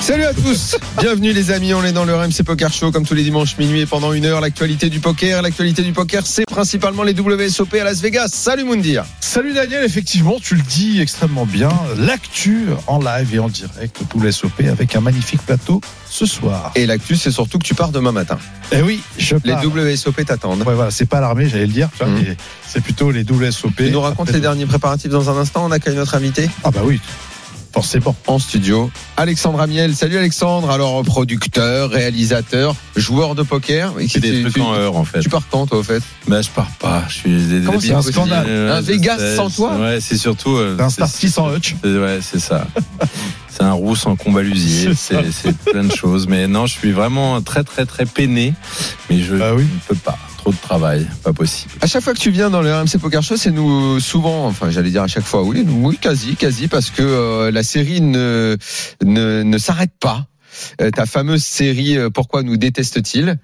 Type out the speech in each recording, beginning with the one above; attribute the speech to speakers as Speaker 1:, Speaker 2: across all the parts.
Speaker 1: Salut à tous, bienvenue les amis, on est dans le RMC Poker Show comme tous les dimanches minuit et pendant une heure l'actualité du poker. L'actualité du poker c'est principalement les WSOP à Las Vegas. Salut Moundir
Speaker 2: Salut Daniel, effectivement, tu le dis extrêmement bien. L'actu en live et en direct pour les SOP avec un magnifique plateau ce soir.
Speaker 1: Et l'actu c'est surtout que tu pars demain matin.
Speaker 2: Eh oui, je
Speaker 1: Les
Speaker 2: pars.
Speaker 1: WSOP t'attendent.
Speaker 2: Ouais, voilà, c'est pas l'armée, j'allais le dire. tu vois,
Speaker 1: Mhm.
Speaker 2: mais C'est plutôt les WSOP.
Speaker 1: Tu nous racontes
Speaker 2: Après-
Speaker 1: les derniers préparatifs dans un instant, on accueille notre invité
Speaker 2: Ah bah oui, forcément.
Speaker 1: en studio, Alexandre Amiel. Salut Alexandre, alors producteur, réalisateur, joueur de poker. Mais
Speaker 3: C'est des
Speaker 1: tu-
Speaker 3: trucs
Speaker 1: tu-
Speaker 3: en euh, heure en fait.
Speaker 1: Tu pars quand toi au fait
Speaker 3: Bah je pars pas. Je suis des
Speaker 1: Comment
Speaker 3: des
Speaker 1: c'est un
Speaker 3: habitudes.
Speaker 1: scandale Un
Speaker 3: je
Speaker 1: Vegas
Speaker 3: sais,
Speaker 1: sans
Speaker 3: je-
Speaker 1: toi
Speaker 3: Ouais, c'est surtout. euh,
Speaker 2: C'est un
Speaker 3: c'est-
Speaker 2: Starkey sans Hutch.
Speaker 3: c'est- Ouais, c'est ça. c'est un roux sans combat l'usier.
Speaker 2: C'est ça.
Speaker 3: C'est c'est plein de choses. Mais non, je suis vraiment très très très peiné. Mais je
Speaker 2: Bah oui.
Speaker 3: ne peux pas. Trop de travail, pas possible.
Speaker 1: À chaque fois que tu viens dans le RMC Poker Show, c'est nous souvent, enfin j'allais dire à chaque fois, oui, nous- oui, quasi, quasi, parce que euh, la série ne ne, ne s'arrête pas. Euh, ta fameuse série euh, Pourquoi nous déteste-t-il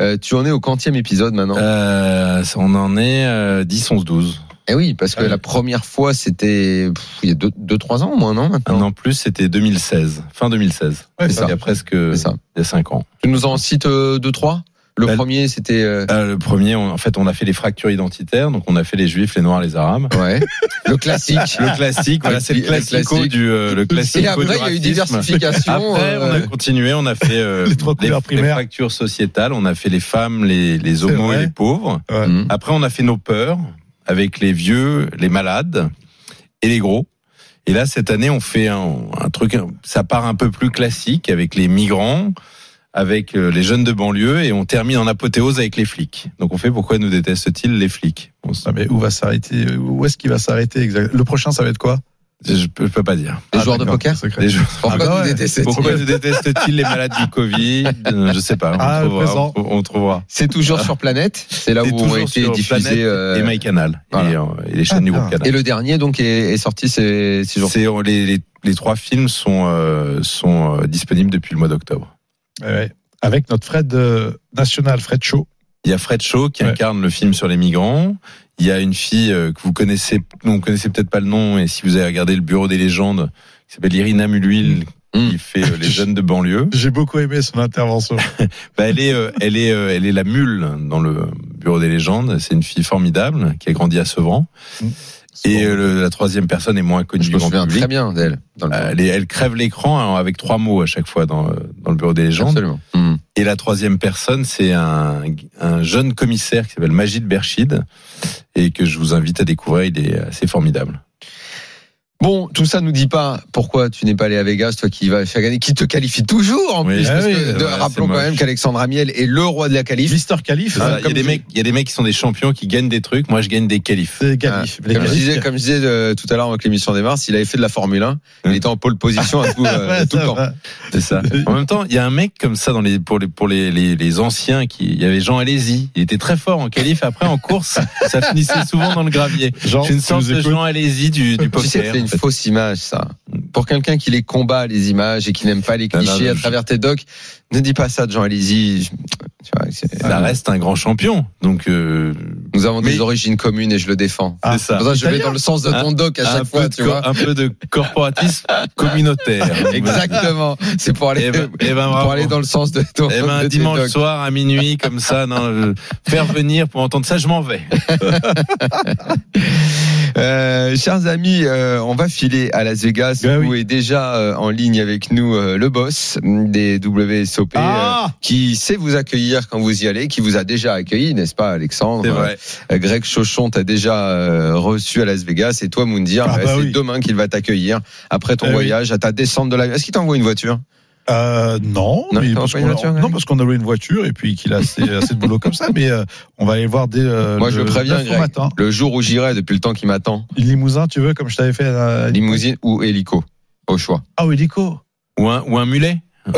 Speaker 1: Euh, Tu en es au quantième épisode maintenant.
Speaker 3: Euh, on en est euh, 10, 11, 12.
Speaker 1: Eh oui, parce que
Speaker 3: ouais.
Speaker 1: la première fois c'était pff, il y a deux, deux trois ans au moins, non
Speaker 3: Un
Speaker 1: maintenant.
Speaker 3: an plus, c'était 2016. Fin 2016.
Speaker 2: Ouais, bah,
Speaker 1: c'est
Speaker 3: Donc,
Speaker 1: ça.
Speaker 3: Il y a presque
Speaker 1: C'est ça.
Speaker 3: il y a 5 ans.
Speaker 1: Tu nous en cites euh, deux trois. Le
Speaker 3: Bah,
Speaker 1: premier c'était euh,
Speaker 3: Ah, le premier, on- en fait, on a fait les fractures identitaires. Donc on a fait les juifs, les noirs, les arabes.
Speaker 1: ouais, le classique.
Speaker 3: Le classique, voilà, c'est le
Speaker 1: Le classique.
Speaker 3: classico du euh, le classico
Speaker 1: Et après
Speaker 3: du
Speaker 1: il y a eu
Speaker 3: racisme.
Speaker 1: diversification.
Speaker 3: Après, on a
Speaker 1: euh,
Speaker 3: continué, on a fait euh,
Speaker 2: Les trois couleurs primaires.
Speaker 3: fractures sociétales, on a fait les femmes, les, les homos et
Speaker 2: vrai.
Speaker 3: les pauvres.
Speaker 2: Ouais.
Speaker 1: hum.
Speaker 3: Après, on a fait nos peurs avec les vieux, les malades et les gros. Et là, cette année, on fait un, un truc, ça part un peu plus classique avec les migrants, avec euh, les jeunes de banlieue, et on termine en apothéose avec les flics. Donc, on fait pourquoi nous détestent-ils les flics On s-
Speaker 2: Ah, mais où va s'arrêter Où est-ce qu'il va s'arrêter exact Le prochain, ça va être quoi
Speaker 3: je, je peux je peux pas dire.
Speaker 1: Les
Speaker 2: Ah,
Speaker 1: joueurs de
Speaker 2: d'accord,
Speaker 1: poker
Speaker 2: secret.
Speaker 3: Les gens-
Speaker 1: Pourquoi
Speaker 2: Ah bah
Speaker 1: nous
Speaker 2: ouais.
Speaker 1: déteste-t-il
Speaker 3: Pourquoi nous déteste-t-il les malades du Covid Euh, Je sais pas. On
Speaker 2: Ah,
Speaker 3: trouvera.
Speaker 2: présent.
Speaker 3: on- on trouvera.
Speaker 1: C'est toujours sur Planète. C'est là
Speaker 3: Ah. C'est
Speaker 1: où ont
Speaker 3: toujours
Speaker 1: été
Speaker 3: sur Planète
Speaker 1: diffusés. euh,
Speaker 3: et MyCanal.
Speaker 1: voilà.
Speaker 3: Et, euh, et les chaînes
Speaker 2: Ah,
Speaker 3: du groupe
Speaker 2: bien.
Speaker 3: Canal.
Speaker 1: et le dernier donc est, est sorti ces, ces jours.
Speaker 3: C'est- on- les, les- les trois films sont, euh, sont euh, disponibles depuis le mois d'octobre.
Speaker 2: Ouais, ouais. Avec notre Fred euh, national, Fred Shaw.
Speaker 3: Il y a Fred Shaw qui
Speaker 2: Ouais.
Speaker 3: incarne le film sur les migrants. Il y a une fille euh, que vous connaissez, dont vous connaissez peut-être pas le nom, et si vous avez regardé le Bureau des légendes, qui s'appelle Irina Mulhuil,
Speaker 1: Mm.
Speaker 3: qui fait euh, les jeunes de banlieue.
Speaker 2: J'ai beaucoup aimé son intervention.
Speaker 3: Bah, elle est, euh, elle est, euh, elle est la mule dans le bureau des légendes. C'est une fille formidable qui a grandi à Sevran. Et euh, le- la troisième personne est moins connue
Speaker 1: Je
Speaker 3: du
Speaker 1: me
Speaker 3: grand
Speaker 1: souviens
Speaker 3: public.
Speaker 1: très bien d'elle. Dans le...
Speaker 3: Euh, Elle, est- elle crève l'écran hein, avec trois mots à chaque fois dans, euh, dans le bureau des légendes.
Speaker 1: Absolument. Mm.
Speaker 3: Et la troisième personne, c'est un, un jeune commissaire qui s'appelle Magid Berchid et que je vous invite à découvrir. Il est assez formidable.
Speaker 1: Bon, tout ça nous dit pas pourquoi tu n'es pas allé à Vegas, toi qui y vas chaque année, qui te qualifie toujours en
Speaker 3: Oui,
Speaker 1: plus.
Speaker 3: ah
Speaker 1: parce
Speaker 3: oui,
Speaker 1: que, de-
Speaker 3: ouais,
Speaker 1: euh, rappelons
Speaker 3: c'est
Speaker 1: quand
Speaker 3: moche.
Speaker 1: même qu'Alexandre Amiel est le roi de la qualif.
Speaker 2: Mister Calif, hein,
Speaker 3: C'est ça, Ah, il, y a des mecs, il y a des mecs qui sont des champions, qui gagnent des trucs. Moi, je gagne des qualifs.
Speaker 2: C'est Calif.
Speaker 1: Ah,
Speaker 2: Les
Speaker 1: comme, je
Speaker 2: Calif.
Speaker 1: disais, comme je disais euh, tout à l'heure avant que l'émission démarre, s'il avait fait de la Formule 1, il
Speaker 3: Mm.
Speaker 1: était en pole position à tout, euh,
Speaker 2: Ouais,
Speaker 1: tout le
Speaker 2: ça
Speaker 1: temps.
Speaker 2: va.
Speaker 3: C'est ça. En même temps, il y a un mec comme ça dans les pour les pour les les, les anciens qui il y avait Jean Alési. Il était très fort en qualif. Après en course, ça finissait souvent dans le gravier.
Speaker 2: Jean,
Speaker 3: C'est une
Speaker 2: tu
Speaker 3: sorte
Speaker 2: nous
Speaker 3: de
Speaker 2: écoutes
Speaker 3: Jean Alési du du
Speaker 1: Tu sais que
Speaker 3: poker.
Speaker 1: c'est une
Speaker 3: en fait.
Speaker 1: fausse image, ça.
Speaker 3: Mm.
Speaker 1: Pour quelqu'un qui les combat, les images, et qui n'aime pas les
Speaker 3: Ah Non, non,
Speaker 1: clichés
Speaker 3: non,
Speaker 1: à
Speaker 3: je-
Speaker 1: travers tes docs, ne dis pas ça de Jean Alési. Je- Tu vois, c'est-
Speaker 3: Ça reste un grand champion. Donc euh,
Speaker 1: Nous avons des
Speaker 3: Mais-
Speaker 1: origines communes et je le défends.
Speaker 2: Ah,
Speaker 3: c'est ça.
Speaker 1: Pour ça, je vais
Speaker 2: italien.
Speaker 1: dans le sens de ton doc à
Speaker 3: un
Speaker 1: chaque
Speaker 3: peu,
Speaker 1: fois,
Speaker 3: de,
Speaker 1: tu
Speaker 3: co-
Speaker 1: vois.
Speaker 3: un peu de corporatisme communautaire.
Speaker 1: Exactement. C'est pour aller,
Speaker 3: Eh ben- eh ben,
Speaker 1: pour
Speaker 3: bravo.
Speaker 1: aller dans le sens de ton
Speaker 3: Eh ben,
Speaker 1: de
Speaker 3: un
Speaker 1: tes
Speaker 3: dimanche
Speaker 1: docs.
Speaker 3: soir à minuit comme ça, non, je- faire venir pour entendre ça, je m'en vais.
Speaker 1: Euh, chers amis, euh, on va filer à Las Vegas
Speaker 2: Ben
Speaker 1: où
Speaker 2: oui.
Speaker 1: est déjà euh, en ligne avec nous euh, le boss des WSOP euh,
Speaker 2: Ah
Speaker 1: qui sait vous accueillir quand vous y allez, qui vous a déjà accueilli, n'est-ce pas Alexandre
Speaker 3: C'est vrai.
Speaker 1: Euh, Greg Chauchon t'a déjà euh, reçu à Las Vegas et toi Moundir,
Speaker 2: Ah
Speaker 1: bah,
Speaker 2: bah
Speaker 1: c'est
Speaker 2: oui.
Speaker 1: demain qu'il va t'accueillir après ton
Speaker 2: Eh oui.
Speaker 1: voyage, à ta descente de l'avion. Est-ce qu'il t'envoie une voiture
Speaker 2: Euh, non,
Speaker 1: Non,
Speaker 2: mais
Speaker 1: t'as
Speaker 2: parce
Speaker 1: pas une
Speaker 2: qu'on a-
Speaker 1: voiture,
Speaker 2: non,
Speaker 1: Greg
Speaker 2: parce qu'on a une voiture et puis qu'il a assez, assez de boulot comme ça. Mais euh, on va aller voir dès euh,
Speaker 1: Moi je
Speaker 2: le
Speaker 1: le préviens
Speaker 2: 9 au
Speaker 1: Greg,
Speaker 2: matin.
Speaker 1: le jour où j'irai depuis le temps qu'il m'attend,
Speaker 2: Limousin, tu veux, comme je t'avais fait. euh,
Speaker 1: limousine ou hélico, au choix.
Speaker 2: Ah, oui, Lico.
Speaker 3: Ou un, ou un mulet.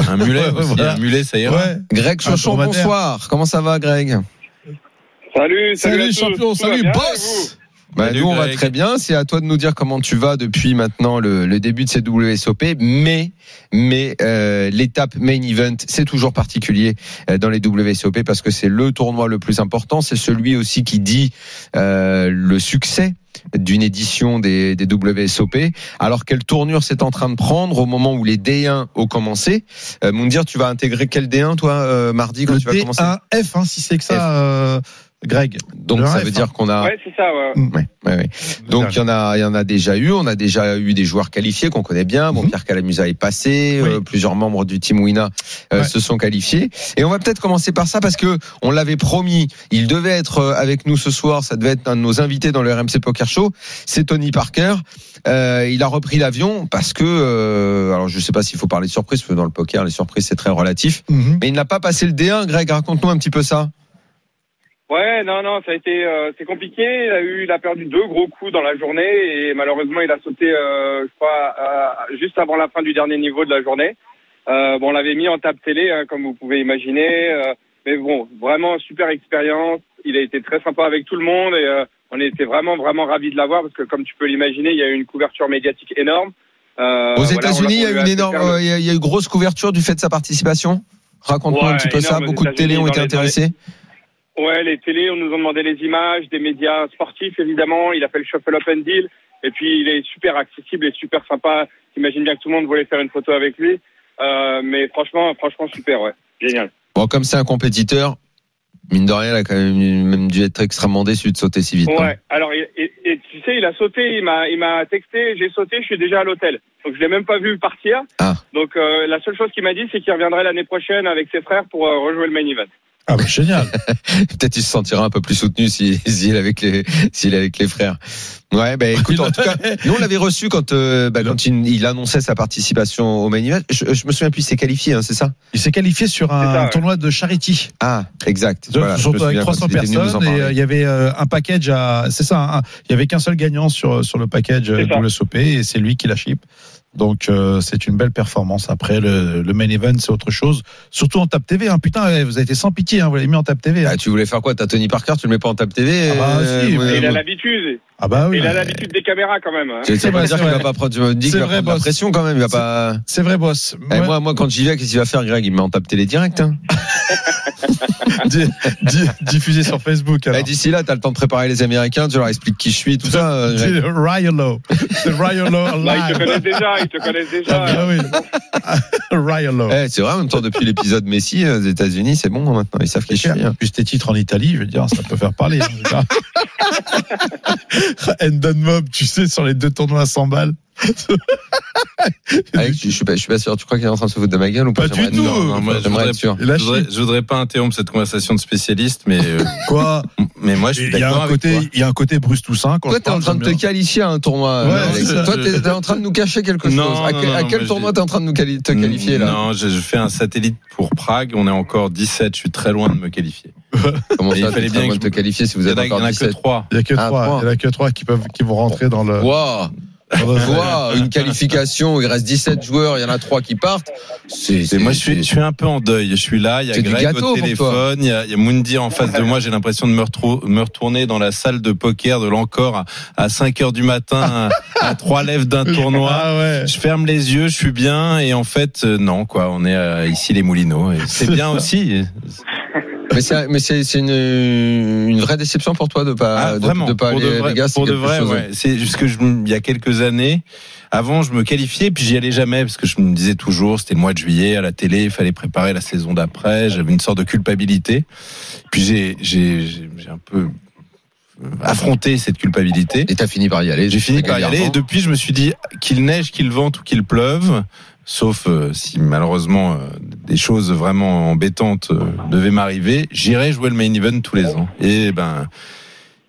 Speaker 3: Un mulet, aussi.
Speaker 2: Voilà.
Speaker 3: un mulet, ça ira.
Speaker 2: Ouais.
Speaker 1: Greg
Speaker 2: Un
Speaker 1: Chauchon,
Speaker 2: dromadaire.
Speaker 1: bonsoir. Comment ça va Greg
Speaker 4: Salut, salut,
Speaker 2: Salut,
Speaker 4: à tous. Tout
Speaker 2: champion.
Speaker 4: va
Speaker 2: Salut,
Speaker 4: bien, et
Speaker 2: boss.
Speaker 1: Bah,
Speaker 3: Salut,
Speaker 1: nous, on va
Speaker 3: Greg.
Speaker 1: très bien. C'est à toi de nous dire comment tu vas depuis maintenant le, le début de ces WSOP. Mais, mais euh, l'étape main event, c'est toujours particulier euh, dans les WSOP parce que c'est le tournoi le plus important. C'est celui aussi qui dit euh, le succès d'une édition des, des WSOP. Alors quelle tournure c'est en train de prendre au moment où les D1 ont commencé euh, Moundir, tu vas intégrer quel D1 toi euh, mardi quand
Speaker 2: Le
Speaker 1: tu vas commencer
Speaker 2: D1F, hein, si c'est que ça, euh, Greg.
Speaker 1: Donc
Speaker 2: le
Speaker 1: ça
Speaker 2: F,
Speaker 1: veut
Speaker 2: hein.
Speaker 1: dire qu'on a
Speaker 5: Ouais, c'est ça, ouais.
Speaker 1: Ouais, ouais, ouais. Donc il y en a, il y en a déjà eu. On a déjà eu des joueurs qualifiés qu'on connaît bien. Bon,
Speaker 2: Mhm.
Speaker 1: Pierre Calamusa est passé.
Speaker 2: Oui.
Speaker 1: euh, plusieurs membres du team Wina euh,
Speaker 2: Ouais.
Speaker 1: se sont qualifiés. Et on va peut-être commencer par ça parce que on l'avait promis. Il devait être euh, avec nous ce soir. Ça devait être un de nos invités dans le RMC Poker Show. C'est Tony Parker. Euh, il a repris l'avion parce que, euh, alors je sais pas s'il faut parler de surprise parce que dans le poker les surprises c'est très relatif.
Speaker 2: Mhm.
Speaker 1: Mais il n'a pas passé le D1. Greg, raconte-nous un petit peu ça.
Speaker 5: Ouais, non, non, ça a été, euh, c'est compliqué. Il a eu, il a perdu deux gros coups dans la journée et malheureusement, il a sauté, euh, je crois, euh, juste avant la fin du dernier niveau de la journée. Euh, bon, on l'avait mis en table télé, hein, comme vous pouvez imaginer. euh, mais bon, vraiment super expérience. Il a été très sympa avec tout le monde et euh, on était vraiment, vraiment ravis de l'avoir parce que, comme tu peux l'imaginer, il y a eu une couverture médiatique énorme. Euh,
Speaker 1: Aux
Speaker 5: voilà,
Speaker 1: États-Unis, il y
Speaker 5: on
Speaker 1: a eu
Speaker 5: lui
Speaker 1: une
Speaker 5: fait
Speaker 1: énorme,
Speaker 5: faire le-
Speaker 1: euh, il y a- il y a eu grosse couverture du fait de sa participation. Raconte-nous un
Speaker 5: Ouais,
Speaker 1: petit peu ça.
Speaker 5: énorme aux
Speaker 1: Beaucoup de télés ont
Speaker 5: États-Unis,
Speaker 1: été
Speaker 5: dans les- dans les-
Speaker 1: intéressés.
Speaker 5: Ouais, les télés, on nous a demandé les images, des médias sportifs évidemment. Il a fait le Shuffle Open Deal. Et puis il est super accessible et super sympa. J'imagine bien que tout le monde voulait faire une photo avec lui. Euh, mais franchement, franchement super, ouais. Génial.
Speaker 1: Bon, comme c'est un compétiteur, mine de rien, il a quand même, même dû être extrêmement déçu de sauter si vite. hein.
Speaker 5: Ouais. Alors, il- et, et tu sais, il a sauté, il m'a, il m'a texté, j'ai sauté, je suis déjà à l'hôtel. Donc je l'ai même pas vu partir.
Speaker 1: Ah.
Speaker 5: Donc euh, la seule chose qu'il m'a dit, c'est qu'il reviendrait l'année prochaine avec ses frères pour euh, rejouer le main event.
Speaker 2: Ah, bah, génial.
Speaker 1: Peut-être il se sentira un peu plus soutenu si- s'il est avec les s'il est avec les frères. Ouais, ben écoute, en tout cas, nous on l'avait reçu quand euh, bah, quand il, il annonçait sa participation au main event. Je, je me souviens plus, il s'est qualifié, hein, c'est ça
Speaker 2: Il s'est qualifié sur un
Speaker 5: C'est ça, ouais.
Speaker 2: tournoi de charity.
Speaker 1: Ah, exact. Voilà, je me
Speaker 2: surtout avec
Speaker 1: souviens quand
Speaker 2: 300
Speaker 1: il était venu nous en
Speaker 2: personnes et
Speaker 1: parler.
Speaker 2: euh, il y avait euh, un package à c'est ça hein, il y avait qu'un seul gagnant sur sur le package euh,
Speaker 5: C'est ça.
Speaker 2: WSOP et c'est lui qui la chip donc euh, c'est une belle performance après le, le main event c'est autre chose surtout en tap TV hein. putain ouais, vous avez été sans pitié hein, vous l'avez mis en tap TV hein.
Speaker 1: Ah, tu voulais faire quoi T'as Tony Parker, tu le mets pas en table TV
Speaker 2: Ah bah,
Speaker 1: euh,
Speaker 2: si,
Speaker 1: ouais,
Speaker 5: Et
Speaker 2: mais
Speaker 5: il
Speaker 1: ouais.
Speaker 5: a l'habitude.
Speaker 2: ah bah oui
Speaker 5: il a l'habitude des caméras quand même. hein.
Speaker 1: Tu
Speaker 2: C'est
Speaker 1: veux pas
Speaker 2: vrai,
Speaker 1: dire
Speaker 2: c'est
Speaker 1: qu'il va
Speaker 2: vrai.
Speaker 1: pas prendre, tu me dis
Speaker 2: C'est
Speaker 1: qu'il va
Speaker 2: vrai,
Speaker 1: prendre de la
Speaker 2: boss.
Speaker 1: pression quand même, il va pas.
Speaker 2: c'est vrai boss
Speaker 1: Eh,
Speaker 2: Ouais.
Speaker 1: moi, moi, quand j'y vais, qu'est-ce qu'il va faire, Greg Il me met en tape télé direct. Hein.
Speaker 2: Di- di- diffusé sur Facebook alors.
Speaker 1: Eh, D'ici là, t'as le temps de préparer les Américains, tu leur expliques qui je suis, tout ça. euh, Greg.
Speaker 2: Di- Riolo C'est Riolo
Speaker 5: Bah,
Speaker 2: live
Speaker 5: ils te connaissent déjà, ils te connaissent déjà.
Speaker 2: ah bah oui Riolo
Speaker 1: Eh, c'est vrai, en même temps, depuis l'épisode Messi euh, aux États-Unis, c'est bon hein, maintenant, ils savent qui je
Speaker 2: C'est
Speaker 1: suis.
Speaker 2: clair.
Speaker 1: hein.
Speaker 2: Plus tes titres en Italie, je veux dire, ça peut faire parler. hein, je veux dire. Endon Mob, tu sais, sur les deux tournois à 100 balles.
Speaker 1: Alex, Eh, je, je suis pas, je suis pas sûr, tu crois qu'il est en train de se foutre de ma gueule ou pas
Speaker 2: Pas du
Speaker 1: J'aimerais-
Speaker 2: tout.
Speaker 1: Non, non,
Speaker 3: Non, moi, je
Speaker 1: J'aimerais
Speaker 3: voudrais-
Speaker 1: être sûr.
Speaker 2: Et là,
Speaker 3: je, voudrais, je voudrais pas interrompre cette conversation de spécialiste, mais euh,
Speaker 2: Quoi
Speaker 3: mais moi je suis
Speaker 2: Il y a
Speaker 3: d'accord
Speaker 2: un
Speaker 3: avec
Speaker 2: côté,
Speaker 3: toi.
Speaker 2: il y a un côté Bruce Toussaint. Quand
Speaker 1: Toi,
Speaker 2: je
Speaker 1: t'es en
Speaker 2: parle,
Speaker 1: train de te
Speaker 2: j'aime bien.
Speaker 1: qualifier à un tournoi,
Speaker 2: Ouais,
Speaker 1: euh, Alex.
Speaker 2: c'est ça,
Speaker 1: Toi,
Speaker 3: je-
Speaker 1: t'es t'es en train de nous cacher quelque chose.
Speaker 3: Non,
Speaker 1: à, quel-
Speaker 3: non,
Speaker 1: à
Speaker 3: non,
Speaker 1: quel
Speaker 3: moi,
Speaker 1: tournoi
Speaker 3: je- Mm,
Speaker 1: t'es en train de nous quali- te qualifier, là
Speaker 3: Non, je, je fais un satellite pour Prague. On est encore 17. Je suis très loin de me qualifier.
Speaker 1: Comment
Speaker 3: Et
Speaker 1: ça,
Speaker 3: il fallait
Speaker 1: t'es en
Speaker 3: bien
Speaker 1: train
Speaker 3: que
Speaker 1: de te
Speaker 3: je-
Speaker 1: qualifier si vous
Speaker 3: Il y en
Speaker 1: êtes
Speaker 3: a, il y en
Speaker 1: encore
Speaker 3: a que
Speaker 1: 17
Speaker 3: trois.
Speaker 2: Il y a que
Speaker 1: Ah,
Speaker 2: trois, il y en a que trois qui peuvent, qui vont rentrer dans le.
Speaker 1: Wow.
Speaker 2: dans le-
Speaker 1: Wow, une qualification, il reste 17 joueurs, il y en a 3 qui partent. C'est
Speaker 3: Et moi, je suis, je suis un peu en deuil. Je suis là, il y a
Speaker 1: C'est du
Speaker 3: Greg
Speaker 1: gâteau
Speaker 3: au
Speaker 1: pour toi.
Speaker 3: téléphone, il y a, il y a Mundi en face de moi. J'ai l'impression de me, retrou- me retourner dans la salle de poker de l'encore à, à 5 heures du matin, à, à trois lèvres d'un tournoi.
Speaker 2: Ah ouais.
Speaker 3: Je ferme les yeux, je suis bien, et en fait, euh, non, quoi, on est euh, ici les Moulineaux. et C'est bien aussi.
Speaker 1: Mais c'est, mais c'est, c'est une, une vraie déception pour toi de pas,
Speaker 3: Ah,
Speaker 1: de,
Speaker 3: vraiment,
Speaker 1: de pas
Speaker 3: pour
Speaker 1: aller
Speaker 3: de
Speaker 1: à
Speaker 3: vrai,
Speaker 1: Vegas. c'est
Speaker 3: pour de
Speaker 1: quelque
Speaker 3: vrai,
Speaker 1: chose. hein.
Speaker 3: ouais. C'est juste que je, il y a quelques années, avant, je me qualifiais, puis j'y allais jamais, parce que je me disais toujours, c'était le mois de juillet, à la télé, il fallait préparer la saison d'après, j'avais une sorte de culpabilité. Puis j'ai, j'ai, j'ai j'ai un peu euh, affronté cette culpabilité.
Speaker 1: Et t'as fini par y aller.
Speaker 3: J'ai fini par y aller, et
Speaker 1: régulièrement.
Speaker 3: depuis, je me suis dit, qu'il neige, qu'il vente ou qu'il pleuve, sauf euh, si malheureusement euh, des choses vraiment embêtantes euh, devaient m'arriver, j'irai jouer le main event tous les ans. Et ben.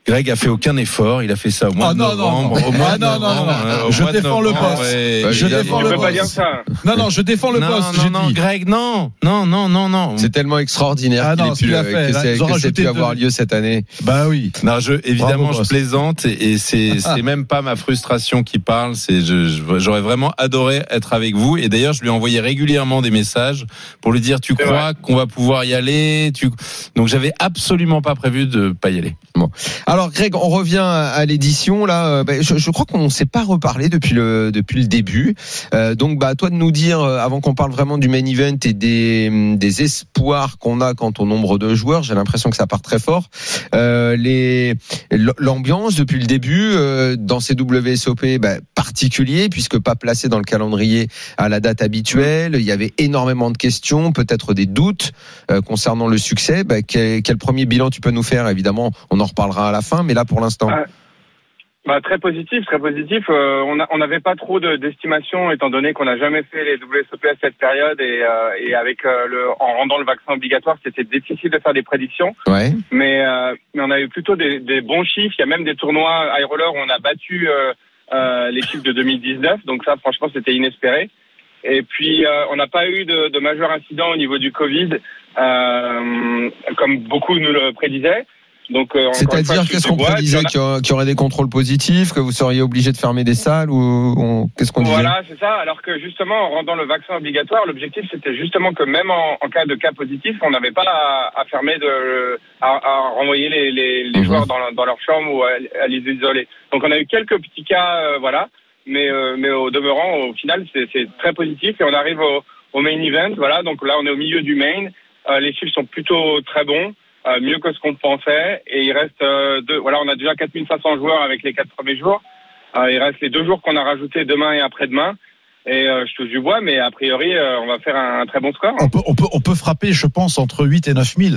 Speaker 3: Greg a fait aucun effort, il a fait ça au mois
Speaker 2: Ah
Speaker 3: de
Speaker 2: non, non,
Speaker 3: novembre.
Speaker 2: non.
Speaker 3: au mois
Speaker 2: Ah
Speaker 3: de
Speaker 2: non, non,
Speaker 3: novembre,
Speaker 2: non.
Speaker 3: euh, au
Speaker 2: Je
Speaker 3: mois de
Speaker 2: défends le
Speaker 3: novembre,
Speaker 2: boss.
Speaker 3: et-
Speaker 1: Je
Speaker 3: et-
Speaker 2: défends
Speaker 5: Tu
Speaker 2: le
Speaker 5: peux pas
Speaker 2: boss.
Speaker 5: dire ça.
Speaker 2: Non, non, je défends le
Speaker 3: non,
Speaker 2: boss.
Speaker 3: non,
Speaker 2: j'ai
Speaker 3: non,
Speaker 2: dit.
Speaker 3: Greg, non, non, non, non, non.
Speaker 1: C'est tellement extraordinaire
Speaker 2: Ah
Speaker 1: qu'il
Speaker 2: non,
Speaker 1: ait
Speaker 2: ce qu'il
Speaker 1: pu,
Speaker 2: a
Speaker 1: euh,
Speaker 2: fait,
Speaker 1: que
Speaker 2: là,
Speaker 1: c'est-
Speaker 2: ils ont
Speaker 1: que ça ait
Speaker 2: rajouté
Speaker 1: pu
Speaker 2: deux-
Speaker 1: avoir lieu cette année.
Speaker 2: Bah oui.
Speaker 3: Non, je, évidemment,
Speaker 2: Bravo,
Speaker 3: je
Speaker 2: boss.
Speaker 3: plaisante et, et c'est, c'est même pas ma frustration qui parle. C'est, je, je- j'aurais vraiment adoré être avec vous. Et d'ailleurs, je lui envoyais régulièrement des messages pour lui dire, tu
Speaker 5: C'est
Speaker 3: crois qu'on va pouvoir y aller? Tu... Donc, j'avais absolument pas prévu de pas y aller.
Speaker 1: Alors Greg, on revient à l'édition là. Euh, bah, Je, je crois qu'on ne s'est pas reparlé depuis le depuis le début. Euh, donc bah à toi de nous dire euh, avant qu'on parle vraiment du main event et des hum, des espoirs qu'on a quant au nombre de joueurs. J'ai l'impression que ça part très fort. Euh, les l- l'ambiance depuis le début euh, dans ces WSOP bah, particulier puisque pas placé dans le calendrier à la date habituelle. Il y avait énormément de questions, peut-être des doutes euh, concernant le succès. Bah, quel, quel premier bilan tu peux nous faire Évidemment, on en reparlera à la fin, mais là pour l'instant.
Speaker 5: Ah. Bah, très positif, très positif. Euh, on a- on n'avait pas trop de- d'estimation étant donné qu'on n'a jamais fait les WSOP à cette période et, euh, et avec euh, le, en rendant le vaccin obligatoire, c'était difficile de faire des prédictions.
Speaker 1: Ouais.
Speaker 5: Mais, euh, mais on a eu plutôt des, des bons chiffres. Il y a même des tournois high roller où on a battu euh, euh, l'équipe de 2019. Donc ça, franchement, c'était inespéré. Et puis, euh, on n'a pas eu de, de majeur incident au niveau du Covid, euh, comme beaucoup nous le prédisaient. Donc, euh, encore une fois,
Speaker 1: C'est-à-dire
Speaker 5: je suis
Speaker 1: qu'est-ce
Speaker 5: de
Speaker 1: qu'on
Speaker 5: bois, et puis
Speaker 1: prédisait
Speaker 5: on a-
Speaker 1: qu'il y aura- qu'il y aurait des contrôles positifs, que vous seriez obligé de fermer des salles ou on- qu'est-ce qu'on disait
Speaker 5: Voilà, c'est ça. Alors que justement, en rendant le vaccin obligatoire, l'objectif c'était justement que même en, en cas de cas positif, on n'avait pas à, à fermer de, à, à renvoyer les, les, les
Speaker 1: Mhm.
Speaker 5: joueurs dans, leur- dans leur chambre ou à, à les isoler. Donc on a eu quelques petits cas, euh, voilà. Mais euh, mais au demeurant, au final, c'est c'est très positif et on arrive au, au main event, voilà. Donc là, on est au milieu du main. Euh, les chiffres sont plutôt très bons. euh, mieux que ce qu'on pensait et il reste euh, deux voilà on a déjà 4500 joueurs avec les quatre premiers jours euh, il reste les deux jours qu'on a rajoutés demain et après-demain. Et euh, je touche du bois, mais a priori, euh, on va faire un, un très bon score.
Speaker 1: Oh.
Speaker 2: On peut, on, peut, on peut frapper, je pense, entre 8 et 9 000.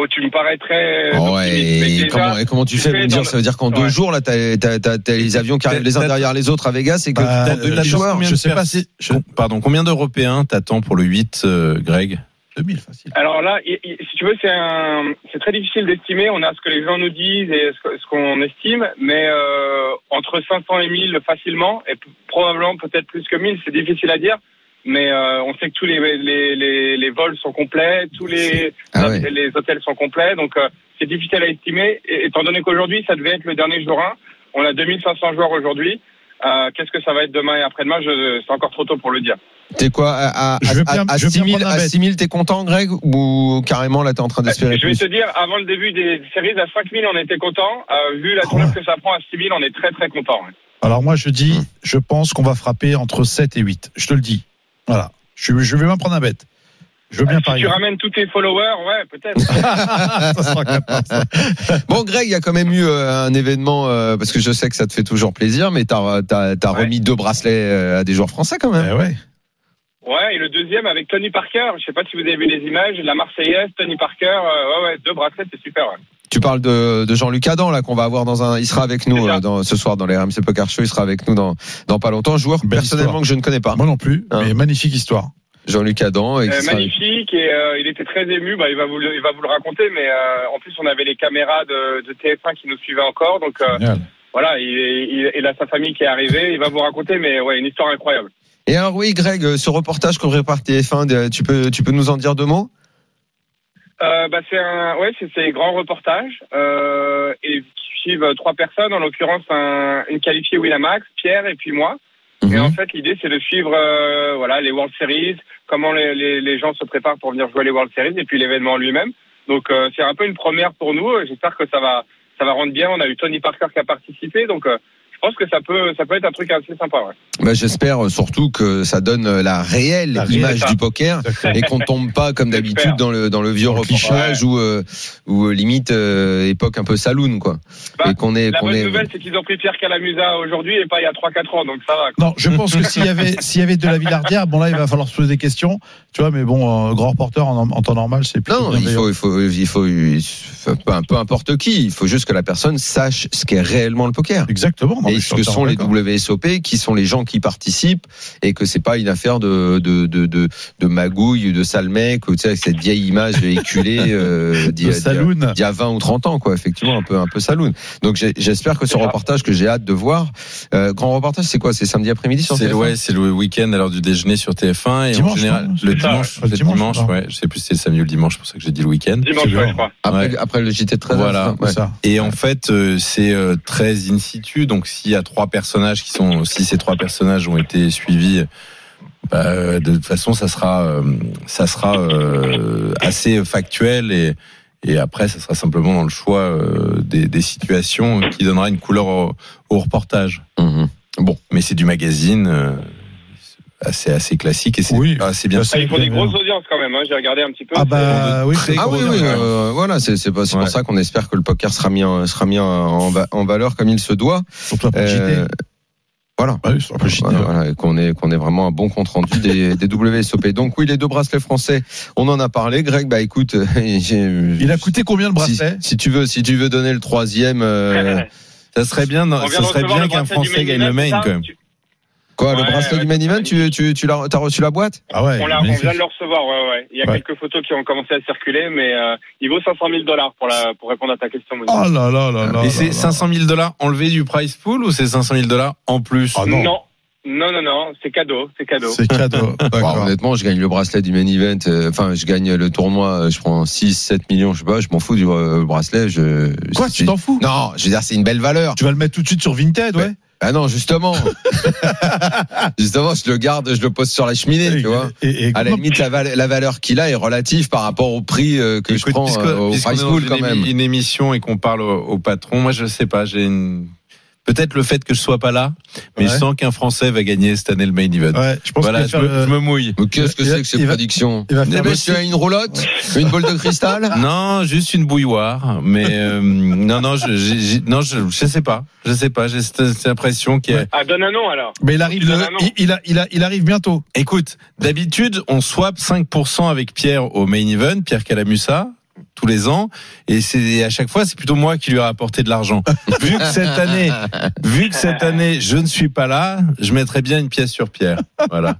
Speaker 5: Oh, tu me parais très.
Speaker 1: Oh ouais,
Speaker 5: optimiste, euh, mais
Speaker 1: et
Speaker 5: déjà-
Speaker 1: comment, et comment tu
Speaker 5: tu
Speaker 1: fais
Speaker 5: fais
Speaker 1: pour me
Speaker 5: dans
Speaker 1: dire
Speaker 5: le-
Speaker 1: Ça veut dire qu'en
Speaker 5: Ouais.
Speaker 1: deux jours, là, t'as, t'as- t'as- t'as les avions qui arrivent les uns
Speaker 3: T'as-
Speaker 1: derrière les autres à Vegas et que
Speaker 2: Bah,
Speaker 1: t'as
Speaker 2: euh,
Speaker 1: deux
Speaker 2: t'as
Speaker 1: mille joueurs.
Speaker 2: combien
Speaker 3: je sais pas si,
Speaker 2: je-
Speaker 3: pardon, combien d'Européens t'attends pour le 8, euh, Greg
Speaker 2: 2 000, facile.
Speaker 5: Alors là, il- il- si tu veux, c'est un, c'est très difficile d'estimer. On a ce que les gens nous disent et ce que- ce qu'on estime, mais euh, entre 500 et 1000 facilement, et p- probablement peut-être plus que 1000, c'est difficile à dire. Mais euh, on sait que tous les, les, les, les vols sont complets, tous les,
Speaker 1: Ah
Speaker 5: les-
Speaker 1: ouais.
Speaker 5: les hôtels sont complets, donc euh, c'est difficile à estimer. Et- étant donné qu'aujourd'hui, ça devait être le dernier jour 1, on a 2500 joueurs aujourd'hui. Euh, Qu'est-ce que ça va être demain et après-demain Je- C'est encore trop tôt pour le dire.
Speaker 1: T'es quoi À, à,
Speaker 2: Je veux
Speaker 1: à-
Speaker 2: bien-
Speaker 1: à
Speaker 2: je veux
Speaker 1: 6
Speaker 2: bien
Speaker 1: 000,
Speaker 2: prendre un
Speaker 1: à
Speaker 2: bet.
Speaker 1: 6 000, t'es content, Greg Ou carrément, là, t'es en train d'espérer
Speaker 5: Bah, Je vais
Speaker 1: plus
Speaker 5: te dire, avant le début des séries, à 5000, on était content. Euh, vu la tournure que ça prend à 6000, on est très très content.
Speaker 2: Alors moi, je dis, je pense qu'on va frapper entre 7 et 8. Je te le dis. Voilà. Je, je vais même prendre un bet. Je veux bien
Speaker 5: Ah, Si tu
Speaker 2: parier.
Speaker 5: ramènes tous tes followers, ouais, peut-être.
Speaker 2: Ça sera capable, ça.
Speaker 1: Bon, Greg, il y a quand même eu euh, un événement, euh, parce que je sais que ça te fait toujours plaisir, mais t'as, euh, t'as, t'as
Speaker 5: Ouais.
Speaker 1: remis deux bracelets euh, à des joueurs français quand même.
Speaker 2: Eh ouais.
Speaker 5: ouais, et le deuxième avec Tony Parker. Je sais pas si vous avez vu les images, la Marseillaise, Tony Parker. euh, ouais, ouais, deux bracelets, c'est super. ouais.
Speaker 1: Tu parles de, de Jean-Luc Adam, là, qu'on va avoir dans un. Il sera avec nous
Speaker 5: C'est ça.
Speaker 1: euh, dans, ce soir dans les RMC Poker Show, il sera avec nous dans, dans pas longtemps. Joueur
Speaker 2: Belle
Speaker 1: personnellement
Speaker 2: histoire.
Speaker 1: que je ne connais pas,
Speaker 2: Moi non plus,
Speaker 1: Hein.
Speaker 2: mais magnifique histoire.
Speaker 1: Jean-Luc Adam. Et qui
Speaker 5: Euh,
Speaker 1: sera-
Speaker 5: magnifique et euh, il était très ému. Bah, il va vous le, il va vous le raconter, mais euh, en plus on avait les caméras de, de TF1 qui nous suivaient encore. Donc euh,
Speaker 2: Génial.
Speaker 5: voilà, il, il, il a sa famille qui est arrivée. Il va vous raconter, mais ouais, une histoire incroyable.
Speaker 1: Et alors oui, Greg, euh, ce reportage qu'on par TF1, de- euh, tu peux, tu peux nous en dire deux mots
Speaker 5: Euh, bah, c'est un, ouais, c'est c'est grand reportage euh, et qui suivent euh, trois personnes, en l'occurrence un, une qualifiée Winamax, Pierre et puis moi. Et en fait, l'idée c'est de suivre euh, voilà les World Series, comment les, les, les gens se préparent pour venir jouer les World Series et puis l'événement en lui-même. Donc euh, c'est un peu une première pour nous. Euh, J'espère que ça va ça va rendre bien. On a eu Tony Parker qui a participé, donc euh, je pense que ça peut ça peut être un truc assez sympa. ouais.
Speaker 1: Bah, J'espère euh, surtout que ça donne euh, la réelle
Speaker 2: La réelle,
Speaker 1: image
Speaker 5: ça.
Speaker 1: du poker et qu'on tombe pas comme
Speaker 5: J'espère.
Speaker 1: d'habitude dans le dans le vieux
Speaker 2: le
Speaker 1: reportage ou euh, ou euh, limite euh, époque un peu saloon quoi.
Speaker 5: Bah,
Speaker 1: et qu'on est
Speaker 5: La
Speaker 1: qu'on
Speaker 5: bonne
Speaker 1: est
Speaker 5: nouvelle c'est qu'ils ont pris Pierre Calamusa aujourd'hui et pas il y a 3-4 ans, donc ça va. quoi.
Speaker 2: Non, je pense que s'il y avait s'il y avait de la Villardière, bon là il va falloir se poser des questions, tu vois, mais bon, euh, grand reporter en, en temps normal, c'est plus
Speaker 1: non, il faut, il faut, il faut, il faut- peu, peu importe qui, il faut juste que la personne sache ce qu'est réellement le poker.
Speaker 2: Exactement. non, mais
Speaker 1: et
Speaker 2: je
Speaker 1: ce
Speaker 2: suis
Speaker 1: que sont les
Speaker 2: d'accord.
Speaker 1: WSOP, qui sont les gens qui participent, et que c'est pas une affaire de de de de, de magouille, de sale mec, ou tu sais, avec cette vieille image véhiculée euh, d'il y a- d'il
Speaker 2: Le
Speaker 1: y a-
Speaker 2: saloon.
Speaker 1: d'il y a 20 ou 30 ans, quoi, effectivement, un peu un peu saloon. Donc j'ai- j'espère que ce
Speaker 5: C'est ça.
Speaker 1: reportage que j'ai hâte de voir, euh, grand reportage, c'est quoi C'est samedi après-midi sur
Speaker 3: C'est
Speaker 1: TF1
Speaker 3: le- ouais, c'est le week-end à l'heure du déjeuner sur TF1 et en
Speaker 2: Dimanche,
Speaker 3: général
Speaker 2: non
Speaker 3: le
Speaker 5: C'est ça,
Speaker 3: dimanche,
Speaker 2: ouais.
Speaker 3: le
Speaker 2: Le dimanche,
Speaker 3: dimanche,
Speaker 2: non.
Speaker 3: ouais, je sais plus si c'est le samedi ou le dimanche, c'est pour ça que j'ai dit le week-end.
Speaker 5: Dimanche,
Speaker 2: C'est
Speaker 5: ouais,
Speaker 2: bien.
Speaker 5: je crois.
Speaker 1: après,
Speaker 3: Ouais.
Speaker 1: après le JT de 13
Speaker 3: Voilà.
Speaker 2: C'est ça.
Speaker 3: Et en fait, euh, c'est euh, très in situ. Donc, s'il y a trois personnages qui sont, si ces trois personnages ont été suivis, bah, euh, de toute façon, ça sera, euh, ça sera euh, assez factuel et Et après, ça sera simplement dans le choix euh, des, des situations qui donnera une couleur au, au reportage.
Speaker 1: Mhm.
Speaker 3: Bon, mais c'est du magazine euh, assez assez classique et c'est
Speaker 2: Oui.
Speaker 3: assez bien.
Speaker 2: Ça,
Speaker 5: Ah, ils font des euh,
Speaker 2: clair.
Speaker 5: grosses audiences quand même, hein. j'ai regardé un petit peu.
Speaker 2: Ah bah oui, c'est
Speaker 1: Ah oui, oui,
Speaker 2: ouais.
Speaker 1: euh, voilà, c'est c'est pas- c'est pour
Speaker 3: Ouais.
Speaker 1: ça qu'on espère que le poker sera mis en, sera mis en, en va- en valeur comme il se doit.
Speaker 2: Surtout après
Speaker 1: Euh,
Speaker 2: JT.
Speaker 1: voilà.
Speaker 2: Ah oui, surtout après JT.
Speaker 1: Voilà, voilà, et qu'on ait, qu'on ait vraiment un bon compte rendu des, des WSOP. Donc oui, les deux bracelets français, on en a parlé. Greg, bah écoute, il
Speaker 2: Il a coûté combien le
Speaker 1: si,
Speaker 2: bracelet
Speaker 1: si tu veux, si tu veux donner le troisième, euh,
Speaker 3: Ça serait bien,
Speaker 5: On vient
Speaker 3: ça
Speaker 5: de
Speaker 3: serait
Speaker 5: recevoir
Speaker 3: bien
Speaker 5: le
Speaker 3: qu'un
Speaker 5: bracelet du
Speaker 3: Français
Speaker 5: main
Speaker 3: gagne le
Speaker 5: event,
Speaker 3: main
Speaker 5: ça.
Speaker 3: quand même.
Speaker 5: Tu-
Speaker 1: quoi, le
Speaker 5: Ouais,
Speaker 1: bracelet
Speaker 5: ouais,
Speaker 1: du main event, tu, tu, tu l'as, t'as reçu la boîte
Speaker 2: Ah ouais.
Speaker 5: On, l'a- on
Speaker 2: magnifique.
Speaker 5: vient de le recevoir, ouais, ouais. Il y a
Speaker 2: Ouais.
Speaker 5: quelques photos qui ont commencé à circuler, mais euh, il vaut 500 000 dollars pour, la, pour répondre à ta question. Monique.
Speaker 2: Oh là là là là.
Speaker 3: et
Speaker 2: là
Speaker 3: c'est
Speaker 2: là.
Speaker 3: 500 000 dollars enlevés du price pool ou c'est 500 000 dollars en plus
Speaker 2: Ah non.
Speaker 5: non, non, non, non, c'est cadeau, c'est cadeau.
Speaker 2: C'est cadeau.
Speaker 1: Bah,
Speaker 2: D'accord.
Speaker 1: honnêtement, je gagne le bracelet du main event. euh, Enfin, je gagne le tournoi. euh, Je prends 6, 7 millions. Je sais pas, je m'en fous du euh, bracelet. Je,
Speaker 2: Quoi,
Speaker 1: je-
Speaker 2: tu t'en fous
Speaker 1: Non, je veux dire, c'est une belle valeur.
Speaker 2: Tu vas le mettre tout de suite sur Vinted, ouais
Speaker 1: Ah non, justement. justement, je le garde, je le pose sur la cheminée, tu vois.
Speaker 2: Et, et-
Speaker 1: À la limite, la, val- la valeur qu'il a est relative par rapport au prix euh, que je
Speaker 3: Écoute,
Speaker 1: prends
Speaker 3: puisque-
Speaker 1: euh, au
Speaker 3: puisqu'on est
Speaker 1: price
Speaker 3: dans
Speaker 1: pool
Speaker 3: une
Speaker 1: quand
Speaker 3: émi-
Speaker 1: même.
Speaker 3: Une émission et qu'on parle au, au patron, moi je sais pas, j'ai une... peut-être le fait que je sois pas là, mais
Speaker 2: Ouais.
Speaker 3: je sens qu'un Français va gagner cette année le main event.
Speaker 2: ouais, je pense
Speaker 3: Voilà,
Speaker 2: qu'il
Speaker 3: je
Speaker 2: va faire
Speaker 3: me,
Speaker 2: le-
Speaker 3: je me mouille.
Speaker 1: Mais qu'est-ce que
Speaker 2: Il va-
Speaker 1: c'est que ces
Speaker 2: il va-
Speaker 1: prédictions
Speaker 2: il va
Speaker 1: Eh
Speaker 2: faire
Speaker 1: ben,
Speaker 2: le-
Speaker 1: Tu as une roulotte, une boule de cristal.
Speaker 3: Non, juste une bouilloire, mais euh, non, non, je, j'ai- j'ai- non, je, je sais pas, je sais pas, j'ai cette, cette impression qu'il y a-
Speaker 5: Ah, donne un nom alors.
Speaker 2: Mais il arrive,
Speaker 5: Il
Speaker 2: le-
Speaker 5: donne un nom.
Speaker 2: il, il a- il a- il arrive bientôt.
Speaker 3: Écoute, d'habitude, on swap 5% avec Pierre au main event, Pierre Calamusa, tous les ans, et c'est et à chaque fois, c'est plutôt moi qui lui ai apporté de l'argent. vu que cette année, vu que cette année, je ne suis pas là, je mettrais bien une pièce sur Pierre. Voilà,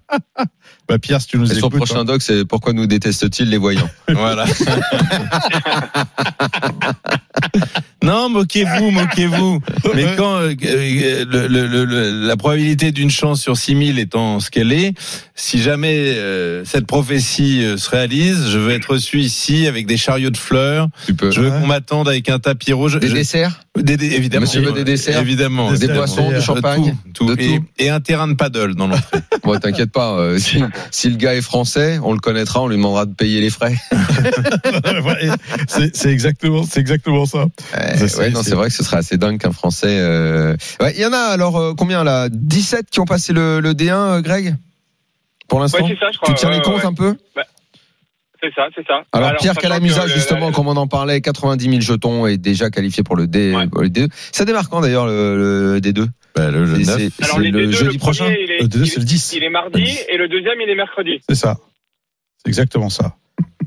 Speaker 2: Bah Pierre, si tu nous
Speaker 1: Et son
Speaker 2: écoutes,
Speaker 1: prochain doc, c'est pourquoi nous détestent-ils les voyants
Speaker 3: voilà. non, moquez-vous, moquez-vous. Mais quand euh, euh, le- le- le- le- la probabilité d'une chance sur 6000 étant ce qu'elle est, si jamais euh, cette prophétie euh, se réalise, je veux être reçu ici avec des chariots de fleurs.
Speaker 1: Tu peux.
Speaker 3: Je veux
Speaker 2: Ouais.
Speaker 3: qu'on m'attende avec un tapis rouge.
Speaker 1: Des
Speaker 3: Je-
Speaker 1: desserts
Speaker 3: des- des- évidemment.
Speaker 1: Monsieur veut des desserts
Speaker 3: Évidemment. Euh,
Speaker 1: Des
Speaker 2: Des
Speaker 1: boissons, du
Speaker 2: desserts,
Speaker 1: champagne
Speaker 3: Tout,
Speaker 1: de
Speaker 3: tout.
Speaker 1: tout.
Speaker 3: Et, et un terrain de paddle dans l'entrée.
Speaker 1: Bon, t'inquiète pas. euh, si, si le gars est français, on le connaîtra, on lui demandera de payer les frais.
Speaker 2: Ouais, c'est c'est exactement, c'est exactement ça.
Speaker 1: Ouais,
Speaker 2: Ça, c'est-
Speaker 1: ouais, non,
Speaker 2: c'est-
Speaker 1: c'est vrai que ce serait assez dingue qu'un Français. euh, ouais, il y en a alors euh, combien là 17 qui ont passé le, le D1, euh, Greg Pour
Speaker 5: Ouais,
Speaker 1: l'instant
Speaker 5: c'est ça, je crois.
Speaker 1: Tu tiens
Speaker 5: ouais,
Speaker 1: les
Speaker 5: ouais,
Speaker 1: comptes
Speaker 5: ouais.
Speaker 1: un peu
Speaker 5: C'est ça, c'est ça.
Speaker 1: Alors, Pierre
Speaker 5: sachant
Speaker 1: Calamusa,
Speaker 5: que le-
Speaker 1: justement,
Speaker 5: la-
Speaker 1: comme on en parlait, 90 000 jetons est déjà qualifié pour le, D,
Speaker 5: Ouais.
Speaker 1: pour le D2. Ça démarque quand d'ailleurs le, le D2
Speaker 3: Bah, le,
Speaker 1: C'est-
Speaker 3: le 9.
Speaker 1: C'est
Speaker 5: Alors,
Speaker 1: c'est
Speaker 5: les
Speaker 1: le
Speaker 5: deux,
Speaker 1: jeudi
Speaker 5: le
Speaker 1: prochain
Speaker 5: premier, il est-
Speaker 2: Le deux,
Speaker 5: il-
Speaker 2: c'est le 10.
Speaker 5: Il est mardi et le deuxième, il est mercredi.
Speaker 2: C'est ça. C'est exactement ça.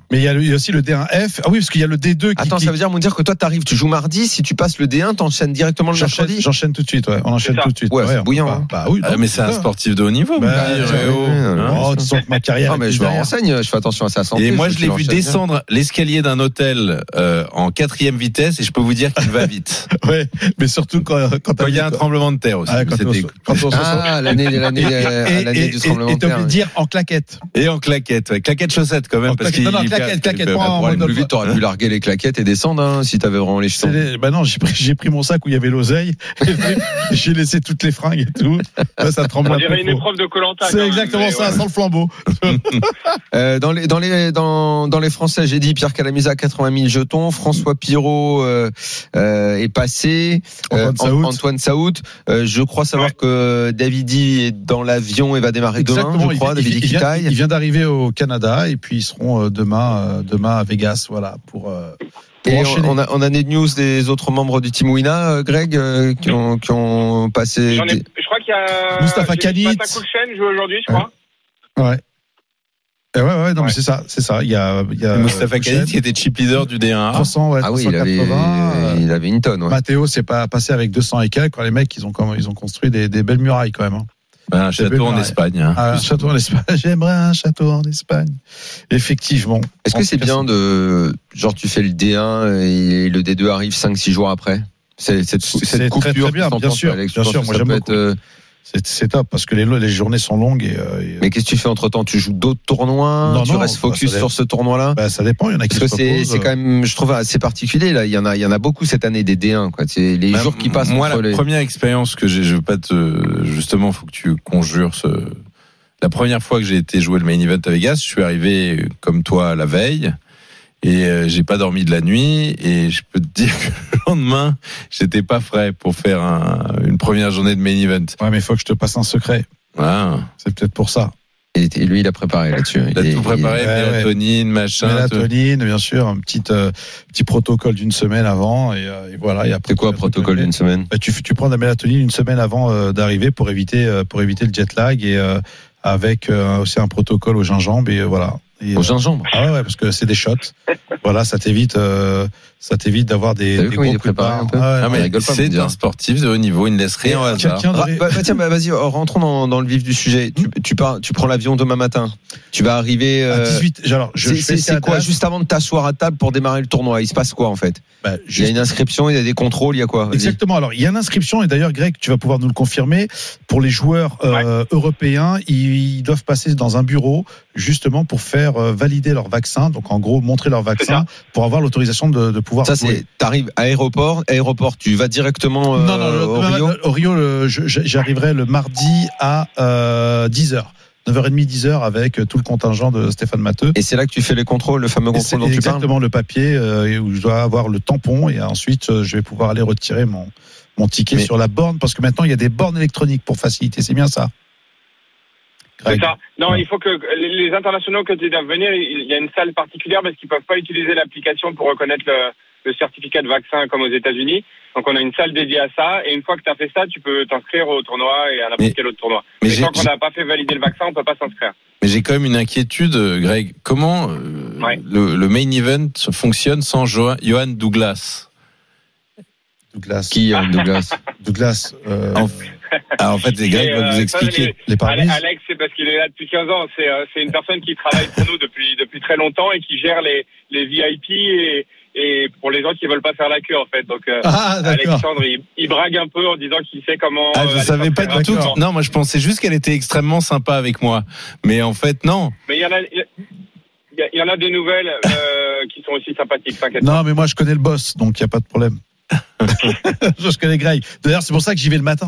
Speaker 2: Mais il y, a le- il y a aussi le D1F. Ah oui, parce qu'il y a le D2 qui.
Speaker 1: Attends,
Speaker 2: qui-
Speaker 1: ça veut dire, me dire que toi, t'arrives, tu joues mardi, si tu passes le D1, t'enchaînes directement le
Speaker 2: J'enchaîne
Speaker 1: mercredi
Speaker 2: j'enchaîne tout de suite, ouais. On enchaîne
Speaker 5: C'est ça.
Speaker 2: tout de suite.
Speaker 1: Ouais, c'est
Speaker 2: on-
Speaker 1: bouillant,
Speaker 2: Bah,
Speaker 1: hein.
Speaker 2: bah oui,
Speaker 3: Ah,
Speaker 2: non,
Speaker 3: mais c'est un
Speaker 2: putain.
Speaker 3: sportif de haut niveau.
Speaker 2: Bah,
Speaker 3: mon petit,
Speaker 2: ouais,
Speaker 3: eh oh,
Speaker 1: ouais, ouais.
Speaker 3: hein.
Speaker 2: Oh, disons que ma carrière.
Speaker 1: Ah, mais
Speaker 2: est
Speaker 1: je me
Speaker 2: derrière.
Speaker 1: renseigne, je fais attention à sa santé.
Speaker 3: Et moi, je
Speaker 1: veux
Speaker 3: l'ai
Speaker 1: qu'il
Speaker 3: vu
Speaker 1: enchaîne bien.
Speaker 3: descendre l'escalier d'un hôtel euh, en quatrième vitesse, et je peux vous dire qu'il va vite.
Speaker 2: Ouais, mais surtout quand, quand
Speaker 3: Quand il y a un
Speaker 2: t'as-
Speaker 3: tremblement de terre aussi.
Speaker 2: Ah, quand
Speaker 3: c'était-
Speaker 2: on se- quand on se sent-
Speaker 1: Ah, l'année l'année-
Speaker 2: Et-
Speaker 1: euh, l'année
Speaker 2: et-
Speaker 1: du
Speaker 2: et-
Speaker 1: tremblement
Speaker 2: et
Speaker 1: de terre.
Speaker 2: t'oublies de dire en claquette.
Speaker 3: Et en claquette, ouais. claquette chaussette quand même.
Speaker 2: En
Speaker 3: parce
Speaker 2: claquette-
Speaker 3: qu'il-
Speaker 2: non, non,
Speaker 3: il-
Speaker 2: claquette,
Speaker 3: il-
Speaker 2: claquette,
Speaker 3: il-
Speaker 2: pas en
Speaker 3: pour aller
Speaker 2: mode-
Speaker 1: Plus vite, t'aurais pu larguer les claquettes et descendre hein, si t'avais vraiment les
Speaker 2: C'est
Speaker 1: jetons.
Speaker 2: les- Bah non, j'ai pris- j'ai pris mon sac où il y avait l'oseille. et J'ai laissé toutes les fringues et tout. Ça, ça tremble
Speaker 5: On
Speaker 2: un
Speaker 5: dirait
Speaker 2: peu
Speaker 5: une
Speaker 2: trop.
Speaker 5: épreuve de Colanta.
Speaker 2: Ah, C'est exactement ça, sans le flambeau.
Speaker 1: Euh, dans les dans les dans dans les Français, j'ai dit Pierre Calamusa 80 000 jetons, François Pirot euh, euh, est passé, euh,
Speaker 2: Antoine Saout.
Speaker 1: An- Antoine Saout. Euh, je crois savoir
Speaker 5: Ouais.
Speaker 1: que Davidi est dans l'avion et va démarrer demain, je
Speaker 2: il-
Speaker 1: crois,
Speaker 2: il,
Speaker 1: Davidi
Speaker 2: il vient,
Speaker 1: Kitaï.
Speaker 2: il vient d'arriver au Canada et puis ils seront euh, demain, euh, demain à Vegas, voilà, pour. euh, pour
Speaker 1: Et
Speaker 2: enchaîner.
Speaker 1: on, on a, on a des news des autres membres du team Wina, euh, Greg, euh, qui ont qui ont passé.
Speaker 5: J'en ai-
Speaker 1: des-
Speaker 5: je crois qu'il y a.
Speaker 2: Mustapha Khalid.
Speaker 5: Mustapha joue aujourd'hui, je crois.
Speaker 2: Ouais. Et Eh ouais, ouais, non,
Speaker 5: Ouais.
Speaker 2: mais c'est ça, c'est ça. Il y a, il y a euh,
Speaker 3: Mustapha Khalid Euh, qui était chip leader du D1A.
Speaker 2: 300, ouais,
Speaker 1: Ah oui, il avait
Speaker 2: 380. euh,
Speaker 1: il avait une tonne. ouais.
Speaker 2: Mathéo s'est pas passé avec 200 et quelques. Quand les mecs, ils ont, comme- ils ont construit des, des belles murailles quand même. hein.
Speaker 3: Un château en
Speaker 2: Ouais.
Speaker 3: Espagne. hein.
Speaker 2: Ah, un château en Espagne. J'aimerais un château en Espagne. Effectivement.
Speaker 1: Est-ce
Speaker 2: En
Speaker 1: que
Speaker 2: tout
Speaker 1: c'est
Speaker 2: cas,
Speaker 1: bien de genre tu fais le D1 et le D2 arrive 5 6 jours après C'est- cette,
Speaker 2: C'est
Speaker 1: cette
Speaker 2: très,
Speaker 1: coupure
Speaker 2: très bien,
Speaker 1: qu'est-ce que t'en
Speaker 2: bien
Speaker 1: penses,
Speaker 2: sûr,
Speaker 1: Alex Je
Speaker 2: bien
Speaker 1: pense
Speaker 2: sûr,
Speaker 1: que
Speaker 2: moi,
Speaker 1: ça
Speaker 2: j'aime
Speaker 1: peut être,
Speaker 2: beaucoup.
Speaker 1: euh,
Speaker 2: C'est c'est top parce que les, les journées sont longues et, euh, et-
Speaker 1: mais qu'est-ce que tu fais entre-temps Tu joues d'autres tournois
Speaker 2: Non,
Speaker 1: Tu
Speaker 2: non,
Speaker 1: restes
Speaker 2: bah,
Speaker 1: focus
Speaker 2: ça
Speaker 1: sur ce tournoi-là
Speaker 2: bah, ça dépend. Il y en a qui
Speaker 1: parce
Speaker 2: se
Speaker 1: que c'est c'est
Speaker 2: reposent.
Speaker 1: quand même, je trouve assez particulier là. Il y en a, il y en a beaucoup cette année des D1 quoi. C'est les
Speaker 3: Bah,
Speaker 1: jours qui passent.
Speaker 3: Moi, la
Speaker 1: entre les...
Speaker 3: première expérience que j'ai, je veux pas te. Justement, faut que tu conjures ce. La première fois que j'ai été jouer le main event à Vegas, je suis arrivé euh, comme toi la veille. Et euh, j'ai pas dormi de la nuit. Et je peux te dire que le lendemain, j'étais pas frais pour faire un- une première journée de main event.
Speaker 2: Ouais, mais faut que je te passe un secret.
Speaker 3: Ah,
Speaker 2: C'est peut-être pour ça.
Speaker 1: Et et lui, il a préparé là-dessus.
Speaker 3: il a
Speaker 1: est-
Speaker 3: tout préparé,
Speaker 2: il- ouais, ouais.
Speaker 3: mélatonine, machin. tout.
Speaker 2: Mélatonine, bien sûr, un petit euh, petit protocole d'une semaine avant et, euh, et voilà. Et après,
Speaker 1: C'est quoi
Speaker 2: tu
Speaker 1: un
Speaker 2: vas
Speaker 1: protocole
Speaker 2: te
Speaker 1: d'une semaine
Speaker 2: Bah, tu, tu prends de la mélatonine une semaine avant euh, d'arriver pour éviter euh, pour éviter le jet lag et euh, avec euh, aussi un protocole au gingembre et euh, voilà. Et,
Speaker 1: Au
Speaker 2: euh,
Speaker 1: gingembre.
Speaker 2: ah ouais, ouais, parce que c'est des shots. voilà, ça t'évite euh, ça t'évite d'avoir des,
Speaker 1: T'as vu
Speaker 2: des
Speaker 1: comment il est
Speaker 2: gros coups de
Speaker 1: préparé
Speaker 2: barre.
Speaker 1: un peu
Speaker 2: Ah ouais,
Speaker 3: Ah,
Speaker 1: On
Speaker 3: mais
Speaker 1: rigole pas,
Speaker 3: c'est
Speaker 1: vous
Speaker 3: un
Speaker 1: dire.
Speaker 3: sportif de haut niveau, il ne laisse rien au hasard.
Speaker 2: Quelqu'un
Speaker 1: Ra-
Speaker 2: devrait-
Speaker 1: bah, bah, tiens, bah, vas-y, oh, rentrons dans, dans le vif du sujet. Tu, tu pars, tu prends l'avion demain matin. Tu vas arriver.
Speaker 2: à
Speaker 1: euh,
Speaker 2: 18, alors je,
Speaker 1: c'est-
Speaker 2: je
Speaker 1: c'est
Speaker 2: fais
Speaker 1: c'est quoi
Speaker 2: juste,
Speaker 1: Juste avant de t'asseoir à table pour démarrer le tournoi, il se passe quoi en fait Il
Speaker 2: bah,
Speaker 1: y a
Speaker 2: juste
Speaker 1: une inscription, il y a des contrôles, il y a quoi Vas-y.
Speaker 2: Exactement. Alors, il y a une inscription, et d'ailleurs, Greg, tu vas pouvoir nous le confirmer. Pour les joueurs euh, européens, ils, ils doivent passer dans un bureau, justement, pour faire euh, valider leur vaccin. Donc, en gros, montrer leur vaccin pour avoir l'autorisation de, de pouvoir.
Speaker 1: Ça
Speaker 2: jouer.
Speaker 1: c'est, t'arrives à aéroport, aéroport, tu vas directement euh,
Speaker 2: non, non, le-
Speaker 1: au
Speaker 2: demain,
Speaker 1: Rio.
Speaker 2: euh, au Rio, le- je- je- j'arriverai le mardi à euh, 10h. 9h30, 10h avec euh, tout le contingent de Stéphane Matteux.
Speaker 1: Et c'est là que tu fais les contrôles, le fameux
Speaker 2: Et c'est
Speaker 1: contrôle dont tu parles.
Speaker 2: exactement le papier euh, et où je dois avoir le tampon et ensuite euh, je vais pouvoir aller retirer mon, mon ticket
Speaker 1: Mais-
Speaker 2: sur la borne parce que maintenant il y a des bornes électroniques pour faciliter, c'est bien ça
Speaker 5: C'est
Speaker 2: Greg.
Speaker 5: ça. Non,
Speaker 2: Ouais.
Speaker 5: il faut que les les internationaux que tu doivent venir, il y a une salle particulière parce qu'ils peuvent pas utiliser l'application pour reconnaître le, le certificat de vaccin comme aux États-Unis. Donc on a une salle dédiée à ça. Et une fois que tu as fait ça, tu peux t'inscrire au tournoi et à
Speaker 3: Mais-
Speaker 5: n'importe quel autre tournoi.
Speaker 3: Mais
Speaker 5: Mais
Speaker 3: j'ai-
Speaker 5: tant qu'on n'a pas fait valider le vaccin, on peut pas s'inscrire.
Speaker 3: Mais j'ai quand même une inquiétude, euh, Greg. Comment euh,
Speaker 5: Ouais.
Speaker 3: le, le main event fonctionne sans Jo- Johan Douglas
Speaker 2: Douglas.
Speaker 1: Qui euh, Douglas
Speaker 2: Douglas. euh,
Speaker 3: En- Ah, en fait, c'est Greg
Speaker 5: Et,
Speaker 3: va
Speaker 5: euh,
Speaker 3: nous
Speaker 5: ça,
Speaker 3: expliquer.
Speaker 2: les
Speaker 5: Ale-
Speaker 2: Parisiens.
Speaker 5: Alex, c'est parce qu'il est là depuis 15 ans. C'est euh, c'est une personne qui travaille pour nous depuis depuis très longtemps et qui gère les les VIP et et pour les gens qui veulent pas faire la queue en fait. Donc euh,
Speaker 2: Ah, d'accord.
Speaker 5: Alexandre, il, il brague un peu en disant qu'il sait comment.
Speaker 3: Ah,
Speaker 5: euh,
Speaker 3: je
Speaker 5: aller
Speaker 3: savais pas
Speaker 5: s'inscrire
Speaker 3: du tout.
Speaker 5: rapidement.
Speaker 3: que- Non, moi, je pensais juste qu'elle était extrêmement sympa avec moi. Mais en fait, non.
Speaker 5: Mais il y en a. il y a- Il y a- il y en a des nouvelles euh, qui sont aussi sympathiques, t'inquiète.
Speaker 2: Non, mais moi je connais le boss, donc il n'y a pas de problème. je connais Greg. D'ailleurs, c'est pour ça que j'y vais le matin.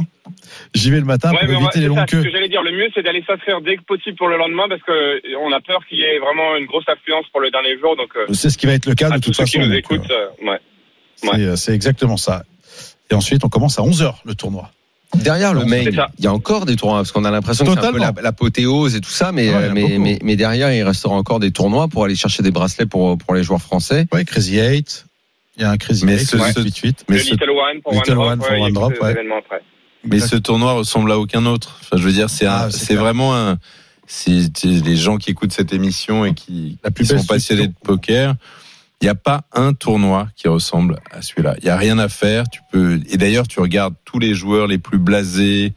Speaker 2: J'y vais le matin
Speaker 5: Ouais,
Speaker 2: pour
Speaker 5: mais on va-
Speaker 2: éviter les
Speaker 5: c'est ça,
Speaker 2: longues
Speaker 5: ce
Speaker 2: queues.
Speaker 5: que j'allais dire, le mieux c'est d'aller s'inscrire dès que possible pour le lendemain parce que euh, on a peur qu'il y ait vraiment une grosse affluence pour le dernier jour. Donc, euh,
Speaker 2: C'est ce qui va être le cas
Speaker 5: à
Speaker 2: Ah, de
Speaker 5: tous
Speaker 2: toute
Speaker 5: ceux qui
Speaker 2: façon.
Speaker 5: nous
Speaker 2: donc,
Speaker 5: écoutent, euh, ouais.
Speaker 2: euh, c'est- euh, C'est exactement ça. Et ensuite, on commence à 11h le tournoi.
Speaker 1: Derrière le
Speaker 2: C'est
Speaker 1: main,
Speaker 5: ça.
Speaker 1: il y a encore des tournois parce qu'on a l'impression que c'est un peu
Speaker 2: Totalement.
Speaker 1: la- l'apothéose et tout ça, mais,
Speaker 2: Ah ouais, il y en a
Speaker 1: euh, mais,
Speaker 2: beaucoup.
Speaker 1: mais, mais derrière il restera encore des tournois pour aller chercher des bracelets pour pour les joueurs français.
Speaker 2: Ouais, Crazy 8. Il y a un Crazy
Speaker 3: Mais
Speaker 2: 8,
Speaker 3: ce-
Speaker 2: ouais.
Speaker 3: ce-
Speaker 2: 8.
Speaker 3: Mais
Speaker 5: le
Speaker 3: ce,
Speaker 5: Little One pour
Speaker 2: Little
Speaker 5: One
Speaker 2: One
Speaker 5: Drop,
Speaker 2: for
Speaker 5: ouais, il y a
Speaker 2: One
Speaker 5: tous
Speaker 2: Drop,
Speaker 5: ces
Speaker 2: ouais.
Speaker 5: événements après.
Speaker 3: mais ce tournoi ressemble à aucun autre. Enfin, je veux dire, c'est un-
Speaker 2: Ah, c'est
Speaker 3: c'est
Speaker 2: clair.
Speaker 3: vraiment un. Si si les gens qui écoutent cette émission et qui,
Speaker 2: La plus
Speaker 3: qui sont
Speaker 2: belle
Speaker 3: passionnés de
Speaker 2: solution.
Speaker 3: poker, il n'y a pas un tournoi qui ressemble à celui-là. Il n'y a rien à faire. Tu peux et d'ailleurs tu regardes tous les joueurs les plus blasés.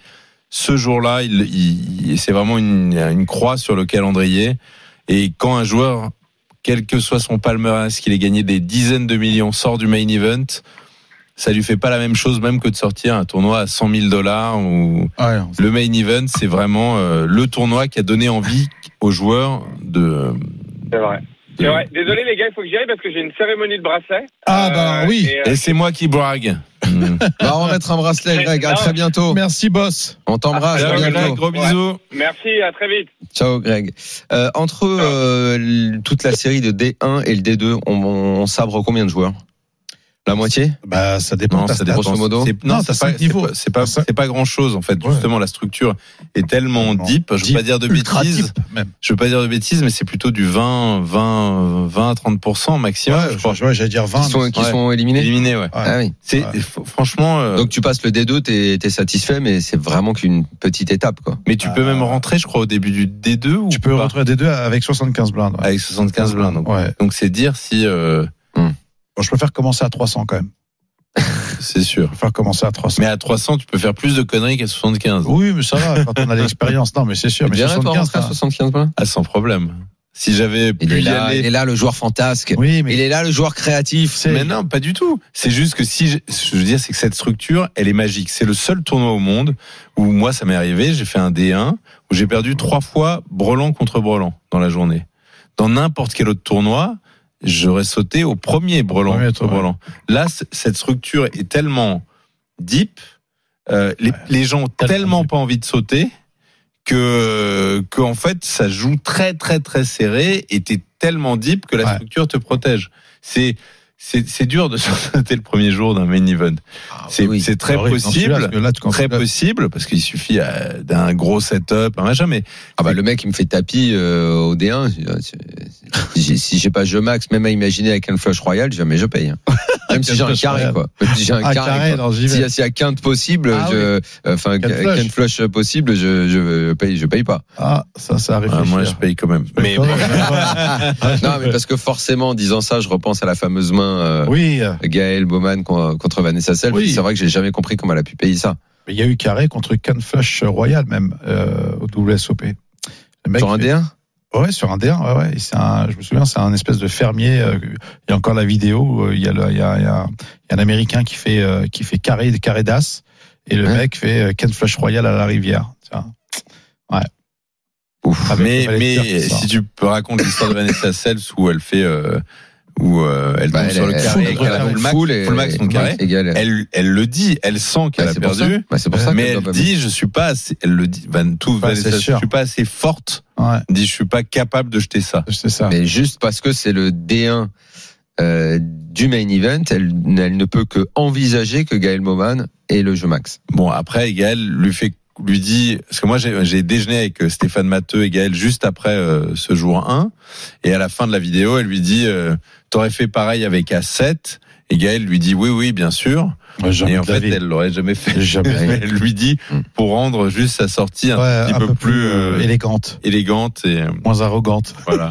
Speaker 3: Ce jour-là, il, il- il- c'est vraiment une, une croix sur le calendrier. Et quand un joueur, quel que soit son palmarès, qu'il ait gagné des dizaines de millions, sort du main event, ça lui fait pas la même chose même que de sortir un tournoi à 100 000 dollars ou
Speaker 2: Ouais, non,
Speaker 3: le main event, c'est vraiment euh, le tournoi qui a donné envie aux joueurs de. euh,
Speaker 5: C'est vrai.
Speaker 3: de-
Speaker 5: C'est vrai. Désolé les gars, il faut que j'y aille parce que j'ai une cérémonie de bracelet.
Speaker 2: Ah, bah oui.
Speaker 5: et, euh,
Speaker 3: Et c'est moi qui brague. Hmm.
Speaker 1: Bah, Va en mettre un bracelet, Greg. À très bientôt.
Speaker 2: Merci, boss.
Speaker 1: On t'embrasse.
Speaker 3: Ciao,
Speaker 1: à
Speaker 5: Greg.
Speaker 1: bientôt.
Speaker 3: Gros bisous.
Speaker 5: merci, à très vite.
Speaker 1: Ciao Greg. Euh, entre euh, l- toute la série de D1 et le D2, on, on sabre combien de joueurs La moitié
Speaker 2: Bah, ça dépend.
Speaker 3: Non,
Speaker 2: de ta
Speaker 3: ça
Speaker 2: stat.
Speaker 3: dépend.
Speaker 1: grosso modo.
Speaker 3: C'est- Non,
Speaker 2: Non,
Speaker 3: c'est
Speaker 2: t'as
Speaker 3: pas,
Speaker 2: cinq niveaux.
Speaker 3: c'est pas,
Speaker 2: T'as
Speaker 3: c'est pas grand chose en fait.
Speaker 2: Ouais.
Speaker 3: Justement, la structure est tellement
Speaker 2: Tellement
Speaker 3: deep. Je veux pas
Speaker 2: deep,
Speaker 3: dire de
Speaker 2: Ultra
Speaker 3: bêtises.
Speaker 2: type, même.
Speaker 3: Je veux pas dire de bêtises, mais c'est plutôt du 20, 20, 20 à 30 maximum.
Speaker 2: Ouais,
Speaker 3: je crois.
Speaker 2: je- ouais, j'allais dire 20.
Speaker 1: Qui sont,
Speaker 2: mais-
Speaker 1: qui
Speaker 3: ouais.
Speaker 1: sont éliminés
Speaker 3: Éliminé, ouais.
Speaker 2: Ouais.
Speaker 1: Ah oui.
Speaker 3: C'est
Speaker 2: Ouais.
Speaker 3: f- franchement. euh,
Speaker 1: Donc tu passes le D2, t'es es satisfait, mais c'est vraiment qu'une petite étape quoi.
Speaker 3: mais tu peux
Speaker 2: Ah.
Speaker 3: même rentrer, je crois, au début du D2 ou
Speaker 2: Tu peux
Speaker 3: pas
Speaker 2: rentrer des deux avec 75 blindes. ouais.
Speaker 3: avec 75 blindes. Donc
Speaker 2: Ouais.
Speaker 3: donc c'est dire si euh,
Speaker 2: Bon, je préfère commencer à 300 quand même.
Speaker 3: c'est sûr.
Speaker 2: Je préfère commencer à 300.
Speaker 3: Mais à 300, tu peux faire plus de conneries qu'à 75.
Speaker 2: Oui, mais ça va, quand on a l'expérience. Non, mais c'est sûr. Mais
Speaker 1: Tu dirais, toi,
Speaker 2: 75,
Speaker 1: rentrer à
Speaker 2: ça-
Speaker 1: 75 points
Speaker 3: Ah, sans problème. Si j'avais
Speaker 1: il
Speaker 3: pu
Speaker 1: est,
Speaker 3: y
Speaker 1: là, il
Speaker 3: aller.
Speaker 1: est là le joueur fantasque.
Speaker 2: Oui, mais
Speaker 1: Il est là le joueur créatif.
Speaker 3: Mais non, pas du tout. C'est juste que si je, ce que je veux dire, c'est que cette structure, elle est magique. C'est le seul tournoi au monde où moi, ça m'est arrivé. J'ai fait un D1 où j'ai perdu trois fois Brelan contre Brelan dans la journée. Dans n'importe quel autre tournoi, j'aurais sauté au premier Brelan
Speaker 2: Premier,
Speaker 3: contre
Speaker 2: ouais.
Speaker 3: Brelan. Là, c- cette structure est tellement deep, euh, les, les gens ont
Speaker 2: Tellement
Speaker 3: tellement
Speaker 2: deep.
Speaker 3: pas envie de sauter que que en fait, ça joue très très très serré. Et t'es tellement deep que la
Speaker 2: Ouais.
Speaker 3: structure te protège. C'est c'est c'est dur de sauter le premier jour d'un main event. C'est
Speaker 1: oui.
Speaker 3: c'est très
Speaker 2: Ah oui, dans celui-là,
Speaker 3: possible,
Speaker 2: parce que là, tu- quand
Speaker 3: très
Speaker 2: tu l'as-
Speaker 3: possible parce qu'il suffit euh, d'un gros setup, un machin. Mais
Speaker 1: Ah bah le mec il me fait tapis euh, au D1. je- je- j'ai- Si j'ai pas jeu max, même à imaginer avec un flush royal, jamais je paye. hein. Même si j'ai un
Speaker 2: Flush
Speaker 1: carré
Speaker 2: royal.
Speaker 1: quoi. Même si j'ai un
Speaker 2: Ah,
Speaker 1: carré.
Speaker 2: carré,
Speaker 1: quoi.
Speaker 2: alors j'y
Speaker 1: S'il y,
Speaker 2: vais.
Speaker 1: a- s'il y a qu'un de possible,
Speaker 2: Ah
Speaker 1: je- enfin
Speaker 2: Qu'un de
Speaker 1: qu'un
Speaker 2: flush.
Speaker 1: qu'un flush possible, je, je paye, je paye pas.
Speaker 2: Ah, ça, ça arrive.
Speaker 3: euh, moi, je paye quand même. Mais bon,
Speaker 1: Non mais parce que forcément, en disant ça, je repense à la fameuse main euh,
Speaker 2: Oui,
Speaker 1: Gaël Bowman con- contre Vanessa Self.
Speaker 2: Oui.
Speaker 1: C'est vrai que j'ai jamais compris comment elle a pu payer ça.
Speaker 2: mais il y a eu carré contre Can Flash Royal même euh, au WSOP. Le mec
Speaker 1: Sur un
Speaker 2: fait-
Speaker 1: D1
Speaker 2: Ouais, sur un D1, ouais, ouais. Et c'est un, je me souviens, c'est un espèce de fermier. euh, il y a encore la vidéo. où, euh, Il y a, le- il y a, il y a- il y a un Américain qui fait, euh, qui fait carré, carré d'as, et le
Speaker 1: Hein
Speaker 2: mec fait euh, Ken Flash Royal à la rivière. Tiens. Ouais.
Speaker 1: Ouf.
Speaker 2: Avec
Speaker 3: mais,
Speaker 2: Ah, le valet de
Speaker 3: mais
Speaker 2: cœur qui sort.
Speaker 3: si tu peux raconter l'histoire de Vanessa Sells où elle fait euh, où euh, elle
Speaker 1: Bah,
Speaker 3: tombe
Speaker 1: elle
Speaker 3: sur le
Speaker 1: est-
Speaker 3: carré,
Speaker 1: elle est-
Speaker 3: et qu'elle a
Speaker 1: elle est
Speaker 3: full max,
Speaker 1: full et-
Speaker 3: full max son carré.
Speaker 1: et Gaël,
Speaker 3: Elle, elle le dit, elle sent qu'elle
Speaker 1: bah,
Speaker 3: a
Speaker 1: c'est pour ça.
Speaker 3: perdu,
Speaker 1: Bah, c'est pour ça
Speaker 3: mais
Speaker 1: qu'elle doit
Speaker 3: elle
Speaker 1: pas payer.
Speaker 3: dit je suis pas, assez, elle le dit, Van- tout
Speaker 2: Pas assez
Speaker 3: Vanessa, je
Speaker 2: sûre.
Speaker 3: suis pas assez forte,
Speaker 2: Ouais,
Speaker 3: dit je suis pas capable de jeter ça.
Speaker 2: c'est ça.
Speaker 1: Mais juste parce que c'est le D1 euh, du main event, elle, elle ne peut que envisager que Gaël Moman ait le jeu max.
Speaker 3: Bon, après, Gaël lui fait, lui dit, parce que moi, j'ai j'ai déjeuné avec euh, Stéphane Matteux et Gaël juste après euh, ce jour 1. Et à la fin de la vidéo, elle lui dit, euh, t'aurais fait pareil avec A7. Et Gaël lui dit, oui, oui, bien sûr.
Speaker 2: Ouais, jamais
Speaker 3: et en
Speaker 2: de la
Speaker 3: fait,
Speaker 2: vie.
Speaker 3: elle l'aurait jamais fait.
Speaker 2: Jamais. Hmm.
Speaker 3: Mais elle lui dit,
Speaker 1: Mm.
Speaker 3: pour rendre juste sa sortie un
Speaker 2: Ouais,
Speaker 3: petit peu, plus euh,
Speaker 2: élégante,
Speaker 3: élégante et euh,
Speaker 2: moins arrogante.
Speaker 3: voilà.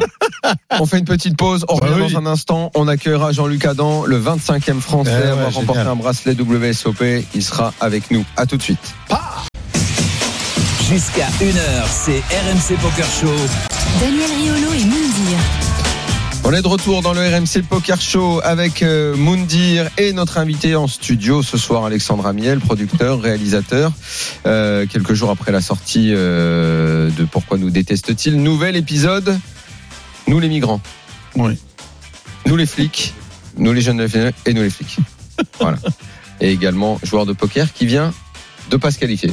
Speaker 1: On fait une petite pause, on
Speaker 2: Ah. Bah
Speaker 1: revient
Speaker 2: oui.
Speaker 1: dans un instant, on accueillera Jean-Luc Adam, le 25e Français
Speaker 2: Eh ouais,
Speaker 1: à avoir remporté
Speaker 2: génial.
Speaker 1: un bracelet WSOP, il sera avec nous. À tout de suite.
Speaker 6: Jusqu'à 1h, c'est RMC Poker Show.
Speaker 4: Daniel Riolo et Moundir.
Speaker 1: On est de retour dans le RMC Poker Show avec euh, Moundir et notre invité en studio ce soir, Alexandre Amiel, producteur, réalisateur. Euh, quelques jours après la sortie euh, de Pourquoi nous déteste-t-il, nouvel épisode, nous les migrants.
Speaker 2: Oui.
Speaker 1: Nous les flics, nous les jeunes de la finale et nous les flics. voilà. Et également joueur de poker qui vient de pas se qualifier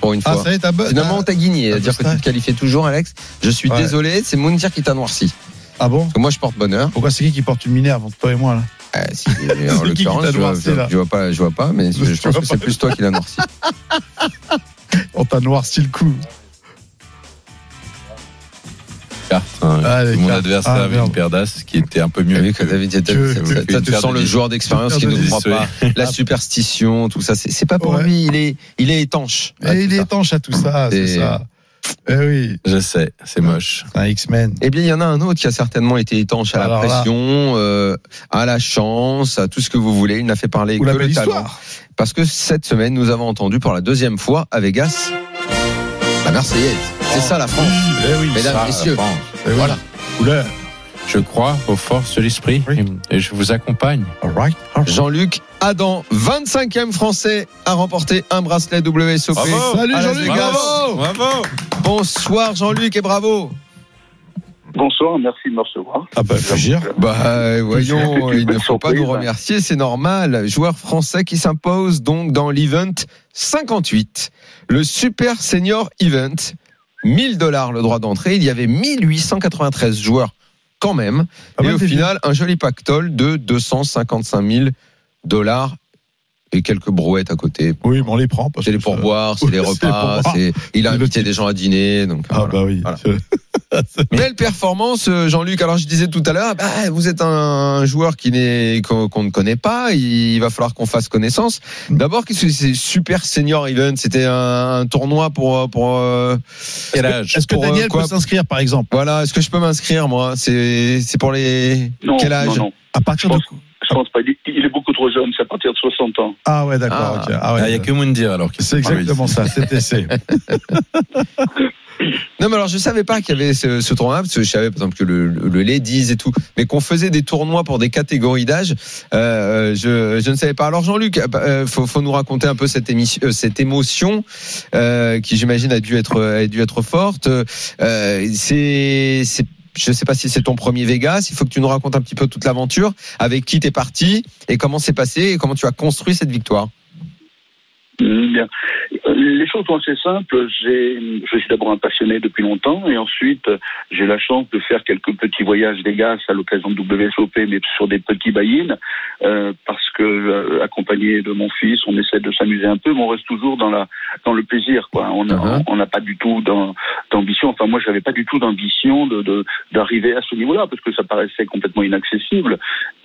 Speaker 1: pour une
Speaker 2: Ah,
Speaker 1: fois.
Speaker 2: ça y est, t'as bonne.
Speaker 1: Finalement, on t'a guigné,
Speaker 2: t'as
Speaker 1: à dire que
Speaker 2: bossé.
Speaker 1: tu te qualifies toujours, Alex. Je suis
Speaker 2: Ouais.
Speaker 1: désolé, c'est Moundir qui t'a noirci.
Speaker 2: Ah bon
Speaker 1: Parce que moi, je porte bonheur.
Speaker 2: Pourquoi c'est qui qui porte une minerve entre toi et moi là
Speaker 1: Ah, si, en
Speaker 2: qui
Speaker 1: l'occurrence,
Speaker 2: t'a
Speaker 1: je, vois-
Speaker 2: noirci,
Speaker 1: je,
Speaker 2: là
Speaker 1: je vois pas, je vois pas, mais je,
Speaker 2: Tu
Speaker 1: pense
Speaker 2: vois
Speaker 1: que c'est plus toi qui l'as noirci.
Speaker 2: On t'a noirci le coup.
Speaker 3: Carte, hein.
Speaker 2: Ah, les
Speaker 3: Mon
Speaker 2: cartes.
Speaker 3: adversaire
Speaker 2: Ah,
Speaker 3: avait
Speaker 2: merde.
Speaker 3: une paire d'as, qui était un peu mieux.
Speaker 1: T'as vu
Speaker 3: que-
Speaker 1: que David, t'as-
Speaker 2: Tu-
Speaker 1: t'as-
Speaker 2: tu-
Speaker 1: t'as-
Speaker 3: tu-
Speaker 1: t'as- tu
Speaker 3: tu-
Speaker 1: sens le
Speaker 3: tu-
Speaker 1: joueur d'expérience qui
Speaker 2: tu-
Speaker 1: ne
Speaker 2: tu-
Speaker 1: croit
Speaker 3: tu-
Speaker 1: pas, la superstition, tout ça, c'est c'est pas pour
Speaker 2: Ouais.
Speaker 1: lui, il est, il est étanche. à
Speaker 2: Et
Speaker 1: tout
Speaker 2: il est
Speaker 1: Ah, ça.
Speaker 2: étanche à tout ça, c'est
Speaker 1: Et-
Speaker 2: ça. Eh oui,
Speaker 3: Je sais, c'est moche.
Speaker 2: c'est un X-Men.
Speaker 1: Eh bien, il y en a un autre qui a certainement été étanche à
Speaker 2: Alors
Speaker 1: la
Speaker 2: là.
Speaker 1: pression, euh, à la chance, à tout ce que vous voulez. Il n'a fait parler
Speaker 2: Ou
Speaker 1: que
Speaker 2: la
Speaker 1: le
Speaker 2: belle
Speaker 1: talent.
Speaker 2: histoire.
Speaker 1: Parce que cette semaine, nous avons entendu pour la deuxième fois à Vegas la Marseillaise. C'est ça la France.
Speaker 2: Eh oui,
Speaker 1: Mesdames,
Speaker 2: ça,
Speaker 1: messieurs.
Speaker 2: la France. Eh oui.
Speaker 1: Voilà.
Speaker 2: Oula.
Speaker 3: Je crois aux forces de l'esprit
Speaker 2: Oui.
Speaker 3: et je vous accompagne.
Speaker 2: All right. All right.
Speaker 1: Jean-Luc Adam, 25e Français, a remporté un bracelet WSOP.
Speaker 3: Bravo.
Speaker 2: Salut,
Speaker 1: à Las
Speaker 2: Jean-Luc,
Speaker 1: Vegas.
Speaker 2: bravo.
Speaker 3: Bravo
Speaker 1: Bonsoir Jean-Luc et bravo
Speaker 7: Bonsoir, merci de me recevoir.
Speaker 2: Ah bah, faut dire.
Speaker 1: Bah euh, voyons,
Speaker 7: C'est une
Speaker 1: il ne faut pas
Speaker 7: surprise.
Speaker 1: nous remercier, c'est normal. Joueur français qui s'impose donc dans l'event 58, le Super Senior Event. 1000 dollars le droit d'entrée, il y avait 1893 joueurs quand même.
Speaker 2: Pas
Speaker 1: et
Speaker 2: mal
Speaker 1: au
Speaker 2: de
Speaker 1: final, un joli pactole de 255 000 dollars et quelques brouettes à côté.
Speaker 2: Oui, mais on les prend. parce
Speaker 1: C'est
Speaker 2: que
Speaker 1: les
Speaker 2: ça-
Speaker 1: pourboires, c'est
Speaker 2: Euh, Oui,
Speaker 1: les
Speaker 2: c'est les
Speaker 1: repas,
Speaker 2: pourboires.
Speaker 1: c'est il a
Speaker 2: Le
Speaker 1: invité
Speaker 2: type.
Speaker 1: des gens à dîner donc euh,
Speaker 2: Ah
Speaker 1: voilà.
Speaker 2: bah oui.
Speaker 1: Voilà. Belle performance euh, Jean-Luc. Alors je disais tout à l'heure bah, vous êtes un joueur qui n'est qu'on qu'on ne connaît pas, il va falloir qu'on fasse connaissance. D'abord qu'est-ce que c'est super senior event, c'était un, un tournoi pour euh, pour euh,
Speaker 3: Quel âge
Speaker 2: Est-ce que
Speaker 1: Pour, euh,
Speaker 2: Daniel
Speaker 1: quoi
Speaker 2: peut s'inscrire, par exemple
Speaker 1: voilà, est-ce que je peux m'inscrire moi C'est c'est pour les
Speaker 7: Non,
Speaker 1: quel âge
Speaker 7: non, non,
Speaker 2: À partir de.
Speaker 7: je pense pas. Il est, il est beaucoup trop jeune, c'est à partir de 60 ans.
Speaker 2: Ah ouais, d'accord.
Speaker 1: Ah.
Speaker 2: ok. Ah
Speaker 3: Il
Speaker 2: ouais.
Speaker 3: n'y a que Moundir alors. qui-
Speaker 2: C'est exactement ça, CTC.
Speaker 1: Non, mais alors je savais pas qu'il y avait ce, ce tournoi, parce que je savais par exemple que le, le, le Ladies et tout, mais qu'on faisait des tournois pour des catégories d'âge. euh, je, je ne savais pas. Alors Jean-Luc, euh, faut, faut nous raconter un peu cette, émission, euh, cette émotion euh, qui, j'imagine, a dû être, a dû être forte. Euh, c'est, c'est, je sais pas si c'est ton premier Vegas. Il faut que tu nous racontes un petit peu toute l'aventure, avec qui t'es parti et comment c'est passé et comment tu as construit cette victoire.
Speaker 7: Mm, Bien. Euh, Les choses sont assez simples. J'ai, je suis d'abord un passionné depuis longtemps et ensuite euh, j'ai la chance de faire quelques petits voyages d'EGAS à l'occasion de WSOP, mais sur des petits buy-in euh, parce que euh, accompagné de mon fils, on essaie de s'amuser un peu, mais on reste toujours dans la dans le plaisir. Quoi. On
Speaker 1: Mhm.
Speaker 7: n'a on n'a pas du tout d'am- d'ambition. Enfin, moi, j'avais pas du tout d'ambition de, de- d'arriver à ce niveau-là parce que ça paraissait complètement inaccessible.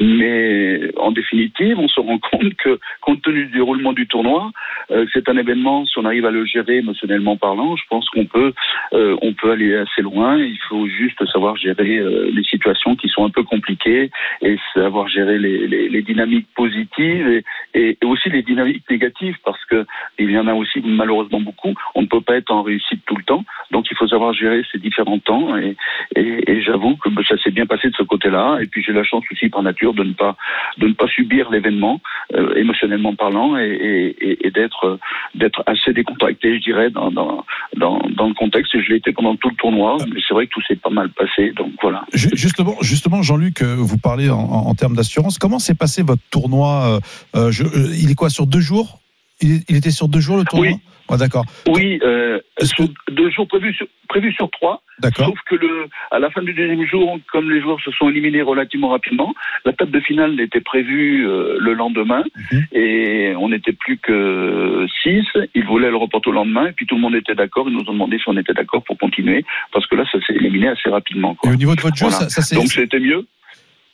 Speaker 7: Mais en définitive, on se rend compte que compte tenu du déroulement du tournoi, euh, c'est un événement. Si on arrive à le gérer émotionnellement parlant, je pense qu'on peut, euh, on peut aller assez loin. Il faut juste savoir gérer euh, les situations qui sont un peu compliquées et savoir gérer les, les- les dynamiques positives et, et- et aussi les dynamiques négatives parce que il y en a aussi malheureusement beaucoup. On ne peut pas être en réussite tout le temps, donc il faut savoir gérer ces différents temps. Et, et- et j'avoue que bah, ça s'est bien passé de ce côté-là. Et puis j'ai la chance aussi par nature de ne pas de ne pas subir l'événement euh, émotionnellement parlant et, et- et- et d'être euh, d'être assez décontracté, je dirais, dans, dans, dans, dans le contexte. Et je l'ai été pendant tout le tournoi, mais c'est vrai que tout s'est pas mal passé. Donc voilà.
Speaker 2: Ju- Justement, justement, Jean-Luc, euh, vous parlez en, en- en termes d'assurance. Comment s'est passé votre tournoi euh, euh, je- euh, Il est quoi sur deux jours il, il était sur deux jours le tournoi.
Speaker 7: Oui.
Speaker 2: Ah, d'accord.
Speaker 7: Oui, euh,
Speaker 2: Est-ce que-
Speaker 7: sur- deux jours prévus sur, prévus sur trois.
Speaker 2: D'accord.
Speaker 7: Sauf que le, à la fin du deuxième jour, comme les joueurs se sont éliminés relativement rapidement, la table de finale était prévue euh, le lendemain
Speaker 2: Mhm.
Speaker 7: et on n'était plus que six. Ils voulaient le reporter au lendemain et puis tout le monde était d'accord. Ils nous ont demandé si on était d'accord pour continuer parce que là, ça s'est éliminé assez rapidement.
Speaker 2: Et
Speaker 7: Quoi.
Speaker 2: au niveau de votre jeu,
Speaker 7: Voilà.
Speaker 2: ça, ça s'est-
Speaker 7: Donc c'était mieux.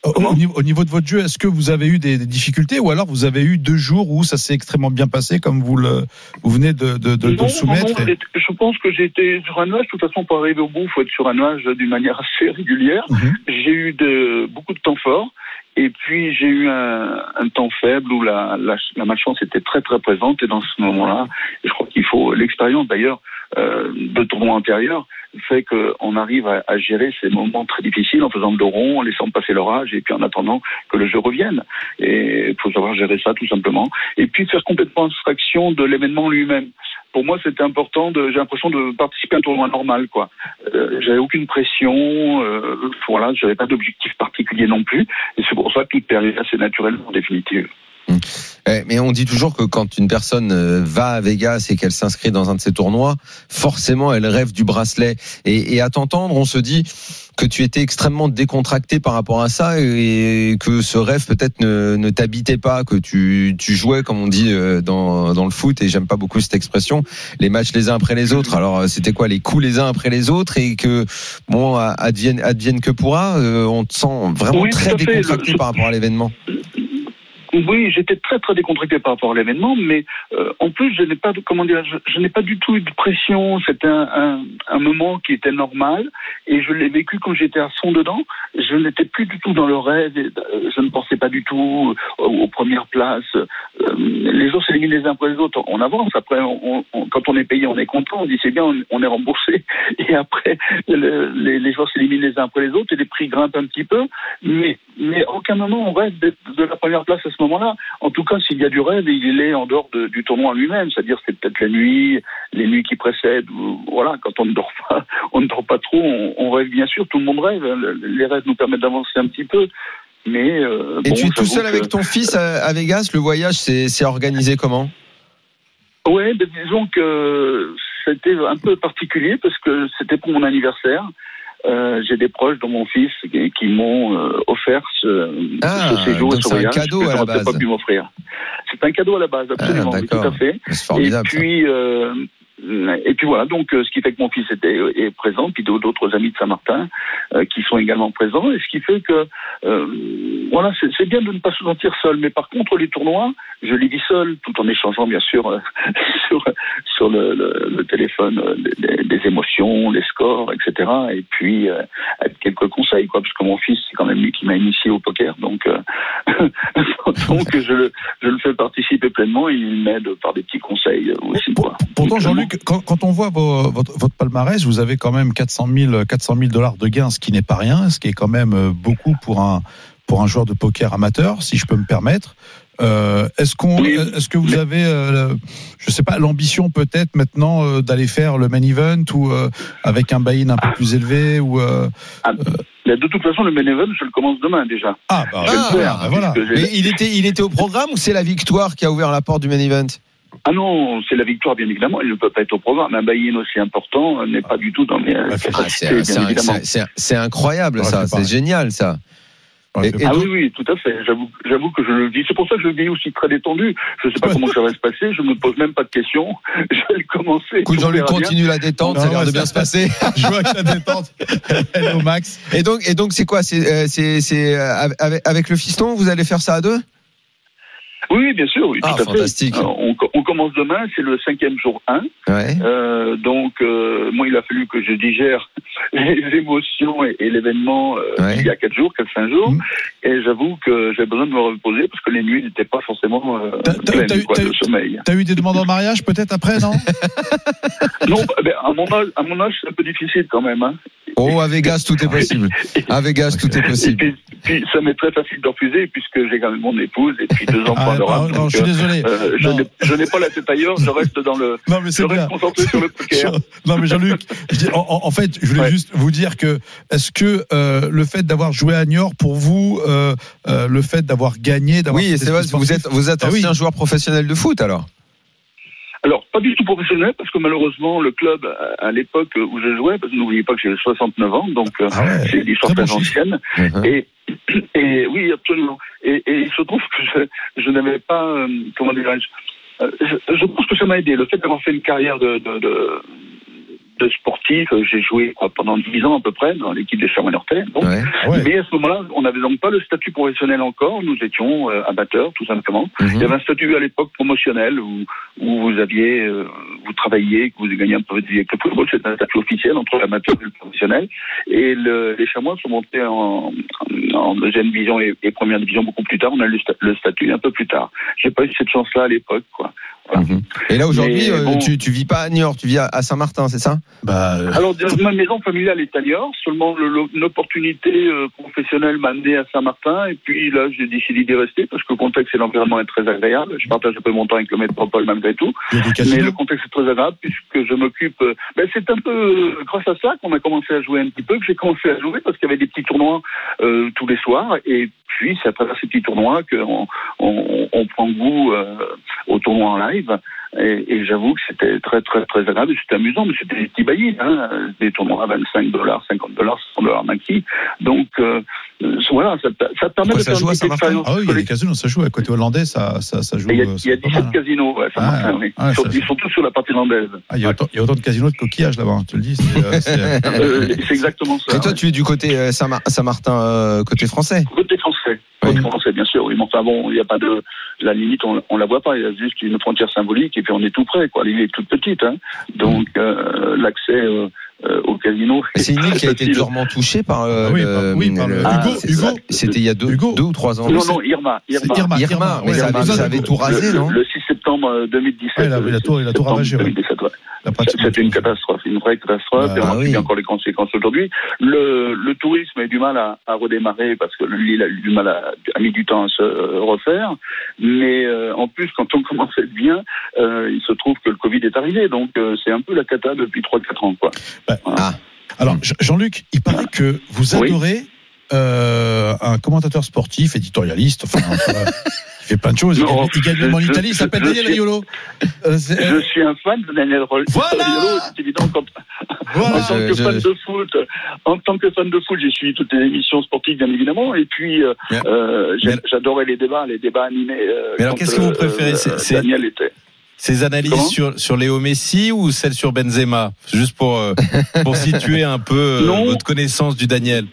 Speaker 2: au- au
Speaker 7: comment
Speaker 2: niveau- au niveau de votre jeu, est-ce que vous avez eu des, des difficultés ou alors vous avez eu deux jours où ça s'est extrêmement bien passé, comme vous le vous venez de, de, de- de
Speaker 7: Non, non,
Speaker 2: soumettre
Speaker 7: non,
Speaker 2: et-
Speaker 7: Je pense que j'étais sur un nuage. De toute façon, pour arriver au bout, il faut être sur un nuage d'une manière assez régulière.
Speaker 2: Mhm.
Speaker 7: J'ai eu de, beaucoup de temps fort. Et puis j'ai eu un, un temps faible où la, la, la malchance était très très présente et dans ce moment-là, je crois qu'il faut l'expérience d'ailleurs euh, de tournoi antérieur fait qu'on arrive à, à gérer ces moments très difficiles en faisant le rond, en laissant passer l'orage et puis en attendant que le jeu revienne. Et il faut savoir gérer ça tout simplement. Et puis faire complètement abstraction de l'événement lui-même. Pour moi, c'était important. de- J'ai l'impression de participer à un tournoi normal, quoi. Euh, j'avais aucune pression. Euh, voilà, j'avais pas d'objectif particulier non plus. Et c'est pour ça que tout est arrivé assez naturellement, en définitive.
Speaker 1: Eh, mais on dit toujours que quand une personne euh, va à Vegas et qu'elle s'inscrit dans un de ces tournois, forcément elle rêve du bracelet. Et, et à t'entendre, on se dit que tu étais extrêmement décontracté par rapport à ça et que ce rêve peut-être ne, ne t'habitait pas, que tu, tu jouais, comme on dit euh, dans, dans le foot, et j'aime pas beaucoup cette expression, les matchs les uns après les autres. Alors euh, c'était quoi les coups les uns après les autres et que, bon, à- advienne, advienne que pourra, euh, on te sent vraiment
Speaker 7: Oui, tout
Speaker 1: très
Speaker 7: à fait. Le-
Speaker 1: décontracté par rapport à l'événement.
Speaker 7: Oui, j'étais très très décontracté par rapport à l'événement, mais euh, en plus je n'ai pas de- comment dire, je, je n'ai pas du tout eu de pression. C'était un, un, un moment qui était normal et je l'ai vécu quand j'étais à fond dedans. Je n'étais plus du tout dans le rêve. et, euh, je ne pensais pas du tout aux, euh, aux premières places. Euh, les gens s'éliminent les uns après les autres. On avance. Après, on, on- on- quand on est payé, on est content. On dit c'est bien, on, on est remboursé. Et après, le- les, les gens s'éliminent les uns après les autres et les prix grimpent un petit peu. Mais, mais à aucun moment on rêve d'être de la première place à ce moment-là. En tout cas, s'il y a du rêve, il est en dehors de- du tournoi en lui-même. C'est-à-dire, c'est peut-être la nuit, les nuits qui précèdent. ou- Voilà, quand on ne dort pas, on ne dort pas trop. On, on rêve bien sûr. Tout le monde rêve. hein. Le- Les rêves nous permettent d'avancer un petit peu. Mais euh,
Speaker 1: Et
Speaker 7: bon,
Speaker 1: tu es tout
Speaker 7: j'avoue
Speaker 1: seul
Speaker 7: que-
Speaker 1: avec ton fils à, à Vegas Le voyage, c'est c'est organisé comment
Speaker 7: Ouais, ben disons que c'était un peu particulier parce que c'était pour mon anniversaire. Euh, J'ai des proches dont mon fils qui, qui m'ont euh, offert ce,
Speaker 1: Ah,
Speaker 7: ce séjour,
Speaker 1: donc
Speaker 7: et ce
Speaker 1: c'est un
Speaker 7: voyage
Speaker 1: cadeau
Speaker 7: que
Speaker 1: à la
Speaker 7: j'aurais peut-être
Speaker 1: base.
Speaker 7: pas pu m'offrir. C'est un cadeau à la base, absolument,
Speaker 1: Ah,
Speaker 7: oui, tout à
Speaker 1: d'accord.
Speaker 7: fait.
Speaker 1: C'est formidable.
Speaker 7: Et puis, euh, et puis voilà, donc euh, ce qui fait que mon fils était, est présent, puis d'autres- d'autres amis de Saint-Martin euh, qui sont également présents, et ce qui fait que euh, voilà, c'est c'est bien de ne pas se sentir seul. Mais par contre, les tournois, je les vis seul, tout en échangeant bien sûr euh, sur sur le, le- le téléphone euh, des, des- des émotions, les scores, etc. Et puis euh, avec quelques conseils, quoi, parce que mon fils, c'est quand même lui qui m'a initié au poker, donc euh, donc je le je le fais participer pleinement et il m'aide par des petits conseils euh, aussi.
Speaker 2: Pour-
Speaker 7: quoi.
Speaker 2: Pourtant,
Speaker 7: Justement.
Speaker 2: Jean-Luc, quand, quand on voit vos- votre, votre palmarès, vous avez quand même 400 000, 400 000 dollars de gains, ce qui n'est pas rien, ce qui est quand même euh, beaucoup pour un, pour un joueur de poker amateur, si je peux me permettre. Euh, est-ce qu'on,
Speaker 7: Oui,
Speaker 2: est-ce que vous
Speaker 7: mais-
Speaker 2: avez, euh, je sais pas, l'ambition peut-être maintenant euh, d'aller faire le main event ou euh, avec un buy-in un peu plus élevé ou euh,
Speaker 7: Mais de toute façon, le main event, je le commence demain déjà.
Speaker 2: ah bah,
Speaker 1: Je vais le
Speaker 2: ah,
Speaker 1: faire,
Speaker 2: bah, voilà.
Speaker 7: Parce que j'ai-
Speaker 1: Mais il était, il était au programme ou c'est la victoire qui a ouvert la porte du main event
Speaker 7: Ah non, c'est la victoire, bien évidemment. Elle ne peut pas être au programme. Un buy-in aussi important euh, n'est pas du tout dans mes euh,
Speaker 1: Ah,
Speaker 7: capacités,
Speaker 1: c'est-
Speaker 7: bien
Speaker 1: c'est-
Speaker 7: évidemment.
Speaker 1: c'est- c'est- C'est incroyable,
Speaker 2: Ouais,
Speaker 1: ça.
Speaker 2: c'est
Speaker 1: C'est
Speaker 2: pareil.
Speaker 1: génial, ça.
Speaker 2: Ouais,
Speaker 1: Et-
Speaker 2: c'est
Speaker 1: et
Speaker 7: Ah
Speaker 1: donc-
Speaker 7: oui, oui, tout à fait. J'avoue j'avoue que je le vis. C'est pour ça que je le vis aussi très détendu. Je ne sais pas
Speaker 2: Ouais.
Speaker 7: comment ça va se passer. Je ne me pose même pas de questions. Je vais le commencer.
Speaker 1: Écoute,
Speaker 7: On
Speaker 1: Jean-Luc
Speaker 7: verra bien.
Speaker 1: continue la détente,
Speaker 2: Non,
Speaker 1: ça a l'air
Speaker 2: ouais,
Speaker 1: de
Speaker 2: ça-
Speaker 1: bien se passer.
Speaker 2: Je vois que la détente, elle est au max.
Speaker 1: Et donc, et donc, c'est quoi C'est, euh, c'est, c'est euh, avec, avec le fiston, vous allez faire ça à deux
Speaker 7: Oui, bien sûr. Oui,
Speaker 1: Ah,
Speaker 7: tout à fait.
Speaker 1: fantastique.
Speaker 7: Euh, On, co- on commence demain. C'est le cinquième jour 1.
Speaker 1: Ouais.
Speaker 7: Euh, donc, euh, moi, il a fallu que je digère les émotions et, et l'événement euh,
Speaker 1: Ouais.
Speaker 7: il y a quatre jours, quatre cinq jours.
Speaker 2: Mm.
Speaker 7: Et j'avoue que j'ai besoin de me reposer parce que les nuits n'étaient pas forcément euh,
Speaker 2: T'as- t'as- t'as eu-
Speaker 7: pleines quoi,
Speaker 2: t'as
Speaker 7: de
Speaker 2: eu-
Speaker 7: sommeil.
Speaker 2: T'as eu des demandes en mariage peut-être après, non
Speaker 7: Non, bah, ben, à mon âge, à mon âge, c'est un peu difficile quand même. Hein.
Speaker 1: Oh, à Vegas, tout est possible. À Vegas, tout est
Speaker 7: Et
Speaker 1: possible.
Speaker 7: puis, puis, ça m'est très facile de refuser puisque j'ai quand même mon épouse et puis deux enfants
Speaker 2: Ah, non,
Speaker 7: adorables.
Speaker 2: non,
Speaker 7: donc,
Speaker 2: je suis
Speaker 7: euh,
Speaker 2: désolé.
Speaker 7: euh, je
Speaker 2: Non.
Speaker 7: n'ai- je n'ai pas la tête ailleurs. Je reste dans le,
Speaker 2: Non, mais c'est
Speaker 7: je
Speaker 2: bien.
Speaker 7: reste concentré sur le poker.
Speaker 2: Je- Non mais Jean-Luc, je dis- en, en- en fait, je voulais
Speaker 7: Ouais.
Speaker 2: juste vous dire que est-ce que euh, le fait d'avoir joué à Niort pour vous, euh, euh, le fait d'avoir gagné, d'avoir
Speaker 1: Oui,
Speaker 2: cet
Speaker 1: c'est vrai,
Speaker 2: esprit
Speaker 1: vous
Speaker 2: sportif-
Speaker 1: êtes, vous êtes
Speaker 2: Ah oui.
Speaker 1: ancien joueur professionnel de foot alors
Speaker 7: Alors, pas du tout professionnel, parce que malheureusement, le club, à- à l'époque où je jouais, parce que n'oubliez pas que j'ai 69 ans, donc euh,
Speaker 2: Ah ouais,
Speaker 7: c'est une histoire
Speaker 2: très bon
Speaker 7: très
Speaker 2: chiffre.
Speaker 7: ancienne.
Speaker 1: Mhm.
Speaker 7: Et, et oui, absolument. Et, et il se trouve que je, je n'avais pas, euh, comment dirais-je, euh, je, je pense que ça m'a aidé. Le fait d'avoir fait une carrière de, de, de, de sportif, euh, j'ai joué quoi, pendant 10 ans à peu près dans l'équipe des Sherman Hortais. donc.
Speaker 1: Ouais.
Speaker 2: Ah ouais.
Speaker 7: Mais à ce moment-là, on n'avait donc pas le statut professionnel encore. Nous étions euh, amateurs, tout simplement.
Speaker 2: Ah
Speaker 1: Mhm.
Speaker 7: Il y avait un statut à l'époque promotionnel où, où vous aviez, euh, vous travailliez, que vous gagnez un peu de vie avec le football. C'est un statut officiel entre l'amateur et le professionnel. Et le- les Chamois sont montés en, en deuxième division et, et première division beaucoup plus tard. On a eu le, sta- le statut un peu plus tard. J'ai pas eu cette chance-là à l'époque, quoi.
Speaker 1: Mhm. Et là aujourd'hui,
Speaker 7: Mais
Speaker 1: euh,
Speaker 7: bon.
Speaker 1: tu, tu vis pas à Niort, tu vis à, à Saint-Martin, c'est ça
Speaker 2: Bah, euh,
Speaker 7: Alors, dans ma maison familiale est à Niort. Seulement, le- le- l'opportunité euh, professionnelle m'a amené à Saint-Martin. Et puis là, j'ai décidé d'y rester parce que le contexte et l'environnement est très agréable. Je partage un peu mon temps avec le métropole malgré tout.
Speaker 2: il y a des
Speaker 7: Mais
Speaker 2: casinos.
Speaker 7: le contexte est très agréable puisque je m'occupe. euh, Ben c'est un peu euh, grâce à ça qu'on a commencé à jouer un petit peu, que j'ai commencé à jouer parce qu'il y avait des petits tournois euh, tous les soirs. Et puis c'est à travers ces petits tournois qu'on on, on prend goût euh, au tournoi en live. Et, et j'avoue que c'était très très très agréable, c'était amusant, mais c'était des petits baillés, hein, euh, des tournois à 25 dollars, 50 dollars, 100 dollars maxi. Donc euh, euh, voilà, ça, ça permet
Speaker 1: Pourquoi
Speaker 7: de
Speaker 1: ça
Speaker 7: faire
Speaker 1: joue
Speaker 7: une
Speaker 1: à
Speaker 7: petite
Speaker 1: Saint-Martin
Speaker 7: expérience
Speaker 2: Ah oui, il y a des
Speaker 7: collective.
Speaker 2: casinos, ça joue à côté hollandais, ça, ça, ça joue.
Speaker 7: Et Il y a,
Speaker 2: euh,
Speaker 7: il y a
Speaker 2: c'est pas mal,
Speaker 7: 17
Speaker 2: hein.
Speaker 7: casinos, ouais, ça
Speaker 2: Ah,
Speaker 7: marche, hein, oui.
Speaker 2: ah, ça-
Speaker 7: ils sont tous sur la partie irlandaise.
Speaker 2: Ah, il y a autant- il y a autant de casinos de coquillages là-bas, je te le dis. c'est, euh, c'est-
Speaker 7: Euh, c'est exactement ça.
Speaker 1: Ah Et toi, tu es du côté euh, Saint-Mar- Saint-Martin, euh, côté français
Speaker 7: Côté français. Côté français, bien sûr. Oui, mais enfin bon, il n'y a pas de. La limite, on, on la voit pas. Il y a juste une frontière symbolique et puis on est tout près, quoi. L'île est toute petite, hein. Donc, euh, l'accès euh, euh, au
Speaker 1: Mais
Speaker 7: casino.
Speaker 1: Ah, C'est une île qui a été
Speaker 7: facile.
Speaker 1: durement touchée par. euh,
Speaker 2: Ah oui,
Speaker 1: le-
Speaker 2: par- oui, par le-
Speaker 7: Ah,
Speaker 1: c'est-
Speaker 2: Hugo,
Speaker 1: C'était il y a deux,
Speaker 2: Hugo.
Speaker 1: deux ou trois ans.
Speaker 7: Non, non, Irma. Irma.
Speaker 2: c'est Irma,
Speaker 1: Irma, hein. mais
Speaker 2: ouais,
Speaker 1: ça avait-
Speaker 2: Irma,
Speaker 1: ça avait tout
Speaker 7: Le-
Speaker 1: rasé,
Speaker 7: le,
Speaker 1: non
Speaker 7: le 6 septembre euh, 2017.
Speaker 2: Ouais, il a- il a tout- il a tout
Speaker 7: septembre
Speaker 2: ravagé, ouais.
Speaker 7: 2017, ouais.
Speaker 2: la pratique-
Speaker 7: C'était une catastrophe, une vraie catastrophe,
Speaker 2: Ah,
Speaker 7: et on en
Speaker 1: oui.
Speaker 7: subit encore les conséquences aujourd'hui. Le, le tourisme a eu du mal à, à redémarrer parce que l'île a eu du mal à, a mis du temps à se euh, refaire. Mais euh, en plus, quand on commence à être bien, euh, il se trouve que le Covid est arrivé, donc euh, c'est un peu la cata depuis 3-4 ans. Quoi.
Speaker 2: Alors, Je- Jean-Luc, il paraît que vous
Speaker 7: Oui.
Speaker 2: adorez euh, un commentateur sportif, éditorialiste, enfin, enfin, il fait plein de choses. Il
Speaker 7: Non,
Speaker 2: gagne- il gagne
Speaker 7: je-
Speaker 2: même en
Speaker 7: je-
Speaker 2: Italie, il s'appelle
Speaker 7: je-
Speaker 2: Daniel
Speaker 7: je-
Speaker 2: Aiolo. Euh, c'est-
Speaker 7: Je suis un fan de Daniel Roll.
Speaker 2: Voilà
Speaker 7: C'est évident quand En
Speaker 2: voilà.
Speaker 1: je-
Speaker 7: tant que fan de foot, en tant que fan de foot, j'ai suivi toutes les émissions sportives, bien évidemment, et puis euh,
Speaker 3: Mais-
Speaker 7: euh, j'ai-
Speaker 3: mais-
Speaker 7: j'adorais les débats, les débats animés. euh,
Speaker 3: Mais alors,
Speaker 7: quand,
Speaker 3: qu'est-ce que vous préférez C'est- c'est-
Speaker 7: Daniel était.
Speaker 3: Ces analyses
Speaker 7: Comment
Speaker 3: sur, sur Léo Messi ou celles sur Benzema Juste pour, euh, pour situer un peu euh,
Speaker 7: Non.
Speaker 3: votre connaissance du Daniel.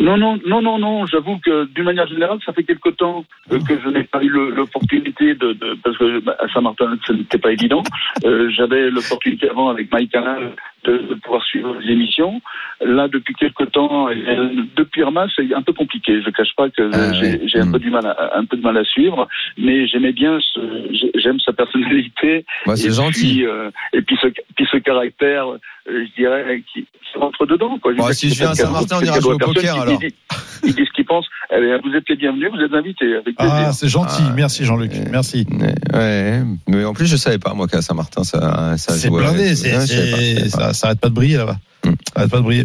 Speaker 7: Non, non, non, non, non. J'avoue que d'une manière générale, ça fait quelque temps euh, que je n'ai pas eu le- l'opportunité de, de- parce que bah, à Saint-Martin, ce n'était pas évident. Euh, J'avais l'opportunité avant avec Mike Canal de, de pouvoir suivre les émissions. Là, depuis quelque temps, et, euh, depuis Irma, c'est un peu compliqué. Je ne cache pas que
Speaker 1: Ah,
Speaker 7: j'ai
Speaker 1: ouais.
Speaker 7: j'ai un
Speaker 1: Mm.
Speaker 7: peu du mal, à, un peu de mal à suivre, mais j'aimais bien, ce- j'ai- j'aime sa personnalité.
Speaker 1: Bah, c'est
Speaker 7: Et
Speaker 1: gentil.
Speaker 7: Puis, euh, et puis ce, puis ce caractère, euh, je dirais, qui, qui rentre dedans.
Speaker 1: Bon,
Speaker 7: Quoi. veux dire,
Speaker 1: Bah, si je
Speaker 7: c'est
Speaker 1: viens à
Speaker 7: quelqu'un
Speaker 1: Saint-Martin, on
Speaker 7: d'autre,
Speaker 1: ira
Speaker 7: quelqu'un
Speaker 1: jouer au
Speaker 7: d'autre.
Speaker 1: poker,
Speaker 7: Personne
Speaker 1: alors.
Speaker 7: qui dit- Il dit ce qu'il pense. Eh bien, vous êtes les bienvenus, vous êtes invités. Avec plaisir.
Speaker 2: Ah, c'est gentil.
Speaker 1: Ah,
Speaker 2: Merci, Jean-Luc.
Speaker 1: euh,
Speaker 2: Merci.
Speaker 1: Ouais, ouais. mais en plus, je savais pas, moi, qu'à Saint-Martin, ça, ça
Speaker 2: C'est
Speaker 1: jouait.
Speaker 2: blindé.
Speaker 1: Ouais,
Speaker 2: c'est-
Speaker 1: je savais pas, je savais
Speaker 2: c'est-
Speaker 1: pas.
Speaker 2: Ça, ça arrête pas de briller là-bas.
Speaker 1: Hmm.
Speaker 2: Ça arrête pas de briller.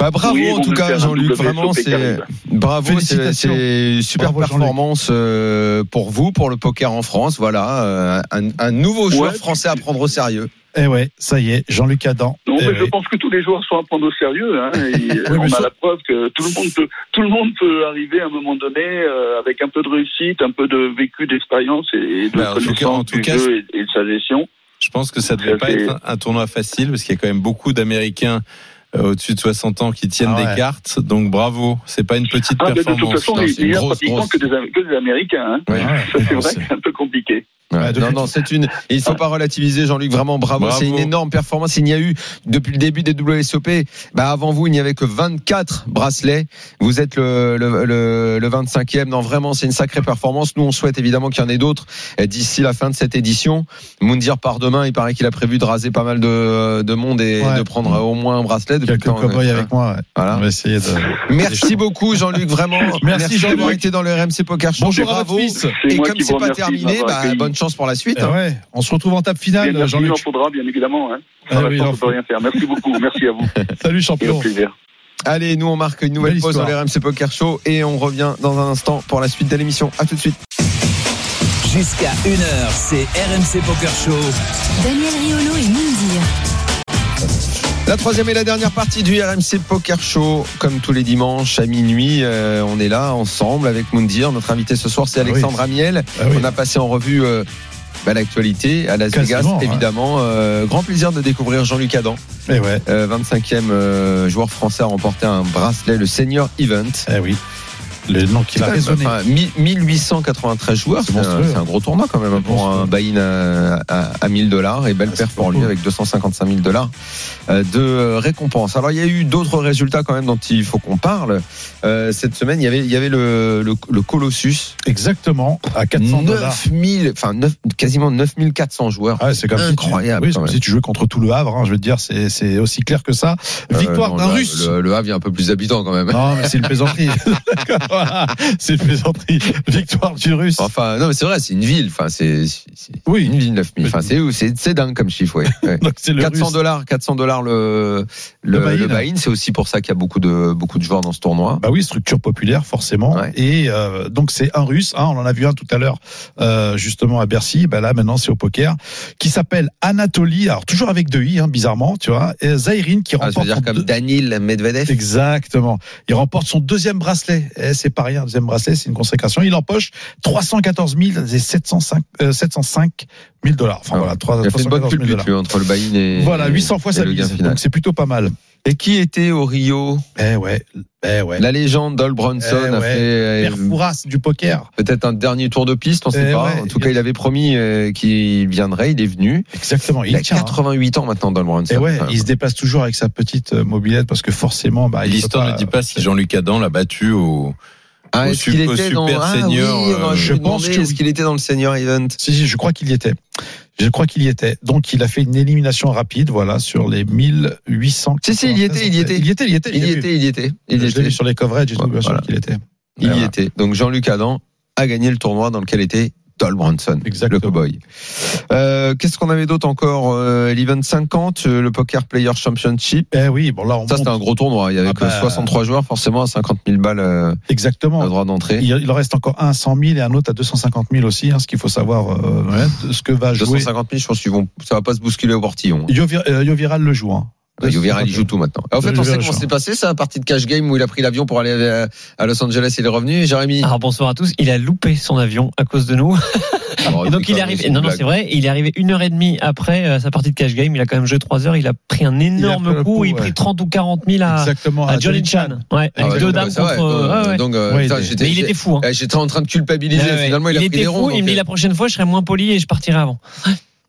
Speaker 1: Bah, bravo
Speaker 7: Oui, ils
Speaker 1: en
Speaker 7: vont
Speaker 1: tout
Speaker 7: nous
Speaker 1: cas,
Speaker 7: faire un
Speaker 1: Jean-Luc.
Speaker 7: double
Speaker 1: Vraiment,
Speaker 7: SOP
Speaker 1: c'est
Speaker 7: Caribe.
Speaker 1: bravo, c'est
Speaker 2: Félicitations.
Speaker 1: c'est super
Speaker 2: Bravo, Jean-Luc.
Speaker 1: performance euh, pour vous, pour le poker en France. Voilà, euh, un, un nouveau joueur
Speaker 7: Ouais.
Speaker 1: français à prendre au sérieux.
Speaker 2: Eh ouais, ça y est, Jean-Luc Adam.
Speaker 7: Non,
Speaker 2: Eh
Speaker 7: mais
Speaker 2: ouais.
Speaker 7: je pense que tous les joueurs sont à prendre au sérieux. Hein, et
Speaker 2: mais
Speaker 7: on a
Speaker 2: ça-
Speaker 7: la preuve que tout le monde peut, tout le monde peut arriver à un moment donné euh, avec un peu de réussite, un peu de vécu, d'expérience et, et de
Speaker 3: Bah, en tout cas- en
Speaker 7: connaissance
Speaker 3: tout
Speaker 7: du
Speaker 3: cas,
Speaker 7: jeu et, et de sa gestion.
Speaker 3: Je pense que ça devait
Speaker 7: Ça,
Speaker 3: pas
Speaker 7: c'est-
Speaker 3: être un tournoi facile parce qu'il y a quand même beaucoup d'Américains euh, au-dessus de 60 ans qui tiennent
Speaker 2: Ah ouais.
Speaker 3: des cartes. Donc bravo, c'est pas une petite
Speaker 7: Ah, ben, de toute
Speaker 3: performance.
Speaker 7: façon,
Speaker 1: Non,
Speaker 7: il
Speaker 1: c'est une
Speaker 7: il y a
Speaker 1: grosse,
Speaker 7: pratiquement
Speaker 1: grosse.
Speaker 7: que des, Am- que des Américains. Hein.
Speaker 3: Ouais.
Speaker 7: Ça, c'est vrai que c'est un peu compliqué.
Speaker 1: Ouais,
Speaker 2: de
Speaker 1: non,
Speaker 2: fait.
Speaker 1: non, c'est une. Il
Speaker 2: Ah.
Speaker 1: faut pas relativiser, Jean-Luc. Vraiment, bravo.
Speaker 3: Bravo.
Speaker 1: C'est une énorme performance. Il n'y a eu depuis le début des WSOP. Bah, avant vous, il n'y avait que 24 bracelets. Vous êtes le, le, le, le 25e. Non, vraiment, c'est une sacrée performance. Nous, on souhaite évidemment qu'il y en ait d'autres euh, d'ici la fin de cette édition. Moundir part demain. Il paraît qu'il a prévu de raser pas mal de, de monde et
Speaker 2: Ouais.
Speaker 1: de prendre euh, au moins un bracelet. Depuis
Speaker 2: Quelques
Speaker 1: le temps, euh,
Speaker 2: cow-boys avec moi. ouais.
Speaker 1: Voilà.
Speaker 2: On va essayer de.
Speaker 1: Merci beaucoup, Jean-Luc. Vraiment.
Speaker 2: Merci,
Speaker 1: d'avoir
Speaker 2: Jean-Luc.
Speaker 1: été dans le RMC Poker Show.
Speaker 2: Bonjour à
Speaker 1: bravo.
Speaker 2: votre fils.
Speaker 7: C'est
Speaker 1: Et
Speaker 7: moi
Speaker 1: comme
Speaker 7: qui
Speaker 1: c'est
Speaker 7: vous
Speaker 1: pas
Speaker 7: remercie de
Speaker 1: terminé,
Speaker 7: m'avoir
Speaker 1: bah,
Speaker 7: accueilli.
Speaker 1: bonne chance pour la suite.
Speaker 2: Eh
Speaker 1: hein.
Speaker 2: ouais, on se retrouve en table
Speaker 7: Bien
Speaker 2: finale,
Speaker 7: sûr, il en
Speaker 2: Jean-Luc.
Speaker 7: faudra, bien évidemment. Hein.
Speaker 8: Ah
Speaker 2: Eh
Speaker 7: Sans
Speaker 2: oui, il
Speaker 7: l'instant,
Speaker 2: en
Speaker 7: on peut rien faire. Merci beaucoup. Merci à vous.
Speaker 2: Salut
Speaker 7: Et au
Speaker 2: champion.
Speaker 7: plaisir.
Speaker 1: Allez, nous on marque une nouvelle
Speaker 2: Belle
Speaker 1: pause dans
Speaker 2: histoire.
Speaker 1: le RMC Poker Show et on revient dans un instant pour la suite de l'émission. À tout de suite.
Speaker 6: Jusqu'à 1h, c'est RMC Poker Show.
Speaker 4: Daniel Riolo et Moundir.
Speaker 1: La troisième et la dernière partie du RMC Poker Show, comme tous les dimanches à minuit, euh, on est là ensemble avec Moundir. Notre invité ce soir, c'est
Speaker 2: Ah oui.
Speaker 1: Alexandre Amiel.
Speaker 2: Ah oui.
Speaker 1: On a passé en revue euh, bah, l'actualité à Las Vegas,
Speaker 2: Quasiment, ouais.
Speaker 1: évidemment. Euh, grand plaisir de découvrir Jean-Luc Adam,
Speaker 2: Eh ouais,
Speaker 1: euh, 25e euh, joueur français à remporter un bracelet, le Senior Event.
Speaker 2: eh oui. Le nom qui va
Speaker 1: Quand même,
Speaker 2: résonner.
Speaker 1: enfin, mi- 1893 joueurs,
Speaker 2: C'est
Speaker 1: c'est un,
Speaker 2: monstrueux.
Speaker 1: c'est un gros tournoi quand même hein,
Speaker 2: C'est
Speaker 1: pour
Speaker 2: monstrueux.
Speaker 1: un buy-in à, à- à 1000 dollars et belle
Speaker 2: Ah,
Speaker 1: perf
Speaker 2: c'est
Speaker 1: pour lui
Speaker 2: beaucoup.
Speaker 1: avec 255 000 dollars de euh, récompense. Alors il y a eu d'autres résultats quand même dont il faut qu'on parle. Euh, cette semaine, il y avait, il y avait le, le, le Colossus,
Speaker 2: Exactement, à 400 dollars.
Speaker 1: 9000, enfin neuf- quasiment 9400 joueurs.
Speaker 2: Ah ouais, c'est comme si tu-
Speaker 1: Incroyable, quand
Speaker 2: oui, c'est comme
Speaker 1: même.
Speaker 2: si tu jouais contre tout le Havre, hein, je veux te dire, c'est c'est aussi clair que ça. Victoire
Speaker 1: Euh, non,
Speaker 2: d'un
Speaker 1: le-
Speaker 2: Russe. Ah,
Speaker 1: Le, le Havre, il y a un peu plus d'habitants quand même.
Speaker 2: Non, mais c'est une plaisanterie. D'accord, voilà, c'est une plaisanterie. Victoire du Russe.
Speaker 1: Enfin, non, mais c'est vrai, c'est une ville. Enfin, c'est c'est-
Speaker 2: Oui.
Speaker 1: une ville 9000. Enfin, c'est c'est- c'est dingue comme chiffre, ouais. ouais.
Speaker 2: Donc c'est le
Speaker 1: 400
Speaker 2: Russe.
Speaker 1: dollars, 400 dollars le le,
Speaker 2: Le buy-in.
Speaker 1: le buy-in, c'est aussi pour ça qu'il y a beaucoup de beaucoup de joueurs dans ce tournoi.
Speaker 2: Bah oui, structure populaire forcément.
Speaker 1: Ouais.
Speaker 2: Et euh, donc c'est un Russe. hein, on en a vu un tout à l'heure euh, justement à Bercy. Bah là maintenant c'est au poker qui s'appelle Anatoly. Alors toujours avec deux i, hein, bizarrement, tu vois. Et Zairin qui
Speaker 1: Ah, ça veut
Speaker 2: remporte.
Speaker 1: dire
Speaker 2: son
Speaker 1: comme
Speaker 2: deux-
Speaker 1: Danil Medvedev.
Speaker 2: Exactement. Il remporte son deuxième bracelet. Eh, c'est pas rien, deuxième bracelet, c'est une consécration. Il empoche 314 000 et 705, euh, 705 000 dollars. Enfin
Speaker 1: Ah
Speaker 2: voilà,
Speaker 1: ouais.
Speaker 2: 3,
Speaker 1: Il a fait une bonne
Speaker 2: 314 000
Speaker 1: culbute
Speaker 2: dollars.
Speaker 1: lui, entre le buy-in et
Speaker 2: Voilà, 800 fois
Speaker 1: et
Speaker 2: sa
Speaker 1: le gain
Speaker 2: mise.
Speaker 1: final.
Speaker 2: Donc c'est plutôt pas mal.
Speaker 1: Et qui était au Rio
Speaker 2: Eh ouais, eh ouais.
Speaker 1: La légende Dol Bronson
Speaker 2: Eh
Speaker 1: a
Speaker 2: ouais.
Speaker 1: fait
Speaker 2: Père
Speaker 1: euh,
Speaker 2: Fouras du poker.
Speaker 1: peut-être un dernier tour de piste, on sait
Speaker 2: Eh
Speaker 1: pas.
Speaker 2: ouais.
Speaker 1: En tout cas, il avait promis euh, qu'il viendrait, il est venu.
Speaker 2: Exactement.
Speaker 1: Il, a
Speaker 2: tient, hein.
Speaker 1: 88 ans maintenant Dol Bronson.
Speaker 2: Et ouais,
Speaker 1: Enfin,
Speaker 2: il se déplace toujours avec sa petite euh, mobilette parce que forcément, bah, il
Speaker 3: L'histoire
Speaker 2: peut
Speaker 3: Ah, ne dit pas si Jean-Luc Adam l'a battu au.
Speaker 1: ah,
Speaker 3: au
Speaker 1: est-ce qu'il
Speaker 3: sup- au
Speaker 1: était dans
Speaker 3: Super
Speaker 1: ah,
Speaker 3: Senior,
Speaker 1: oui, on aurait
Speaker 3: euh,
Speaker 1: pu
Speaker 2: je
Speaker 1: demander,
Speaker 2: pense que
Speaker 1: est-ce
Speaker 2: oui.
Speaker 1: qu'il était dans le senior event
Speaker 2: Si, si, je crois qu'il y était. Je crois qu'il y était. Donc, il a fait une élimination rapide, voilà, sur les 1800.
Speaker 1: Si, si, il y était, il y était.
Speaker 2: Il y était, il y était.
Speaker 1: Il y
Speaker 2: je l'ai vu.
Speaker 1: était, il y était, il
Speaker 2: Je
Speaker 1: y
Speaker 2: l'ai
Speaker 1: était.
Speaker 2: vu sur les coverages et tout, bien sûr
Speaker 1: Voilà.
Speaker 2: qu'il était.
Speaker 1: Il y
Speaker 2: Voilà.
Speaker 1: était. Donc Jean-Luc Adam a gagné le tournoi dans lequel était Dol Bronson,
Speaker 2: Exactement.
Speaker 1: le cowboy. Euh, Qu'est-ce qu'on avait d'autre encore Euh, L'Event 50, euh, le Poker Player Championship.
Speaker 2: Eh oui, bon, là, on
Speaker 1: Ça,
Speaker 2: monte.
Speaker 1: c'était un gros tournoi. Il y avait
Speaker 2: Ah
Speaker 1: que
Speaker 2: bah.
Speaker 1: 63 joueurs, forcément, à 50 000 balles euh,
Speaker 2: Exactement.
Speaker 1: le droit d'entrée.
Speaker 2: Il il en reste encore un à 100 000 et un autre à 250 000 aussi, hein, ce qu'il faut savoir, euh, ouais, de ce que va jouer.
Speaker 1: 250 000, je pense que vont, ça va pas se bousculer au portillon.
Speaker 2: Yovi- euh, Yoviral le joue. Hein.
Speaker 1: Ouais, Yoviral, il joue tout maintenant. En fait, on
Speaker 2: Yoviral,
Speaker 1: sait comment
Speaker 2: je-
Speaker 1: s'est passé, ça, la partie de cash game où il a pris l'avion pour aller euh, à Los Angeles, il est revenu. Jérémy
Speaker 8: Alors bonsoir à tous. Il a loupé son avion à cause de nous. Et donc il est arrivé. Non non c'est vrai. Il est arrivé une heure et demie après euh, sa partie de cash game. Il a quand même joué trois heures. Il a pris un énorme
Speaker 2: pris le
Speaker 8: coup.
Speaker 2: coup,
Speaker 8: il a
Speaker 2: ouais.
Speaker 8: pris 30 ou 40 000 à,
Speaker 2: Exactement.
Speaker 8: à Johnny Chan. Ouais,
Speaker 2: Ah
Speaker 8: avec
Speaker 2: ouais,
Speaker 8: deux
Speaker 2: donc,
Speaker 8: dames
Speaker 1: c'est vrai.
Speaker 8: contre. euh, ouais, ouais.
Speaker 1: Donc, euh,
Speaker 2: Ouais,
Speaker 1: putain,
Speaker 2: il est-
Speaker 1: j'étais-
Speaker 8: Mais il était fou. Hein.
Speaker 1: Eh, J'étais en train de culpabiliser.
Speaker 8: Ouais, ouais.
Speaker 1: Finalement, il a
Speaker 8: Il était
Speaker 1: pris des ronds.
Speaker 8: fou. Il
Speaker 1: donc,
Speaker 8: me dit
Speaker 1: euh,
Speaker 8: la prochaine fois, je serai moins poli et je partirai avant.